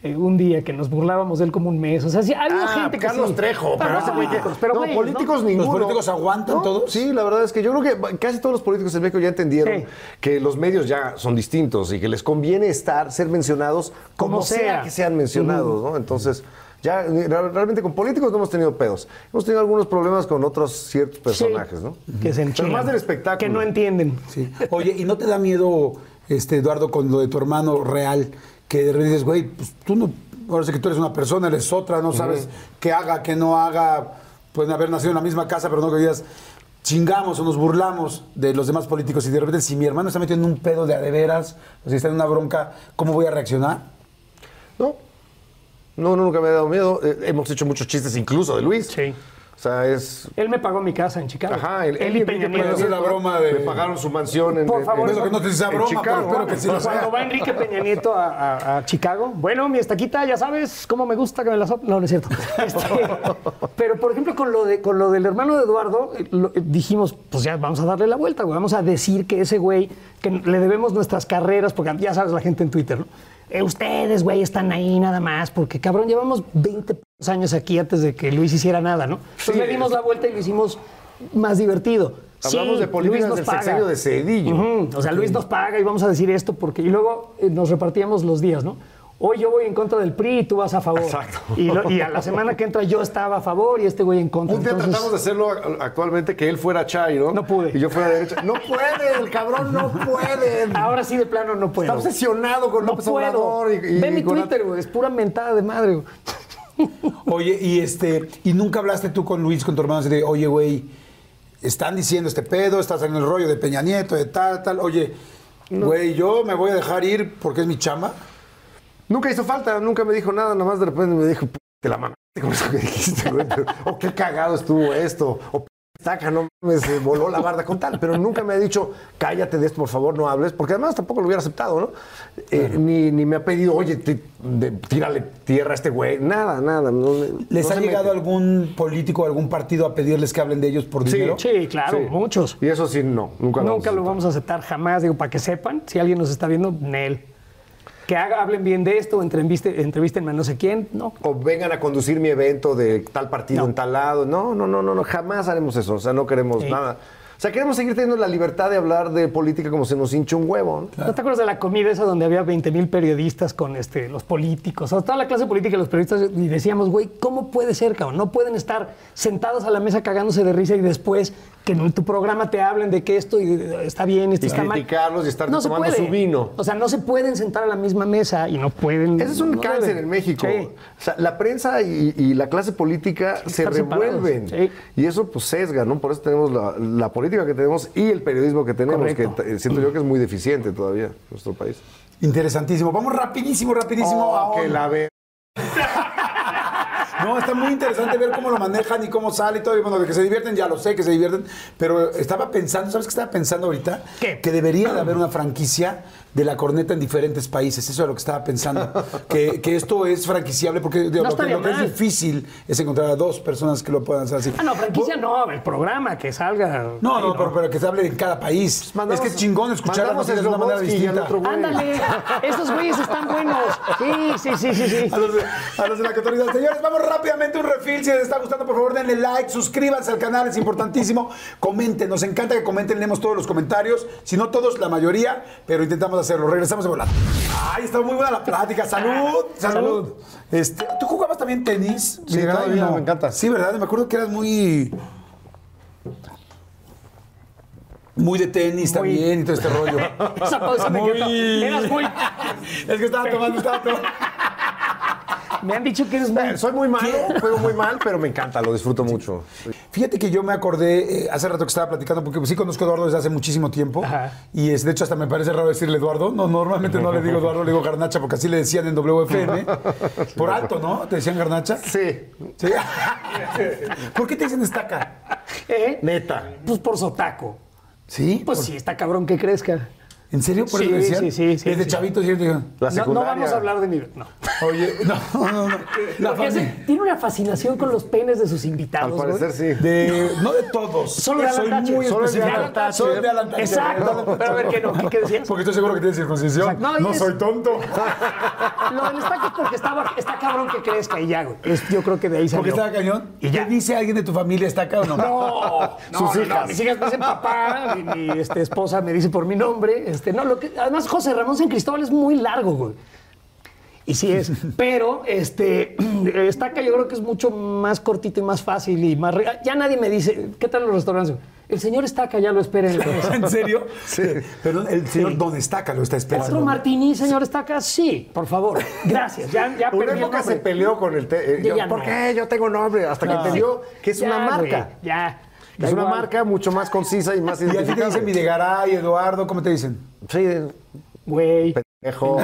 Speaker 2: eh, un día que nos burlábamos de él como un mes. O sea, sí, ha habido
Speaker 6: Ah,
Speaker 2: gente que
Speaker 6: Carlos
Speaker 2: sí.
Speaker 6: Trejo,
Speaker 2: Ah,
Speaker 6: pero
Speaker 2: no,
Speaker 6: ese güey que-
Speaker 2: políticos, pero
Speaker 1: no,
Speaker 2: güeyes, ¿no?
Speaker 1: políticos ninguno.
Speaker 3: políticos aguantan todos?
Speaker 1: Sí, la verdad es que yo creo que ba- casi todos los políticos en México ya entendieron
Speaker 2: Sí.
Speaker 1: que los medios ya son distintos y que les conviene estar, ser mencionados como,
Speaker 2: Como
Speaker 1: sea.
Speaker 2: sea.
Speaker 1: que sean mencionados, ¿no? Entonces, ya eh, ra- realmente con políticos no hemos tenido pedos. Hemos tenido algunos problemas con otros ciertos
Speaker 2: Sí,
Speaker 1: personajes, ¿no?
Speaker 2: Que se enchilan.
Speaker 1: Pero más del espectáculo.
Speaker 2: Que no entienden.
Speaker 3: Sí. Oye, ¿y no te da miedo, este, Eduardo, con lo de tu hermano real? Que de repente dices, güey, pues tú no, ahora sé que tú eres una persona, eres otra, no sabes qué haga, qué no haga. Pueden haber nacido en la misma casa, pero no que digas, chingamos o nos burlamos de los demás políticos. Y de repente, si mi hermano está metido en un pedo de a de veras, o si está en una bronca, ¿cómo voy a reaccionar?
Speaker 1: No. No, no, nunca me ha dado miedo. Eh, hemos hecho muchos chistes incluso de Luis.
Speaker 2: Sí.
Speaker 1: O sea, es.
Speaker 2: Él me pagó mi casa en Chicago.
Speaker 1: Ajá, el,
Speaker 2: él y Peña
Speaker 1: Enrique
Speaker 2: Nieto.
Speaker 3: Nieto. la broma de-
Speaker 1: Le pagaron su mansión en.
Speaker 3: Eh,
Speaker 2: Por
Speaker 1: en-
Speaker 2: favor,
Speaker 1: en-
Speaker 3: Espero que no te sea
Speaker 1: en
Speaker 3: broma,
Speaker 1: Chicago,
Speaker 3: pero espero que
Speaker 1: ¿no?
Speaker 3: sí lo sea.
Speaker 2: Cuando va Enrique Peña Nieto a, a- a Chicago, bueno, mi estaquita, ya sabes cómo me gusta que me la soplen. No, no es cierto. Este, pero, por ejemplo, con lo, de, con lo del hermano de Eduardo, eh, lo- eh, dijimos, pues ya vamos a darle la vuelta, güey. Vamos a decir que ese güey, que le debemos nuestras carreras, porque ya sabes la gente en Twitter, ¿no? Eh, ustedes, güey, están ahí nada más, porque cabrón, llevamos 20 p- años aquí antes de que Luis hiciera nada, ¿no? Entonces le dimos la vuelta y lo hicimos más divertido.
Speaker 1: Hablamos
Speaker 2: Sí,
Speaker 1: de políticas
Speaker 2: Luis nos
Speaker 1: del
Speaker 2: paga.
Speaker 1: sexenio de Cedillo.
Speaker 2: Ujú. O sea, Luis nos paga y vamos a decir esto porque. Y luego eh, nos repartíamos los días, ¿no? hoy yo voy en contra del PRI y tú vas a favor.
Speaker 1: Exacto.
Speaker 2: Y, lo- y a la semana que entra yo estaba a favor y este güey en contra.
Speaker 1: Un día
Speaker 2: Entonces,
Speaker 1: tratamos de hacerlo a- actualmente que él fuera Chay, ¿no?
Speaker 2: No pude.
Speaker 1: Y yo fuera derecha. No puede, el cabrón no puede.
Speaker 2: Ahora sí de plano no puedo.
Speaker 1: Está obsesionado con
Speaker 2: no
Speaker 1: López
Speaker 2: puedo.
Speaker 1: Obrador y, y
Speaker 2: Ve mi
Speaker 1: con-
Speaker 2: Twitter, güey, es pura mentada de madre. güey.
Speaker 3: Oye, y este, y nunca hablaste tú con Luis, con tu hermano, así de, oye, güey, están diciendo este pedo, estás en el rollo de Peña Nieto, de tal, tal. Oye, güey, yo me voy a dejar ir porque es mi chamba.
Speaker 1: Nunca hizo falta, nunca me dijo nada, nada más de repente me dijo, "P- te la mamaste con eso que dijiste, güey. pero- O qué cagado estuvo esto. O "P- estaca, no mames, se voló la barda con tal. Pero nunca me ha dicho, cállate de esto, por favor, no hables. Porque además tampoco lo hubiera aceptado, ¿no? Eh, ni, ni me ha pedido, oye, ti- de- tírale tierra a este güey. Nada, nada. no me-
Speaker 3: ¿Les
Speaker 1: no
Speaker 3: ha
Speaker 1: se me-
Speaker 3: llegado algún político, algún partido a pedirles que hablen de ellos por dinero?
Speaker 2: Sí, claro,
Speaker 1: Sí.
Speaker 2: muchos.
Speaker 1: Y eso sí, no, nunca lo
Speaker 2: Nunca lo vamos a aceptar jamás, digo, para que sepan, si alguien nos está viendo, Nel. Que haga- hablen bien de esto, entreviste, entrevístenme a no sé quién, no.
Speaker 1: o vengan a conducir mi evento de tal partido
Speaker 2: No.
Speaker 1: en tal lado. No, no, no, no, no, jamás haremos eso. O sea, no queremos
Speaker 2: Sí.
Speaker 1: nada. O sea, queremos seguir teniendo la libertad de hablar de política como se nos hincha un huevo. ¿no?
Speaker 2: ¿No te acuerdas de la comida esa donde había 20 mil periodistas con este, los políticos? O sea, toda la clase política y los periodistas y decíamos, güey, ¿cómo puede ser, cabrón? No pueden estar sentados a la mesa cagándose de risa y después que en tu programa te hablen de que esto y, eh, está bien, esto
Speaker 1: Y
Speaker 2: está mal.
Speaker 1: criticarlos y estar
Speaker 2: no se
Speaker 1: tomando
Speaker 2: puede.
Speaker 1: su vino.
Speaker 2: O sea, no se pueden sentar a la misma mesa y no pueden.
Speaker 1: Ese es un
Speaker 2: no
Speaker 1: cáncer
Speaker 2: deben.
Speaker 1: en México.
Speaker 2: Sí.
Speaker 1: O sea, la prensa y, y la clase política se
Speaker 2: Están separados,
Speaker 1: revuelven.
Speaker 2: sí.
Speaker 1: Y eso pues sesga, ¿no? Por eso tenemos la, la política que tenemos y el periodismo que tenemos,
Speaker 2: Correcto.
Speaker 1: que t- siento yo que es muy deficiente todavía en nuestro país. Oh,
Speaker 3: Interesantísimo. Vamos rapidísimo, rapidísimo. a
Speaker 1: que
Speaker 3: Onda.
Speaker 1: la ve-
Speaker 3: No, está muy interesante ver cómo lo manejan y cómo sale y todo. Y bueno, de que se divierten, ya lo sé que se divierten. Pero estaba pensando, ¿sabes qué estaba pensando ahorita?
Speaker 2: ¿Qué?
Speaker 3: Que debería de haber una franquicia de la corneta en diferentes países. Eso es lo que estaba pensando. que, que esto es franquiciable porque digo,
Speaker 2: No
Speaker 3: lo, que,
Speaker 2: estaría
Speaker 3: lo que es
Speaker 2: mal.
Speaker 3: difícil es encontrar a dos personas que lo puedan hacer así.
Speaker 2: Ah, no, franquicia no, el programa que salga.
Speaker 3: No,
Speaker 2: Sí,
Speaker 3: no, pero, pero que se hable en cada país.
Speaker 1: Pues mandamos-
Speaker 3: es que es chingón escuchar las
Speaker 1: mandamos
Speaker 3: noticias de una manera
Speaker 1: Slobodsky y al
Speaker 3: distinta.
Speaker 1: otro güey.
Speaker 2: Ándale, estos güeyes están buenos. Sí, sí, sí, sí, sí.
Speaker 3: A los, de, a los de la cotorrisa. Señores, vamos rápidamente a un refil. Si les está gustando, por favor, denle like, suscríbanse al canal, es importantísimo. Comenten, nos encanta que comenten, leemos todos los comentarios. Si no todos, la mayoría, pero intentamos hacerlo. Regresamos de volar. Ay, está muy buena la plática. Salud, salud.
Speaker 2: Salud.
Speaker 3: Este, ¿Tú jugabas también tenis?
Speaker 1: Sí,
Speaker 3: Miguel?
Speaker 1: todavía,
Speaker 3: No.
Speaker 1: me encanta.
Speaker 3: Sí, ¿verdad? Me acuerdo que eras muy. Muy de tenis también y todo este rollo.
Speaker 2: Esa pausa me
Speaker 3: Muy-
Speaker 2: encantó. Eras muy.
Speaker 3: es que estaba tomando, estaba tomando.
Speaker 2: Me han dicho que eres muy.
Speaker 1: Eh, Soy muy malo, juego muy mal, pero me encanta, lo disfruto mucho.
Speaker 3: Fíjate que yo me acordé eh, hace rato que estaba platicando, porque pues, sí conozco a Eduardo desde hace muchísimo tiempo.
Speaker 2: Ajá.
Speaker 3: Y es, de hecho, hasta me parece raro decirle Eduardo. No, normalmente no le digo Eduardo, le digo Garnacha, porque así le decían en WFM. Por alto, ¿no? ¿Te decían Garnacha?
Speaker 1: Sí,
Speaker 3: Sí. ¿Por qué te dicen estaca?
Speaker 2: ¿Eh?
Speaker 1: neta.
Speaker 2: Pues por sotaco.
Speaker 3: Sí.
Speaker 2: Pues
Speaker 3: ¿Por-
Speaker 2: sí, está cabrón que crezca.
Speaker 3: ¿En serio? ¿Por
Speaker 2: Sí,
Speaker 3: eso decían?
Speaker 2: sí, sí, sí,
Speaker 3: Desde
Speaker 2: sí.
Speaker 3: chavito siempre dijeron,
Speaker 1: La
Speaker 2: Pues, No, no
Speaker 1: secundaria.
Speaker 2: vamos a hablar de nivel. No.
Speaker 3: Oye, no, no, no. La
Speaker 2: Porque
Speaker 3: fami-
Speaker 2: hace- tiene una fascinación con los penes de sus
Speaker 1: Al
Speaker 2: invitados. güey.
Speaker 1: parecer sí.
Speaker 3: de, no de todos.
Speaker 2: Solo de Alan
Speaker 3: Soy
Speaker 2: Thatcher.
Speaker 3: muy
Speaker 1: Solo de
Speaker 3: específico.
Speaker 1: Alan Thatcher.
Speaker 3: Soy de Alan Thatcher.
Speaker 2: Exacto. Pero a ver qué no. ¿Qué, qué decías?
Speaker 3: Porque estoy seguro que tienes circuncisión.
Speaker 2: Exacto. No, y
Speaker 3: no
Speaker 2: es-
Speaker 3: soy tonto.
Speaker 2: Lo del estaco es porque está, ba- está cabrón que crezca y ya, güey. Es- yo creo que de ahí salió.
Speaker 3: Porque estaba cañón.
Speaker 2: Y
Speaker 3: ¿Y
Speaker 2: ya.
Speaker 3: ya dice alguien de tu familia está acá o no?
Speaker 2: No, no,
Speaker 1: Sus
Speaker 2: no,
Speaker 1: hijas.
Speaker 2: no, mis hijas me dicen papá, mi, mi, este, esposa me dice por mi nombre. Este, no, lo que, además, José Ramón San Cristóbal es muy largo, güey. Y sí es, pero este, estaca yo creo que es mucho más cortito y más fácil y más... re- Ya nadie me dice, ¿qué tal los restaurantes? El señor estaca ya lo espera en la mesa.
Speaker 3: ¿En serio? Sí. Perdón, el señor Don Estaca lo está esperando.
Speaker 2: ¿Otro Martini, señor estaca? Sí, por favor. Gracias, ya, ya
Speaker 1: Una
Speaker 2: perdí el
Speaker 1: época se
Speaker 2: nombre.
Speaker 1: peleó con el té. eh,
Speaker 2: Ya,
Speaker 1: yo,
Speaker 2: ya
Speaker 1: ¿Por
Speaker 2: no.
Speaker 1: qué? Yo tengo nombre. Hasta que entendió que es
Speaker 2: Ya,
Speaker 1: una
Speaker 2: güey,
Speaker 1: marca.
Speaker 2: ya.
Speaker 1: Es
Speaker 2: Da
Speaker 1: una
Speaker 2: igual.
Speaker 1: marca mucho más concisa y más
Speaker 3: Y a ti te
Speaker 1: identificable.
Speaker 3: dicen Videgaray, Eduardo, ¿cómo te dicen?
Speaker 1: Sí,
Speaker 2: Güey.
Speaker 1: pendejo.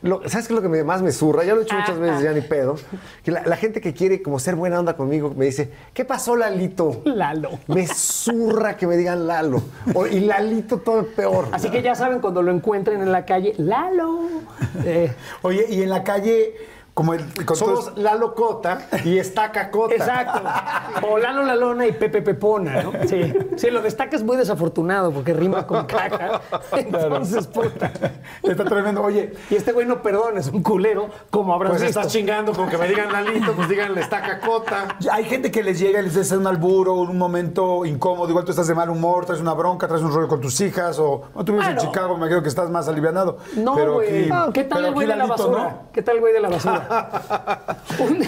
Speaker 1: Lo- ¿Sabes qué es lo que me- más me zurra? Ya lo he hecho muchas veces, ya ni pedo. Que la, la gente que quiere como ser buena onda conmigo me dice, ¿qué pasó, Lalito?
Speaker 2: Lalo.
Speaker 1: Me zurra que me digan Lalo. O- y Lalito todo peor.
Speaker 2: Así que ya saben, cuando lo encuentren en la calle, Lalo. Eh,
Speaker 3: Oye, y en la calle, Como el, con
Speaker 7: Somos
Speaker 3: todos-
Speaker 7: la locota y estaca cota.
Speaker 2: Exacto. O Lalo La Lona y Pepe Pepona, ¿no? Sí. Sí, lo destaca es muy desafortunado porque rima con caca. Entonces, puta.
Speaker 3: Está tremendo. Oye,
Speaker 2: Y este güey no perdona, es un culero, como habrás
Speaker 7: Pues
Speaker 2: visto.
Speaker 7: estás chingando con que me digan Lalito, pues digan la estaca cota.
Speaker 3: hay gente que les llega y les hace un alburo, un momento incómodo. Igual tú estás de mal humor, traes una bronca, traes un rollo con tus hijas. O no tú vives en
Speaker 2: Claro.
Speaker 3: Chicago, me creo que estás más alivianado.
Speaker 2: No,
Speaker 3: Pero
Speaker 2: güey.
Speaker 3: aquí-
Speaker 2: No, ¿Qué tal
Speaker 3: pero
Speaker 2: el güey de
Speaker 3: aquí
Speaker 2: la
Speaker 3: Lalito,
Speaker 2: basura?
Speaker 3: ¿no?
Speaker 2: ¿Qué tal el güey de la basura?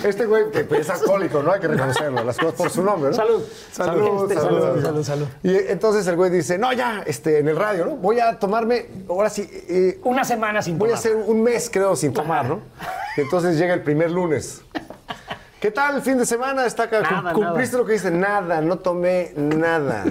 Speaker 1: Este güey que es alcohólico, ¿no? Hay que reconocerlo, las cosas por su nombre, ¿no?
Speaker 2: Salud.
Speaker 1: Salud,
Speaker 2: Este,
Speaker 1: salud,
Speaker 2: salud, salud, salud.
Speaker 1: Y eh, entonces el güey dice, no, ya, este, en el radio, ¿no? Voy a tomarme, ahora sí, eh,
Speaker 2: Una semana sin
Speaker 1: voy a
Speaker 2: tomar.
Speaker 1: hacer un mes, creo, sin tomar, ¿no? Y entonces llega el primer lunes. ¿Qué tal el fin de semana? Está acá.
Speaker 2: Nada,
Speaker 1: Cum- ¿Cumpliste lo que dice? Nada, no tomé nada.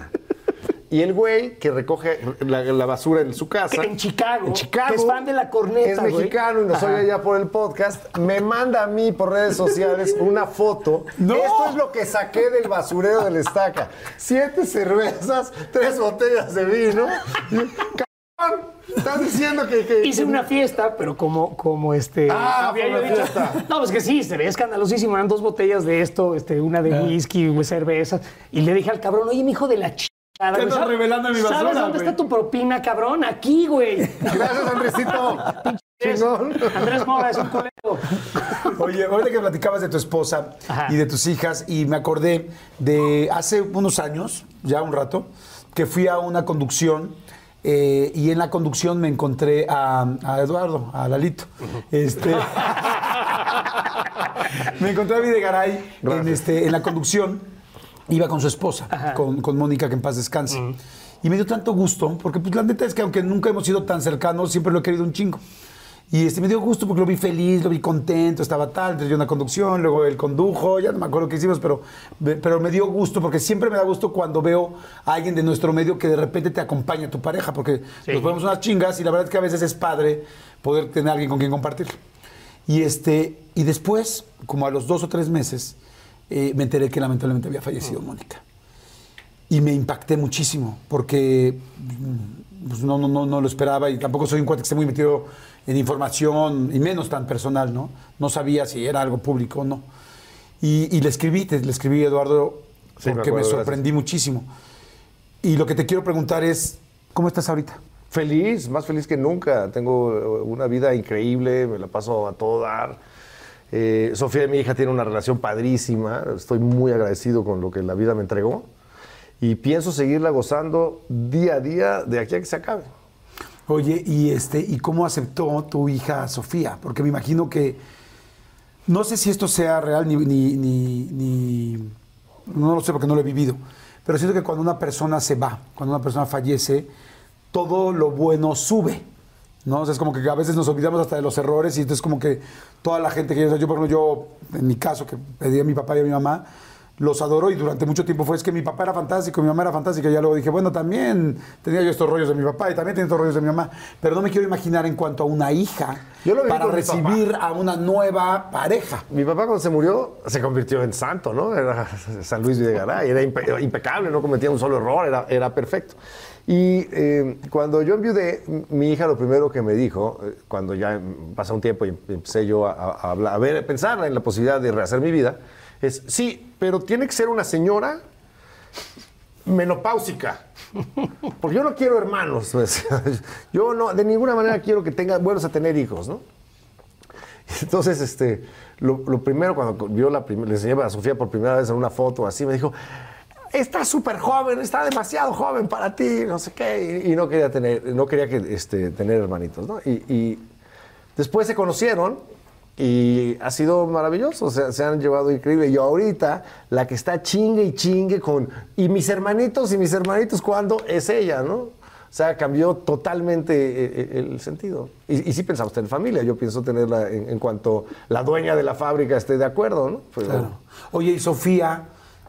Speaker 1: Y el güey que recoge la, la basura en su casa.
Speaker 2: En Chicago,
Speaker 1: En Chicago.
Speaker 2: que es fan de La Corneta,
Speaker 1: Es
Speaker 2: güey.
Speaker 1: mexicano y nos
Speaker 2: Ajá.
Speaker 1: oye allá por el podcast. Me manda a mí por redes sociales una foto.
Speaker 3: ¡No!
Speaker 1: Esto es lo que saqué del basurero de la estaca. Siete cervezas, tres botellas de vino. Y, cabrón, estás diciendo que... que-
Speaker 2: Hice una fiesta, pero como, como este.
Speaker 1: Ah,
Speaker 2: había
Speaker 1: fue
Speaker 2: yo
Speaker 1: una
Speaker 2: dicho.
Speaker 1: fiesta.
Speaker 2: No, pues que sí, se ve escandalosísimo. Eran dos botellas de esto, este, una de whisky, una cerveza. Y le dije al cabrón, oye, mi hijo de la chingada.
Speaker 3: ¿Qué
Speaker 2: güey,
Speaker 3: andas
Speaker 2: ¿sabes-
Speaker 3: revelando en mi
Speaker 2: ¿Sabes
Speaker 3: basura,
Speaker 2: dónde
Speaker 3: güey?
Speaker 2: está tu propina, cabrón? Aquí, güey.
Speaker 1: Gracias, Andresito. Chingón.
Speaker 2: Andrés Mora es un culero.
Speaker 3: Oye, ahorita que platicabas de tu esposa
Speaker 2: Ajá.
Speaker 3: y de tus hijas, y me acordé de hace unos años, ya un rato, que fui a una conducción. eh, y en la conducción me encontré a, a Eduardo, a Lalito. Este. me encontré a Videgaray en, este, en la conducción. Iba con su esposa, con, con Mónica, que en paz descanse. Y me dio tanto gusto, porque pues, la neta es que aunque nunca hemos sido tan cercanos, siempre lo he querido un chingo. Y este, me dio gusto porque lo vi feliz, lo vi contento, estaba tal, entonces yo en la conducción, luego él condujo, ya no me acuerdo qué hicimos, pero, pero me dio gusto porque siempre me da gusto cuando veo a alguien de nuestro medio que de repente te acompaña a tu pareja, porque nos ponemos unas chingas y la verdad es que a veces es padre poder tener a alguien con quien compartir. Y, este, y después, como a los dos o tres meses, eh, me enteré que lamentablemente había fallecido Mónica. Y me impacté muchísimo, porque mm, pues, no, no, no, no lo esperaba y tampoco soy un cuate que esté muy metido en información, y menos tan personal, ¿no? No sabía si era algo público o no. Y, y le escribí, te- le escribí a Eduardo,
Speaker 1: Sí, me
Speaker 3: porque me,
Speaker 1: acuerdo,
Speaker 3: sorprendí muchísimo. Y lo que te quiero preguntar es, ¿cómo estás ahorita?
Speaker 1: Feliz, más feliz que nunca. Tengo eh, una vida increíble, me la paso a todo dar. Eh, Sofía, mi hija, tiene una relación padrísima. Estoy muy agradecido con lo que la vida me entregó. Y pienso seguirla gozando día a día de aquí a que se acabe.
Speaker 3: Oye, y este, ¿y cómo aceptó tu hija Sofía? Porque me imagino que. No sé si esto sea real ni, ni- ni- ni- No lo sé porque no lo he vivido. Pero siento que cuando una persona se va, cuando una persona fallece, todo lo bueno sube. ¿No? O sea, es como que a veces nos olvidamos hasta de los errores y entonces como que toda la gente que yo, yo por ejemplo, yo, en mi caso, que pedí a mi papá y a mi mamá, los adoro y durante mucho tiempo fue es que mi papá era fantástico, mi mamá era fantástica. Y ya luego dije, bueno, también tenía yo estos rollos de mi papá y también tenía estos rollos de mi mamá. Pero no me quiero imaginar en cuanto a una hija
Speaker 1: Yo lo viví
Speaker 3: para
Speaker 1: con mi papá.
Speaker 3: recibir a una nueva pareja.
Speaker 1: Mi papá cuando se murió se convirtió en santo, ¿no? Era San Luis Videgaray, era impe- impecable, no cometía un solo error, era, era perfecto. Y eh, cuando yo enviudé, m- mi hija lo primero que me dijo, eh, cuando ya mm, pasa un tiempo y em- empecé yo a, a- a hablar, a ver, a pensar en la posibilidad de rehacer mi vida, es, sí, pero tiene que ser una señora menopáusica. Porque yo no quiero hermanos. me decía. Yo no, de ninguna manera quiero que tenga, vuelvas a tener hijos, ¿no? Entonces, este, lo, lo primero cuando vio la prim- le enseñé a Sofía por primera vez en una foto así, me dijo, está súper joven, está demasiado joven para ti, no sé qué, y, y no quería tener, no quería que, este, tener hermanitos, ¿no? Y, y después se conocieron y ha sido maravilloso, o sea, se han llevado increíble. Y ahorita la que está chingue y chingue con, y mis hermanitos y mis hermanitos, ¿cuándo es ella, no? O sea, cambió totalmente eh, eh, el sentido. Y, y sí pensaba usted en familia, yo pienso tenerla en, en cuanto la dueña de la fábrica esté de acuerdo, ¿no? Pero-
Speaker 3: Claro. Oye, y Sofía,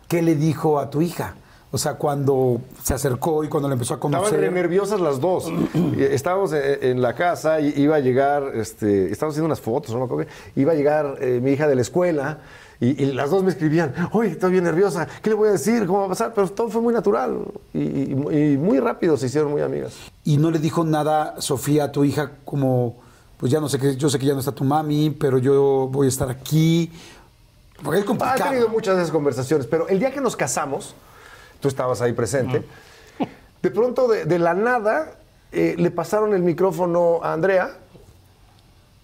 Speaker 3: ¿qué le dijo a tu hija? O sea, cuando se acercó y cuando le empezó a
Speaker 1: Estaban re
Speaker 3: conocer.
Speaker 1: nerviosas las dos. Y Estábamos en, en la casa y iba a llegar, este, estábamos haciendo unas fotos, no me acuerdo qué, Iba a llegar eh, mi hija de la escuela y, y las dos me escribían, oye, estoy bien nerviosa, ¿qué le voy a decir? ¿Cómo va a pasar? Pero todo fue muy natural y, y- y muy rápido se hicieron muy amigas.
Speaker 3: Y no le dijo nada Sofía a tu hija como pues ya no sé qué, yo sé que ya no está tu mami, pero yo voy a estar aquí. Porque es
Speaker 1: Ha
Speaker 3: complicado.
Speaker 1: tenido muchas de esas conversaciones, pero el día que nos casamos, tú estabas ahí presente, de pronto, de, de la nada, eh, le pasaron el micrófono a Andrea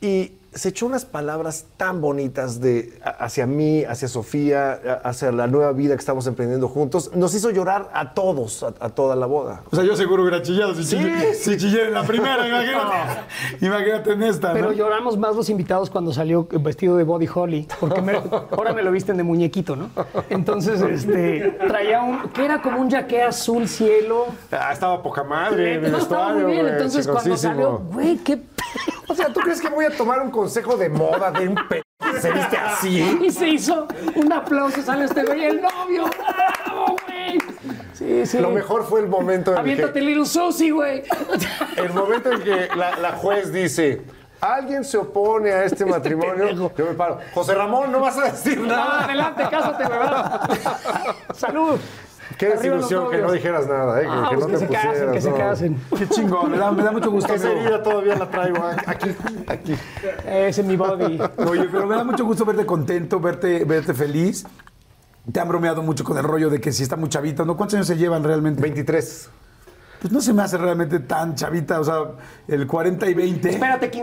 Speaker 1: y se echó unas palabras tan bonitas de, a- hacia mí, hacia Sofía, a- hacia la nueva vida que estamos emprendiendo juntos. Nos hizo llorar a todos, a, a toda la boda.
Speaker 3: O sea, yo seguro hubiera chillado si,
Speaker 1: Sí.
Speaker 3: chillé, si chillé en la primera, imagínate. imagínate en esta,
Speaker 2: Pero
Speaker 3: ¿no?
Speaker 2: lloramos más los invitados cuando salió vestido de body holly, porque me- ahora me lo visten de muñequito, ¿no? Entonces, este, traía un, que era como un jaque azul cielo.
Speaker 1: Ah, estaba poca madre.
Speaker 2: No estaba muy bien,
Speaker 1: güey,
Speaker 2: entonces cuando salió,
Speaker 1: chingosísimo.
Speaker 2: güey, qué pedo.
Speaker 1: O sea, ¿tú crees que voy a tomar un consejo de moda de un pe... que se viste así?
Speaker 2: Y se hizo un aplauso, sale este güey, el novio, bravo, güey. Sí, sí.
Speaker 1: Lo mejor fue el momento en el que...
Speaker 2: Aviéntate Little Susi, güey.
Speaker 1: El momento en que la, la juez dice, alguien se opone a este matrimonio, yo me paro. José Ramón, no vas a decir
Speaker 2: Ah,
Speaker 1: nada.
Speaker 2: adelante, cásate, ¿verdad? Salud.
Speaker 1: Qué
Speaker 2: Arriba los
Speaker 1: desilusión que no
Speaker 2: novios.
Speaker 1: dijeras nada, ¿eh? que,
Speaker 2: Ah,
Speaker 1: que no
Speaker 2: pues que se casen, que se
Speaker 1: no.
Speaker 2: casen.
Speaker 3: Qué chingón, me da, me da mucho gusto.
Speaker 1: Esa
Speaker 3: amigo.
Speaker 1: herida todavía la traigo
Speaker 2: ah,
Speaker 1: aquí, aquí.
Speaker 2: Ese es mi body.
Speaker 3: Oye, pero me da mucho gusto verte contento, verte, verte feliz. Te han bromeado mucho con el rollo de que si está muy chavita, ¿no? ¿Cuántos años se llevan realmente?
Speaker 1: 23.
Speaker 3: Pues no se me hace realmente tan chavita, o sea, el 40 y 20.
Speaker 2: Espérate, que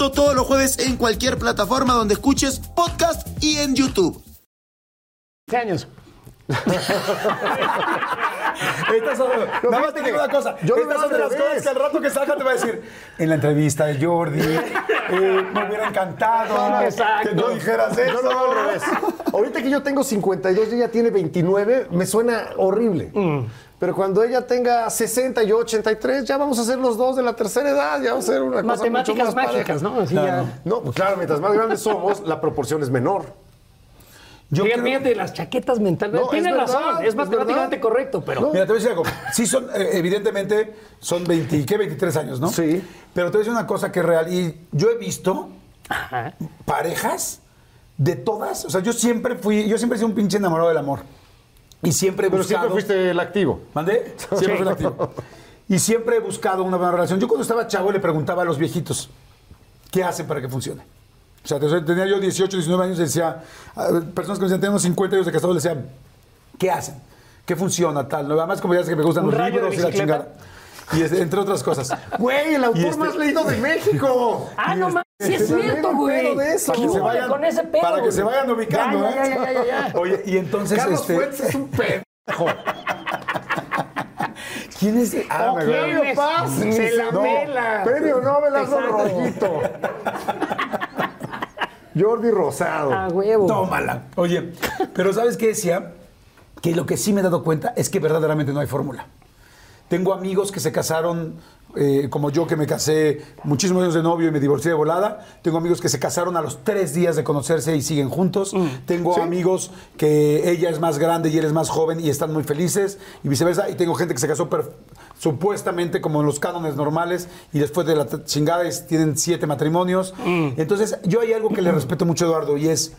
Speaker 4: todos los jueves en cualquier plataforma donde escuches podcast y en YouTube.
Speaker 2: 15 años.
Speaker 3: Estas son, nada más te digo una cosa.
Speaker 1: yo lo
Speaker 3: estas
Speaker 1: veo
Speaker 3: son de
Speaker 1: al
Speaker 3: las cosas
Speaker 1: revés.
Speaker 3: que al rato que salga te va a decir. En la entrevista de Jordi, eh, me hubiera encantado
Speaker 2: Exacto.
Speaker 3: que no dijeras eso.
Speaker 1: Yo lo veo al revés. Ahorita que yo tengo 52 y ella tiene 29, me suena horrible.
Speaker 2: Mm.
Speaker 1: Pero cuando ella tenga 60 y yo 83, ya vamos a ser los dos de la tercera edad, ya vamos a ser una cosa mucho
Speaker 2: Matemáticas
Speaker 1: más pareja.
Speaker 2: mágicas, ¿no? Así ya.
Speaker 1: No, pues claro, mientras más grandes somos, la proporción es menor.
Speaker 3: Yo
Speaker 2: Fíjate,
Speaker 3: creo-
Speaker 2: fíjate, las chaquetas mentales.
Speaker 1: No,
Speaker 2: Tienes
Speaker 1: es verdad,
Speaker 2: razón, es
Speaker 1: es
Speaker 2: matemáticamente
Speaker 1: verdad.
Speaker 2: correcto, pero.
Speaker 3: Mira, te voy a decir algo. Sí, son, eh, evidentemente, son 20, ¿qué? 23 años, ¿no?
Speaker 1: Sí.
Speaker 3: Pero te voy a decir una cosa que es real. Y yo he visto
Speaker 2: Ajá.
Speaker 3: parejas de todas. O sea, yo siempre fui, yo siempre he sido un pinche enamorado del amor. Y siempre he
Speaker 1: Pero
Speaker 3: buscado.
Speaker 1: siempre fuiste el activo.
Speaker 3: ¿Mandé? Siempre fui el activo. Y siempre he buscado una buena relación. Yo cuando estaba chavo le preguntaba a los viejitos, ¿qué hacen para que funcione? O sea, te soy- tenía yo 18, 19 años y decía, a ver, personas que me decían, tenemos 50 años de casados, le decía, ¿qué hacen? ¿Qué funciona tal? ¿no? Además, como ya sé que me gustan
Speaker 2: ¿Un
Speaker 3: los
Speaker 2: rayo de
Speaker 3: libros y la
Speaker 2: bicicleta?
Speaker 3: chingada. Y este, entre otras cosas.
Speaker 1: Güey, el autor
Speaker 3: Y este-
Speaker 1: más leído de México.
Speaker 2: Ah, no mames, sí es cierto, güey.
Speaker 1: de eso.
Speaker 2: ¿Qué
Speaker 3: Para que se
Speaker 2: hubo
Speaker 3: vayan-
Speaker 2: con ese pedo,
Speaker 3: para que
Speaker 2: güey?
Speaker 3: se vayan ubicando,
Speaker 2: Ya, ya,
Speaker 3: ¿eh?
Speaker 2: ya, ya, ya, ya.
Speaker 3: Oye, y entonces
Speaker 1: Carlos
Speaker 3: este.
Speaker 1: Fuentes es un pendejo.
Speaker 3: ¿Quién es? Ah, me acuerdo.
Speaker 2: ¿Quién es? Se la
Speaker 1: No,
Speaker 2: mela.
Speaker 1: Premio Nobel Hazlo
Speaker 2: Exacto.
Speaker 1: Rollito. Jordi Rosado.
Speaker 2: A huevo.
Speaker 3: Tómala. Oye, pero ¿sabes qué decía? Que lo que sí me he dado cuenta es que verdaderamente no hay fórmula. Tengo amigos que se casaron, eh, como yo que me casé muchísimos años de novio y me divorcié de volada. Tengo amigos que se casaron a los tres días de conocerse y siguen juntos. Tengo amigos que ella es más grande y él es más joven y están muy felices y viceversa. Y tengo gente que se casó per- supuestamente como en los cánones normales y después de la t- chingada es- tienen siete matrimonios. Entonces yo hay algo que le respeto mucho a Eduardo y es...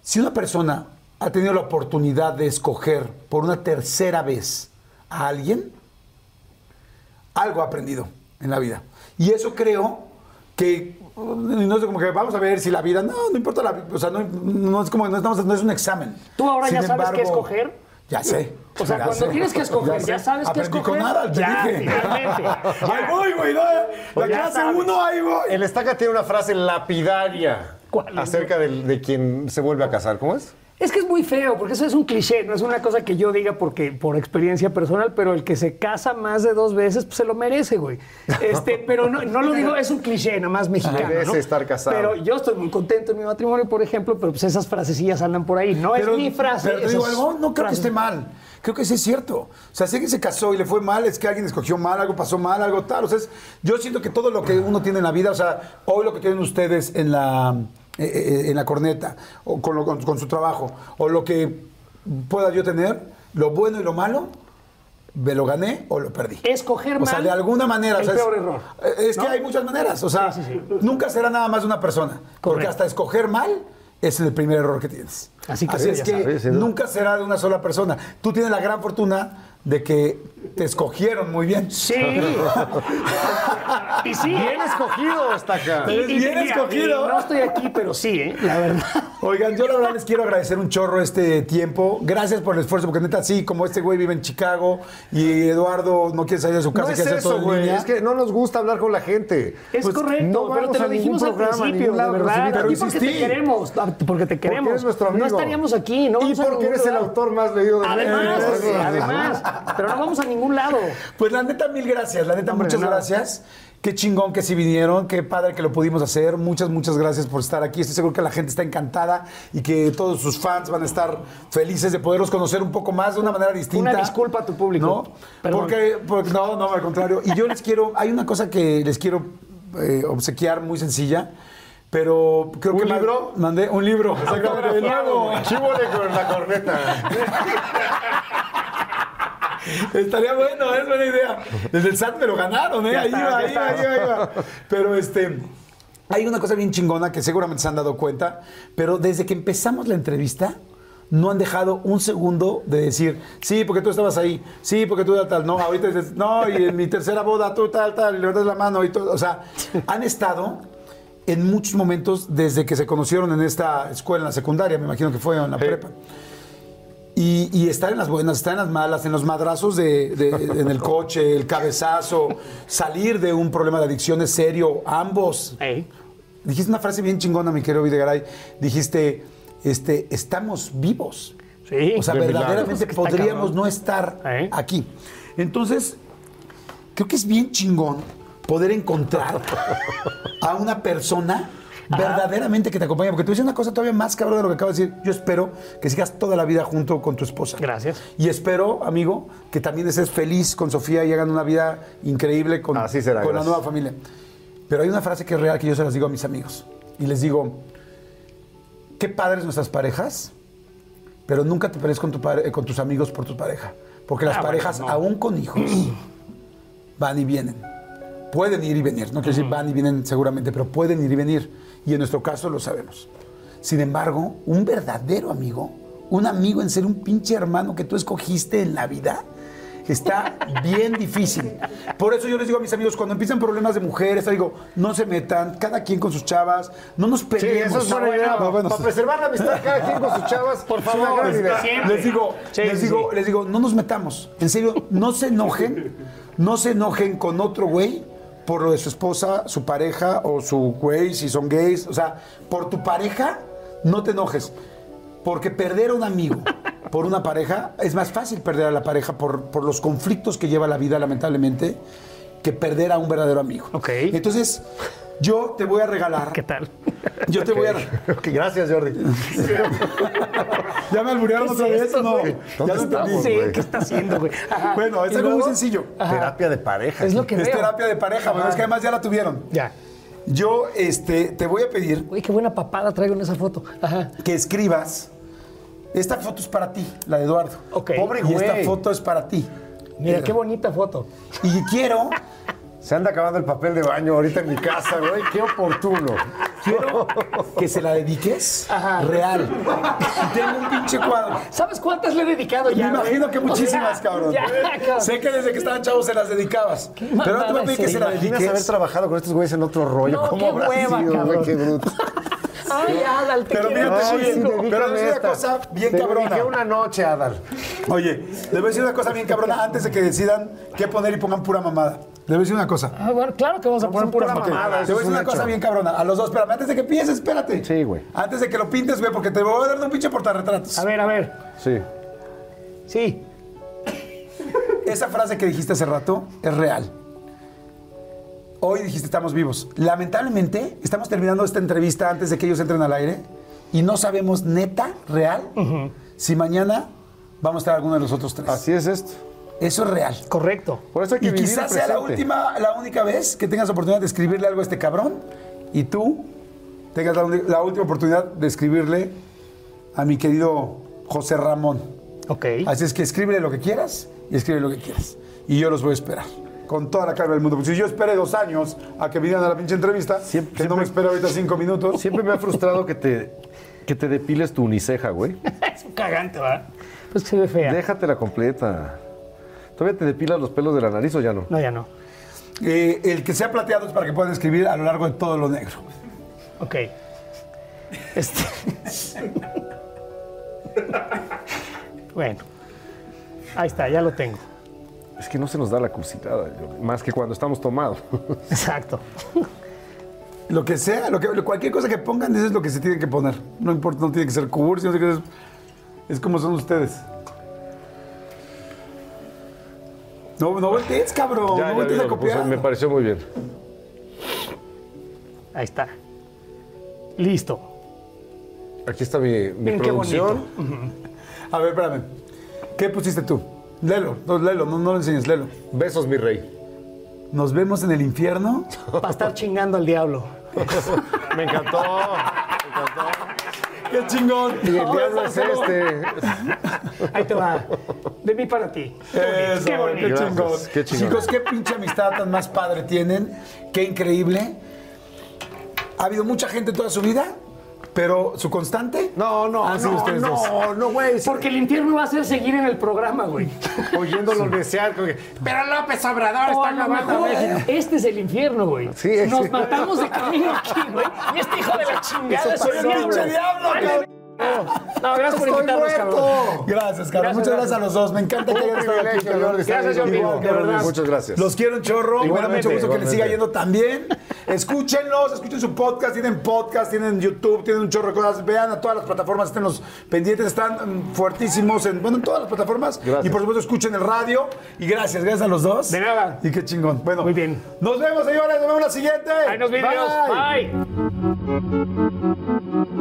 Speaker 3: Si una persona ha tenido la oportunidad de escoger por una tercera vez a alguien, algo ha aprendido en la vida. Y eso creo que uh, no es como que vamos a ver si la vida, no, no importa la vida, o sea, no, no es como, no, estamos- no es un examen.
Speaker 2: ¿Tú ahora ya sabes qué escoger?
Speaker 3: Ya sé.
Speaker 2: O sea,
Speaker 3: ya
Speaker 2: cuando
Speaker 3: sé.
Speaker 2: tienes que escoger, ya,
Speaker 3: sé.
Speaker 2: sabes qué
Speaker 3: Aprendí
Speaker 2: escoger.
Speaker 3: con nada, te
Speaker 2: ya,
Speaker 3: dije.
Speaker 2: finalmente. Pues
Speaker 3: Ahí voy, güey, ¿no? La
Speaker 2: ya
Speaker 3: clase
Speaker 2: sabes.
Speaker 3: uno, ahí voy.
Speaker 1: El estaca tiene una frase lapidaria
Speaker 2: ¿Cuál?
Speaker 1: acerca del- de, quien se vuelve a casar. ¿Cómo es?
Speaker 2: Es que es muy feo, porque eso es un cliché, no es una cosa que yo diga porque por experiencia personal, pero el que se casa más de dos veces, pues se lo merece, güey. Este, pero no, no lo digo, es un cliché, nada más mexicano.
Speaker 1: Merece
Speaker 2: ¿no?
Speaker 1: estar casado.
Speaker 2: Pero yo estoy muy contento en mi matrimonio, por ejemplo, pero pues esas frasecillas andan por ahí. No es mi frase.
Speaker 3: pero te
Speaker 2: esas
Speaker 3: digo algo, no creo que
Speaker 2: frases-
Speaker 3: esté mal. creo que sí es cierto. O sea, si alguien se casó y le fue mal, es que alguien escogió mal, algo pasó mal, algo tal. O sea, es- yo siento que todo lo que uno tiene en la vida, o sea, hoy lo que tienen ustedes en la, eh, eh, en la corneta, o con, lo- con- con su trabajo, o lo que pueda yo tener, lo bueno y lo malo, me lo gané o lo perdí.
Speaker 2: Escoger mal.
Speaker 3: O sea, de alguna manera.
Speaker 2: El
Speaker 3: o sea, es-
Speaker 2: peor error.
Speaker 3: eh, Es que hay muchas maneras. O sea,
Speaker 2: Sí, sí, sí.
Speaker 3: nunca será nada más de una persona. Porque
Speaker 2: Correcto.
Speaker 3: hasta escoger mal es el primer error que tienes.
Speaker 2: Así que-
Speaker 3: es
Speaker 2: Sí,
Speaker 3: que
Speaker 2: ya
Speaker 1: sabes, sí, ¿no?
Speaker 3: nunca será de una sola persona. Tú tienes la gran fortuna de que te escogieron muy bien.
Speaker 2: Sí. y sí.
Speaker 1: Bien
Speaker 2: ¿eh?
Speaker 1: escogido, está acá.
Speaker 2: Y- y-
Speaker 3: Bien
Speaker 2: mira,
Speaker 3: escogido.
Speaker 2: y No estoy aquí, pero sí, ¿eh? La verdad.
Speaker 3: Oigan, yo la verdad les quiero agradecer un chorro este tiempo. Gracias por el esfuerzo, porque neta, sí, como este güey vive en Chicago y Eduardo no quiere salir de su casa
Speaker 1: No
Speaker 3: y
Speaker 1: es
Speaker 3: quiere hacer todo
Speaker 1: eso,
Speaker 3: en
Speaker 1: güey.
Speaker 3: línea.
Speaker 1: Es que no nos gusta hablar con la gente.
Speaker 2: Es
Speaker 1: Pues,
Speaker 2: correcto, pero
Speaker 1: vamos
Speaker 2: te
Speaker 1: a
Speaker 2: lo
Speaker 1: ningún
Speaker 2: dijimos al
Speaker 1: programa, a ningún
Speaker 2: principio, la
Speaker 1: lado que nos
Speaker 2: verdad.
Speaker 1: inviten.
Speaker 2: a
Speaker 3: pero
Speaker 2: ti porque te
Speaker 3: insistí.
Speaker 2: queremos, a- porque te queremos.
Speaker 1: eres nuestro
Speaker 2: No
Speaker 1: amigo.
Speaker 2: estaríamos aquí, no
Speaker 1: Y
Speaker 2: vamos a
Speaker 1: porque
Speaker 2: ningún
Speaker 1: eres el
Speaker 2: lado.
Speaker 1: autor más leído de
Speaker 2: Además,
Speaker 1: Sí, sí, sí.
Speaker 2: además, pero no vamos a ningún lado.
Speaker 3: Pues la neta, mil gracias. La neta,
Speaker 2: Hombre,
Speaker 3: muchas
Speaker 2: nada.
Speaker 3: gracias. Qué chingón que sí vinieron, qué padre que lo pudimos hacer. Muchas, muchas gracias por estar aquí. Estoy seguro que la gente está encantada y que todos sus fans van a estar felices de poderlos conocer un poco más de una manera distinta.
Speaker 2: Una disculpa a tu público.
Speaker 3: ¿No?
Speaker 2: Perdón.
Speaker 3: Porque, porque- no, no, al contrario. Y yo les quiero, hay una cosa que les quiero eh, obsequiar muy sencilla, pero creo
Speaker 1: ¿Un
Speaker 3: que... ma-
Speaker 1: libro?
Speaker 3: Mandé un libro.
Speaker 2: Ah,
Speaker 1: Exactamente,
Speaker 3: De nuevo.
Speaker 1: Chívole con la corneta.
Speaker 3: Estaría bueno, es buena idea. Desde el SAT me lo ganaron, ¿eh?
Speaker 2: Ya
Speaker 3: Ahí
Speaker 2: está,
Speaker 3: iba,
Speaker 2: ya
Speaker 3: ahí iba,
Speaker 2: está.
Speaker 3: ahí iba, ahí iba. Pero este. Hay una cosa bien chingona que seguramente se han dado cuenta, pero desde que empezamos la entrevista. No han dejado un segundo de decir, sí, porque tú estabas ahí, sí, porque tú tal, tal, no, ahorita dices, no, y en mi tercera boda, tú tal, tal, y le das la mano y todo. O sea, han estado en muchos momentos desde que se conocieron en esta escuela, en la secundaria, me imagino que fue en la prepa. Y, y estar en las buenas, estar en las malas, en los madrazos de, de- en el coche, el cabezazo, salir de un problema de adicciones serio, ambos.
Speaker 2: Ey.
Speaker 3: Dijiste una frase bien chingona, mi querido Videgaray. Dijiste, este, estamos vivos.
Speaker 2: Sí.
Speaker 3: O sea,
Speaker 1: De milagro.
Speaker 3: verdaderamente
Speaker 2: Está
Speaker 3: podríamos
Speaker 2: cabrón.
Speaker 3: no estar
Speaker 2: ¿Eh?
Speaker 3: aquí. Entonces, creo que es bien chingón poder encontrar a una persona verdaderamente que te acompañe. Porque tú dices una cosa todavía más cabrón de lo que acabas de decir. Yo espero que sigas toda la vida junto con tu esposa.
Speaker 2: Gracias.
Speaker 3: Y espero, amigo, que también estés feliz con Sofía y hagan una vida increíble con,
Speaker 1: Así será,
Speaker 3: con la
Speaker 1: gracias.
Speaker 3: nueva familia. Pero hay una frase que es real que yo se las digo a mis amigos. Y les digo, qué padres nuestras parejas, pero nunca te pelees con, tu pare- con tus amigos por tu pareja. Porque las
Speaker 2: Ah, bueno,
Speaker 3: parejas,
Speaker 2: no.
Speaker 3: aún con hijos, van y vienen. Pueden ir y venir. No quiero decir van y vienen seguramente, pero pueden ir y venir. Y en nuestro caso lo sabemos. Sin embargo, un verdadero amigo, un amigo en ser un pinche hermano que tú escogiste en la vida, está bien difícil. Por eso yo les digo a mis amigos, cuando empiezan problemas de mujeres, digo, no se metan, cada quien con sus chavas, no nos
Speaker 1: Sí,
Speaker 3: peleemos.
Speaker 1: eso es buena idea.
Speaker 3: No, bueno,
Speaker 1: Para preservar la amistad cada quien con sus chavas. Por
Speaker 2: favor,
Speaker 1: una gran idea.
Speaker 2: siempre.
Speaker 3: les digo,
Speaker 2: Sí,
Speaker 3: les
Speaker 2: sí,
Speaker 3: digo, les digo, no nos metamos. En serio, no se enojen, no se enojen con otro güey por lo de su esposa, su pareja o su güey, si son gays. O sea, por tu pareja, no te enojes. Porque perder a un amigo por una pareja es más fácil perder a la pareja por, por los conflictos que lleva la vida, lamentablemente, que perder a un verdadero amigo.
Speaker 2: Ok.
Speaker 3: Entonces, yo te voy a regalar.
Speaker 2: ¿Qué tal?
Speaker 3: Yo te voy a.
Speaker 1: Ok, gracias, Jordi.
Speaker 3: ¿Ya me alburearon
Speaker 2: ¿Qué es
Speaker 3: otra vez?
Speaker 2: esto,
Speaker 3: no.
Speaker 2: güey?
Speaker 3: Ya
Speaker 1: ¿Dónde
Speaker 3: no entendí.
Speaker 1: estamos,
Speaker 2: Sí,
Speaker 1: güey?
Speaker 2: ¿qué está haciendo, güey? Ajá.
Speaker 3: Bueno, es
Speaker 2: Ah, ¿Y
Speaker 3: algo muy
Speaker 2: luego?
Speaker 3: sencillo.
Speaker 1: Terapia de pareja.
Speaker 2: Es lo que
Speaker 3: Es
Speaker 2: veo.
Speaker 3: terapia de pareja, pero es que además ya la tuvieron.
Speaker 2: Ya.
Speaker 3: Yo este, te voy a pedir
Speaker 2: Oye, qué buena papada traigo en esa foto. Ajá.
Speaker 3: que escribas. Esta foto es para ti, la de Eduardo.
Speaker 2: Ok.
Speaker 1: Pobre
Speaker 3: Y esta
Speaker 1: güey.
Speaker 3: foto es para ti.
Speaker 2: Mira, qué bonita foto.
Speaker 3: Y quiero,
Speaker 1: Se anda acabando el papel de baño ahorita en mi casa, güey. Qué oportuno.
Speaker 3: quiero que se la dediques
Speaker 2: Ajá.
Speaker 3: real. Y tengo un pinche cuadro.
Speaker 2: ¿Sabes cuántas le he dedicado
Speaker 3: Me
Speaker 2: ya? güey?
Speaker 3: imagino que
Speaker 2: O sea,
Speaker 3: muchísimas, cabrón.
Speaker 2: Ya, cabrón.
Speaker 3: Sé que desde que estaban chavos se las dedicabas. Pero ahora te voy a
Speaker 2: mamada
Speaker 3: pedir que
Speaker 2: es
Speaker 3: se
Speaker 2: esa?
Speaker 3: la
Speaker 1: Imaginas haber
Speaker 3: dediques.
Speaker 1: trabajado con estos güeyes en otro rollo.
Speaker 2: No,
Speaker 1: ¿Cómo
Speaker 2: qué
Speaker 1: habrá
Speaker 2: hueva,
Speaker 1: sido, güey?
Speaker 2: cabrón.
Speaker 1: Qué bruto.
Speaker 2: Ay, Adal, te
Speaker 3: Pero
Speaker 2: quiero.
Speaker 3: mira,
Speaker 1: Ay,
Speaker 3: sí,
Speaker 1: sí,
Speaker 3: pero
Speaker 1: dedícame
Speaker 3: es una
Speaker 1: esta.
Speaker 3: cosa bien
Speaker 1: Te
Speaker 3: cabrona.
Speaker 1: dediqué una noche, Adal.
Speaker 3: Oye, les voy a decir una cosa bien cabrona antes de que decidan qué poner y pongan pura mamada. Les voy a decir una cosa.
Speaker 2: Ah, bueno, claro que vamos a poner pura
Speaker 1: pura
Speaker 2: mamada.
Speaker 1: mamada.
Speaker 3: Te
Speaker 1: eso
Speaker 3: voy a
Speaker 1: es
Speaker 3: decir
Speaker 1: un
Speaker 3: una
Speaker 1: hecho.
Speaker 3: cosa bien cabrona. A los dos, espérame, antes de que empieces, espérate.
Speaker 1: Sí, güey.
Speaker 3: Antes de que lo pintes, güey, porque te voy a dar un pinche portarretratos.
Speaker 2: A ver, a ver.
Speaker 1: Sí.
Speaker 2: Sí.
Speaker 3: Esa frase que dijiste hace rato es real. Hoy dijiste estamos vivos. Lamentablemente, estamos terminando esta entrevista antes de que ellos entren al aire y no sabemos neta, real, si mañana vamos a estar alguno de los otros tres.
Speaker 8: Así es esto.
Speaker 3: Eso es real.
Speaker 2: Correcto.
Speaker 8: Por eso hay que
Speaker 3: y
Speaker 8: vivir
Speaker 3: quizás
Speaker 8: el
Speaker 3: sea la
Speaker 8: presente.
Speaker 3: última, la única vez que tengas oportunidad de escribirle algo a este cabrón y tú tengas la, uni- la última oportunidad de escribirle a mi querido José Ramón.
Speaker 2: Ok.
Speaker 3: Así es que escríbele lo que quieras y escribe lo que quieras. Y yo los voy a esperar. Con toda la calma del mundo. Porque si yo esperé dos años a que vinieran a la pinche entrevista,
Speaker 1: Siempre-
Speaker 3: que no me espera ahorita cinco minutos.
Speaker 1: Siempre me ha frustrado que te, que te depiles tu uniceja, güey.
Speaker 2: Es un cagante, ¿verdad? Pues que se ve fea.
Speaker 1: Déjatela completa. ¿Todavía te depilas los pelos de la nariz o ya no?
Speaker 2: No, ya no.
Speaker 3: Eh, el que sea plateado es para que puedan escribir a lo largo de todo lo negro.
Speaker 2: Ok. Este... bueno. Ahí está, ya lo tengo.
Speaker 1: Es que no se nos da la cursitada, yo- más que cuando estamos tomados.
Speaker 2: Exacto.
Speaker 3: Lo que sea, lo que, cualquier cosa que pongan, eso es lo que se tiene que poner. No importa, no tiene que ser cursi, no tiene que ser- Es como son ustedes. No, no voltees, cabrón.
Speaker 1: Ya,
Speaker 3: no
Speaker 1: ya
Speaker 3: voltees
Speaker 1: vi
Speaker 3: a
Speaker 1: lo que puso,
Speaker 3: copiar.
Speaker 1: me pareció muy bien.
Speaker 2: Ahí está. Listo.
Speaker 1: Aquí está mi, mi
Speaker 2: Miren qué
Speaker 1: producción.
Speaker 2: bonito.
Speaker 3: A ver, espérame. ¿Qué pusiste tú? Lelo, no, lelo, no, no lo enseñes, lelo.
Speaker 1: Besos, mi rey.
Speaker 3: ¿Nos vemos en el infierno?
Speaker 2: Para estar chingando al diablo.
Speaker 1: Me encantó.
Speaker 3: ¡Qué chingón!
Speaker 1: Y el diablo es este.
Speaker 2: Ahí te va. De mí para ti.
Speaker 3: Eso,
Speaker 2: Qué bonito.
Speaker 3: qué chingón.
Speaker 1: Gracias, qué chingón.
Speaker 3: Chicos, qué pinche amistad tan más padre tienen. Qué increíble. Ha habido mucha gente toda su vida, pero su constante.
Speaker 1: No, no,
Speaker 3: han sido
Speaker 1: no,
Speaker 3: ustedes dos.
Speaker 1: no, no, güey.
Speaker 2: Porque el infierno va a ser seguir en el programa, güey.
Speaker 1: Oyéndolo desear. como que, Pero López Obrador
Speaker 2: O
Speaker 1: está
Speaker 2: a lo
Speaker 1: acabando
Speaker 2: mejor
Speaker 1: México".
Speaker 2: este es el infierno, güey.
Speaker 1: Sí, sí.
Speaker 2: Nos matamos de camino aquí, güey. Y este hijo de la chingada
Speaker 3: Eso
Speaker 2: soy
Speaker 3: pasó,
Speaker 2: el
Speaker 3: güey.
Speaker 2: pinche diablo.
Speaker 3: Vale,
Speaker 2: cabrón. No, gracias por
Speaker 1: Estoy
Speaker 2: invitarnos, cabrón.
Speaker 1: muerto.
Speaker 3: Gracias, Carlos. Muchas gracias a los dos. Me encanta que hayan estado aquí.
Speaker 1: privilegio,
Speaker 3: cabrón.
Speaker 1: Jordi, estar
Speaker 2: Gracias, Jordi.
Speaker 3: Igual,
Speaker 2: De
Speaker 3: cabrón.
Speaker 2: verdad.
Speaker 1: Muchas gracias.
Speaker 3: Los quiero un chorro. Me da
Speaker 1: Igualmente,
Speaker 3: mucho gusto que les siga
Speaker 1: igualmente.
Speaker 3: yendo también. Escúchenlos, escuchen su podcast. Tienen podcast, tienen YouTube, tienen un chorro de cosas. Vean a todas las plataformas, estén los pendientes. Están mm, fuertísimos en, bueno, en todas las plataformas.
Speaker 1: Gracias.
Speaker 3: Y por supuesto, escuchen el radio. Y gracias, gracias a los dos.
Speaker 2: De nada.
Speaker 3: Y qué chingón. Bueno,
Speaker 2: Muy bien.
Speaker 3: Nos vemos, señores. Nos vemos la siguiente.
Speaker 2: Ahí nos vemos.
Speaker 3: Bye.
Speaker 2: Bye.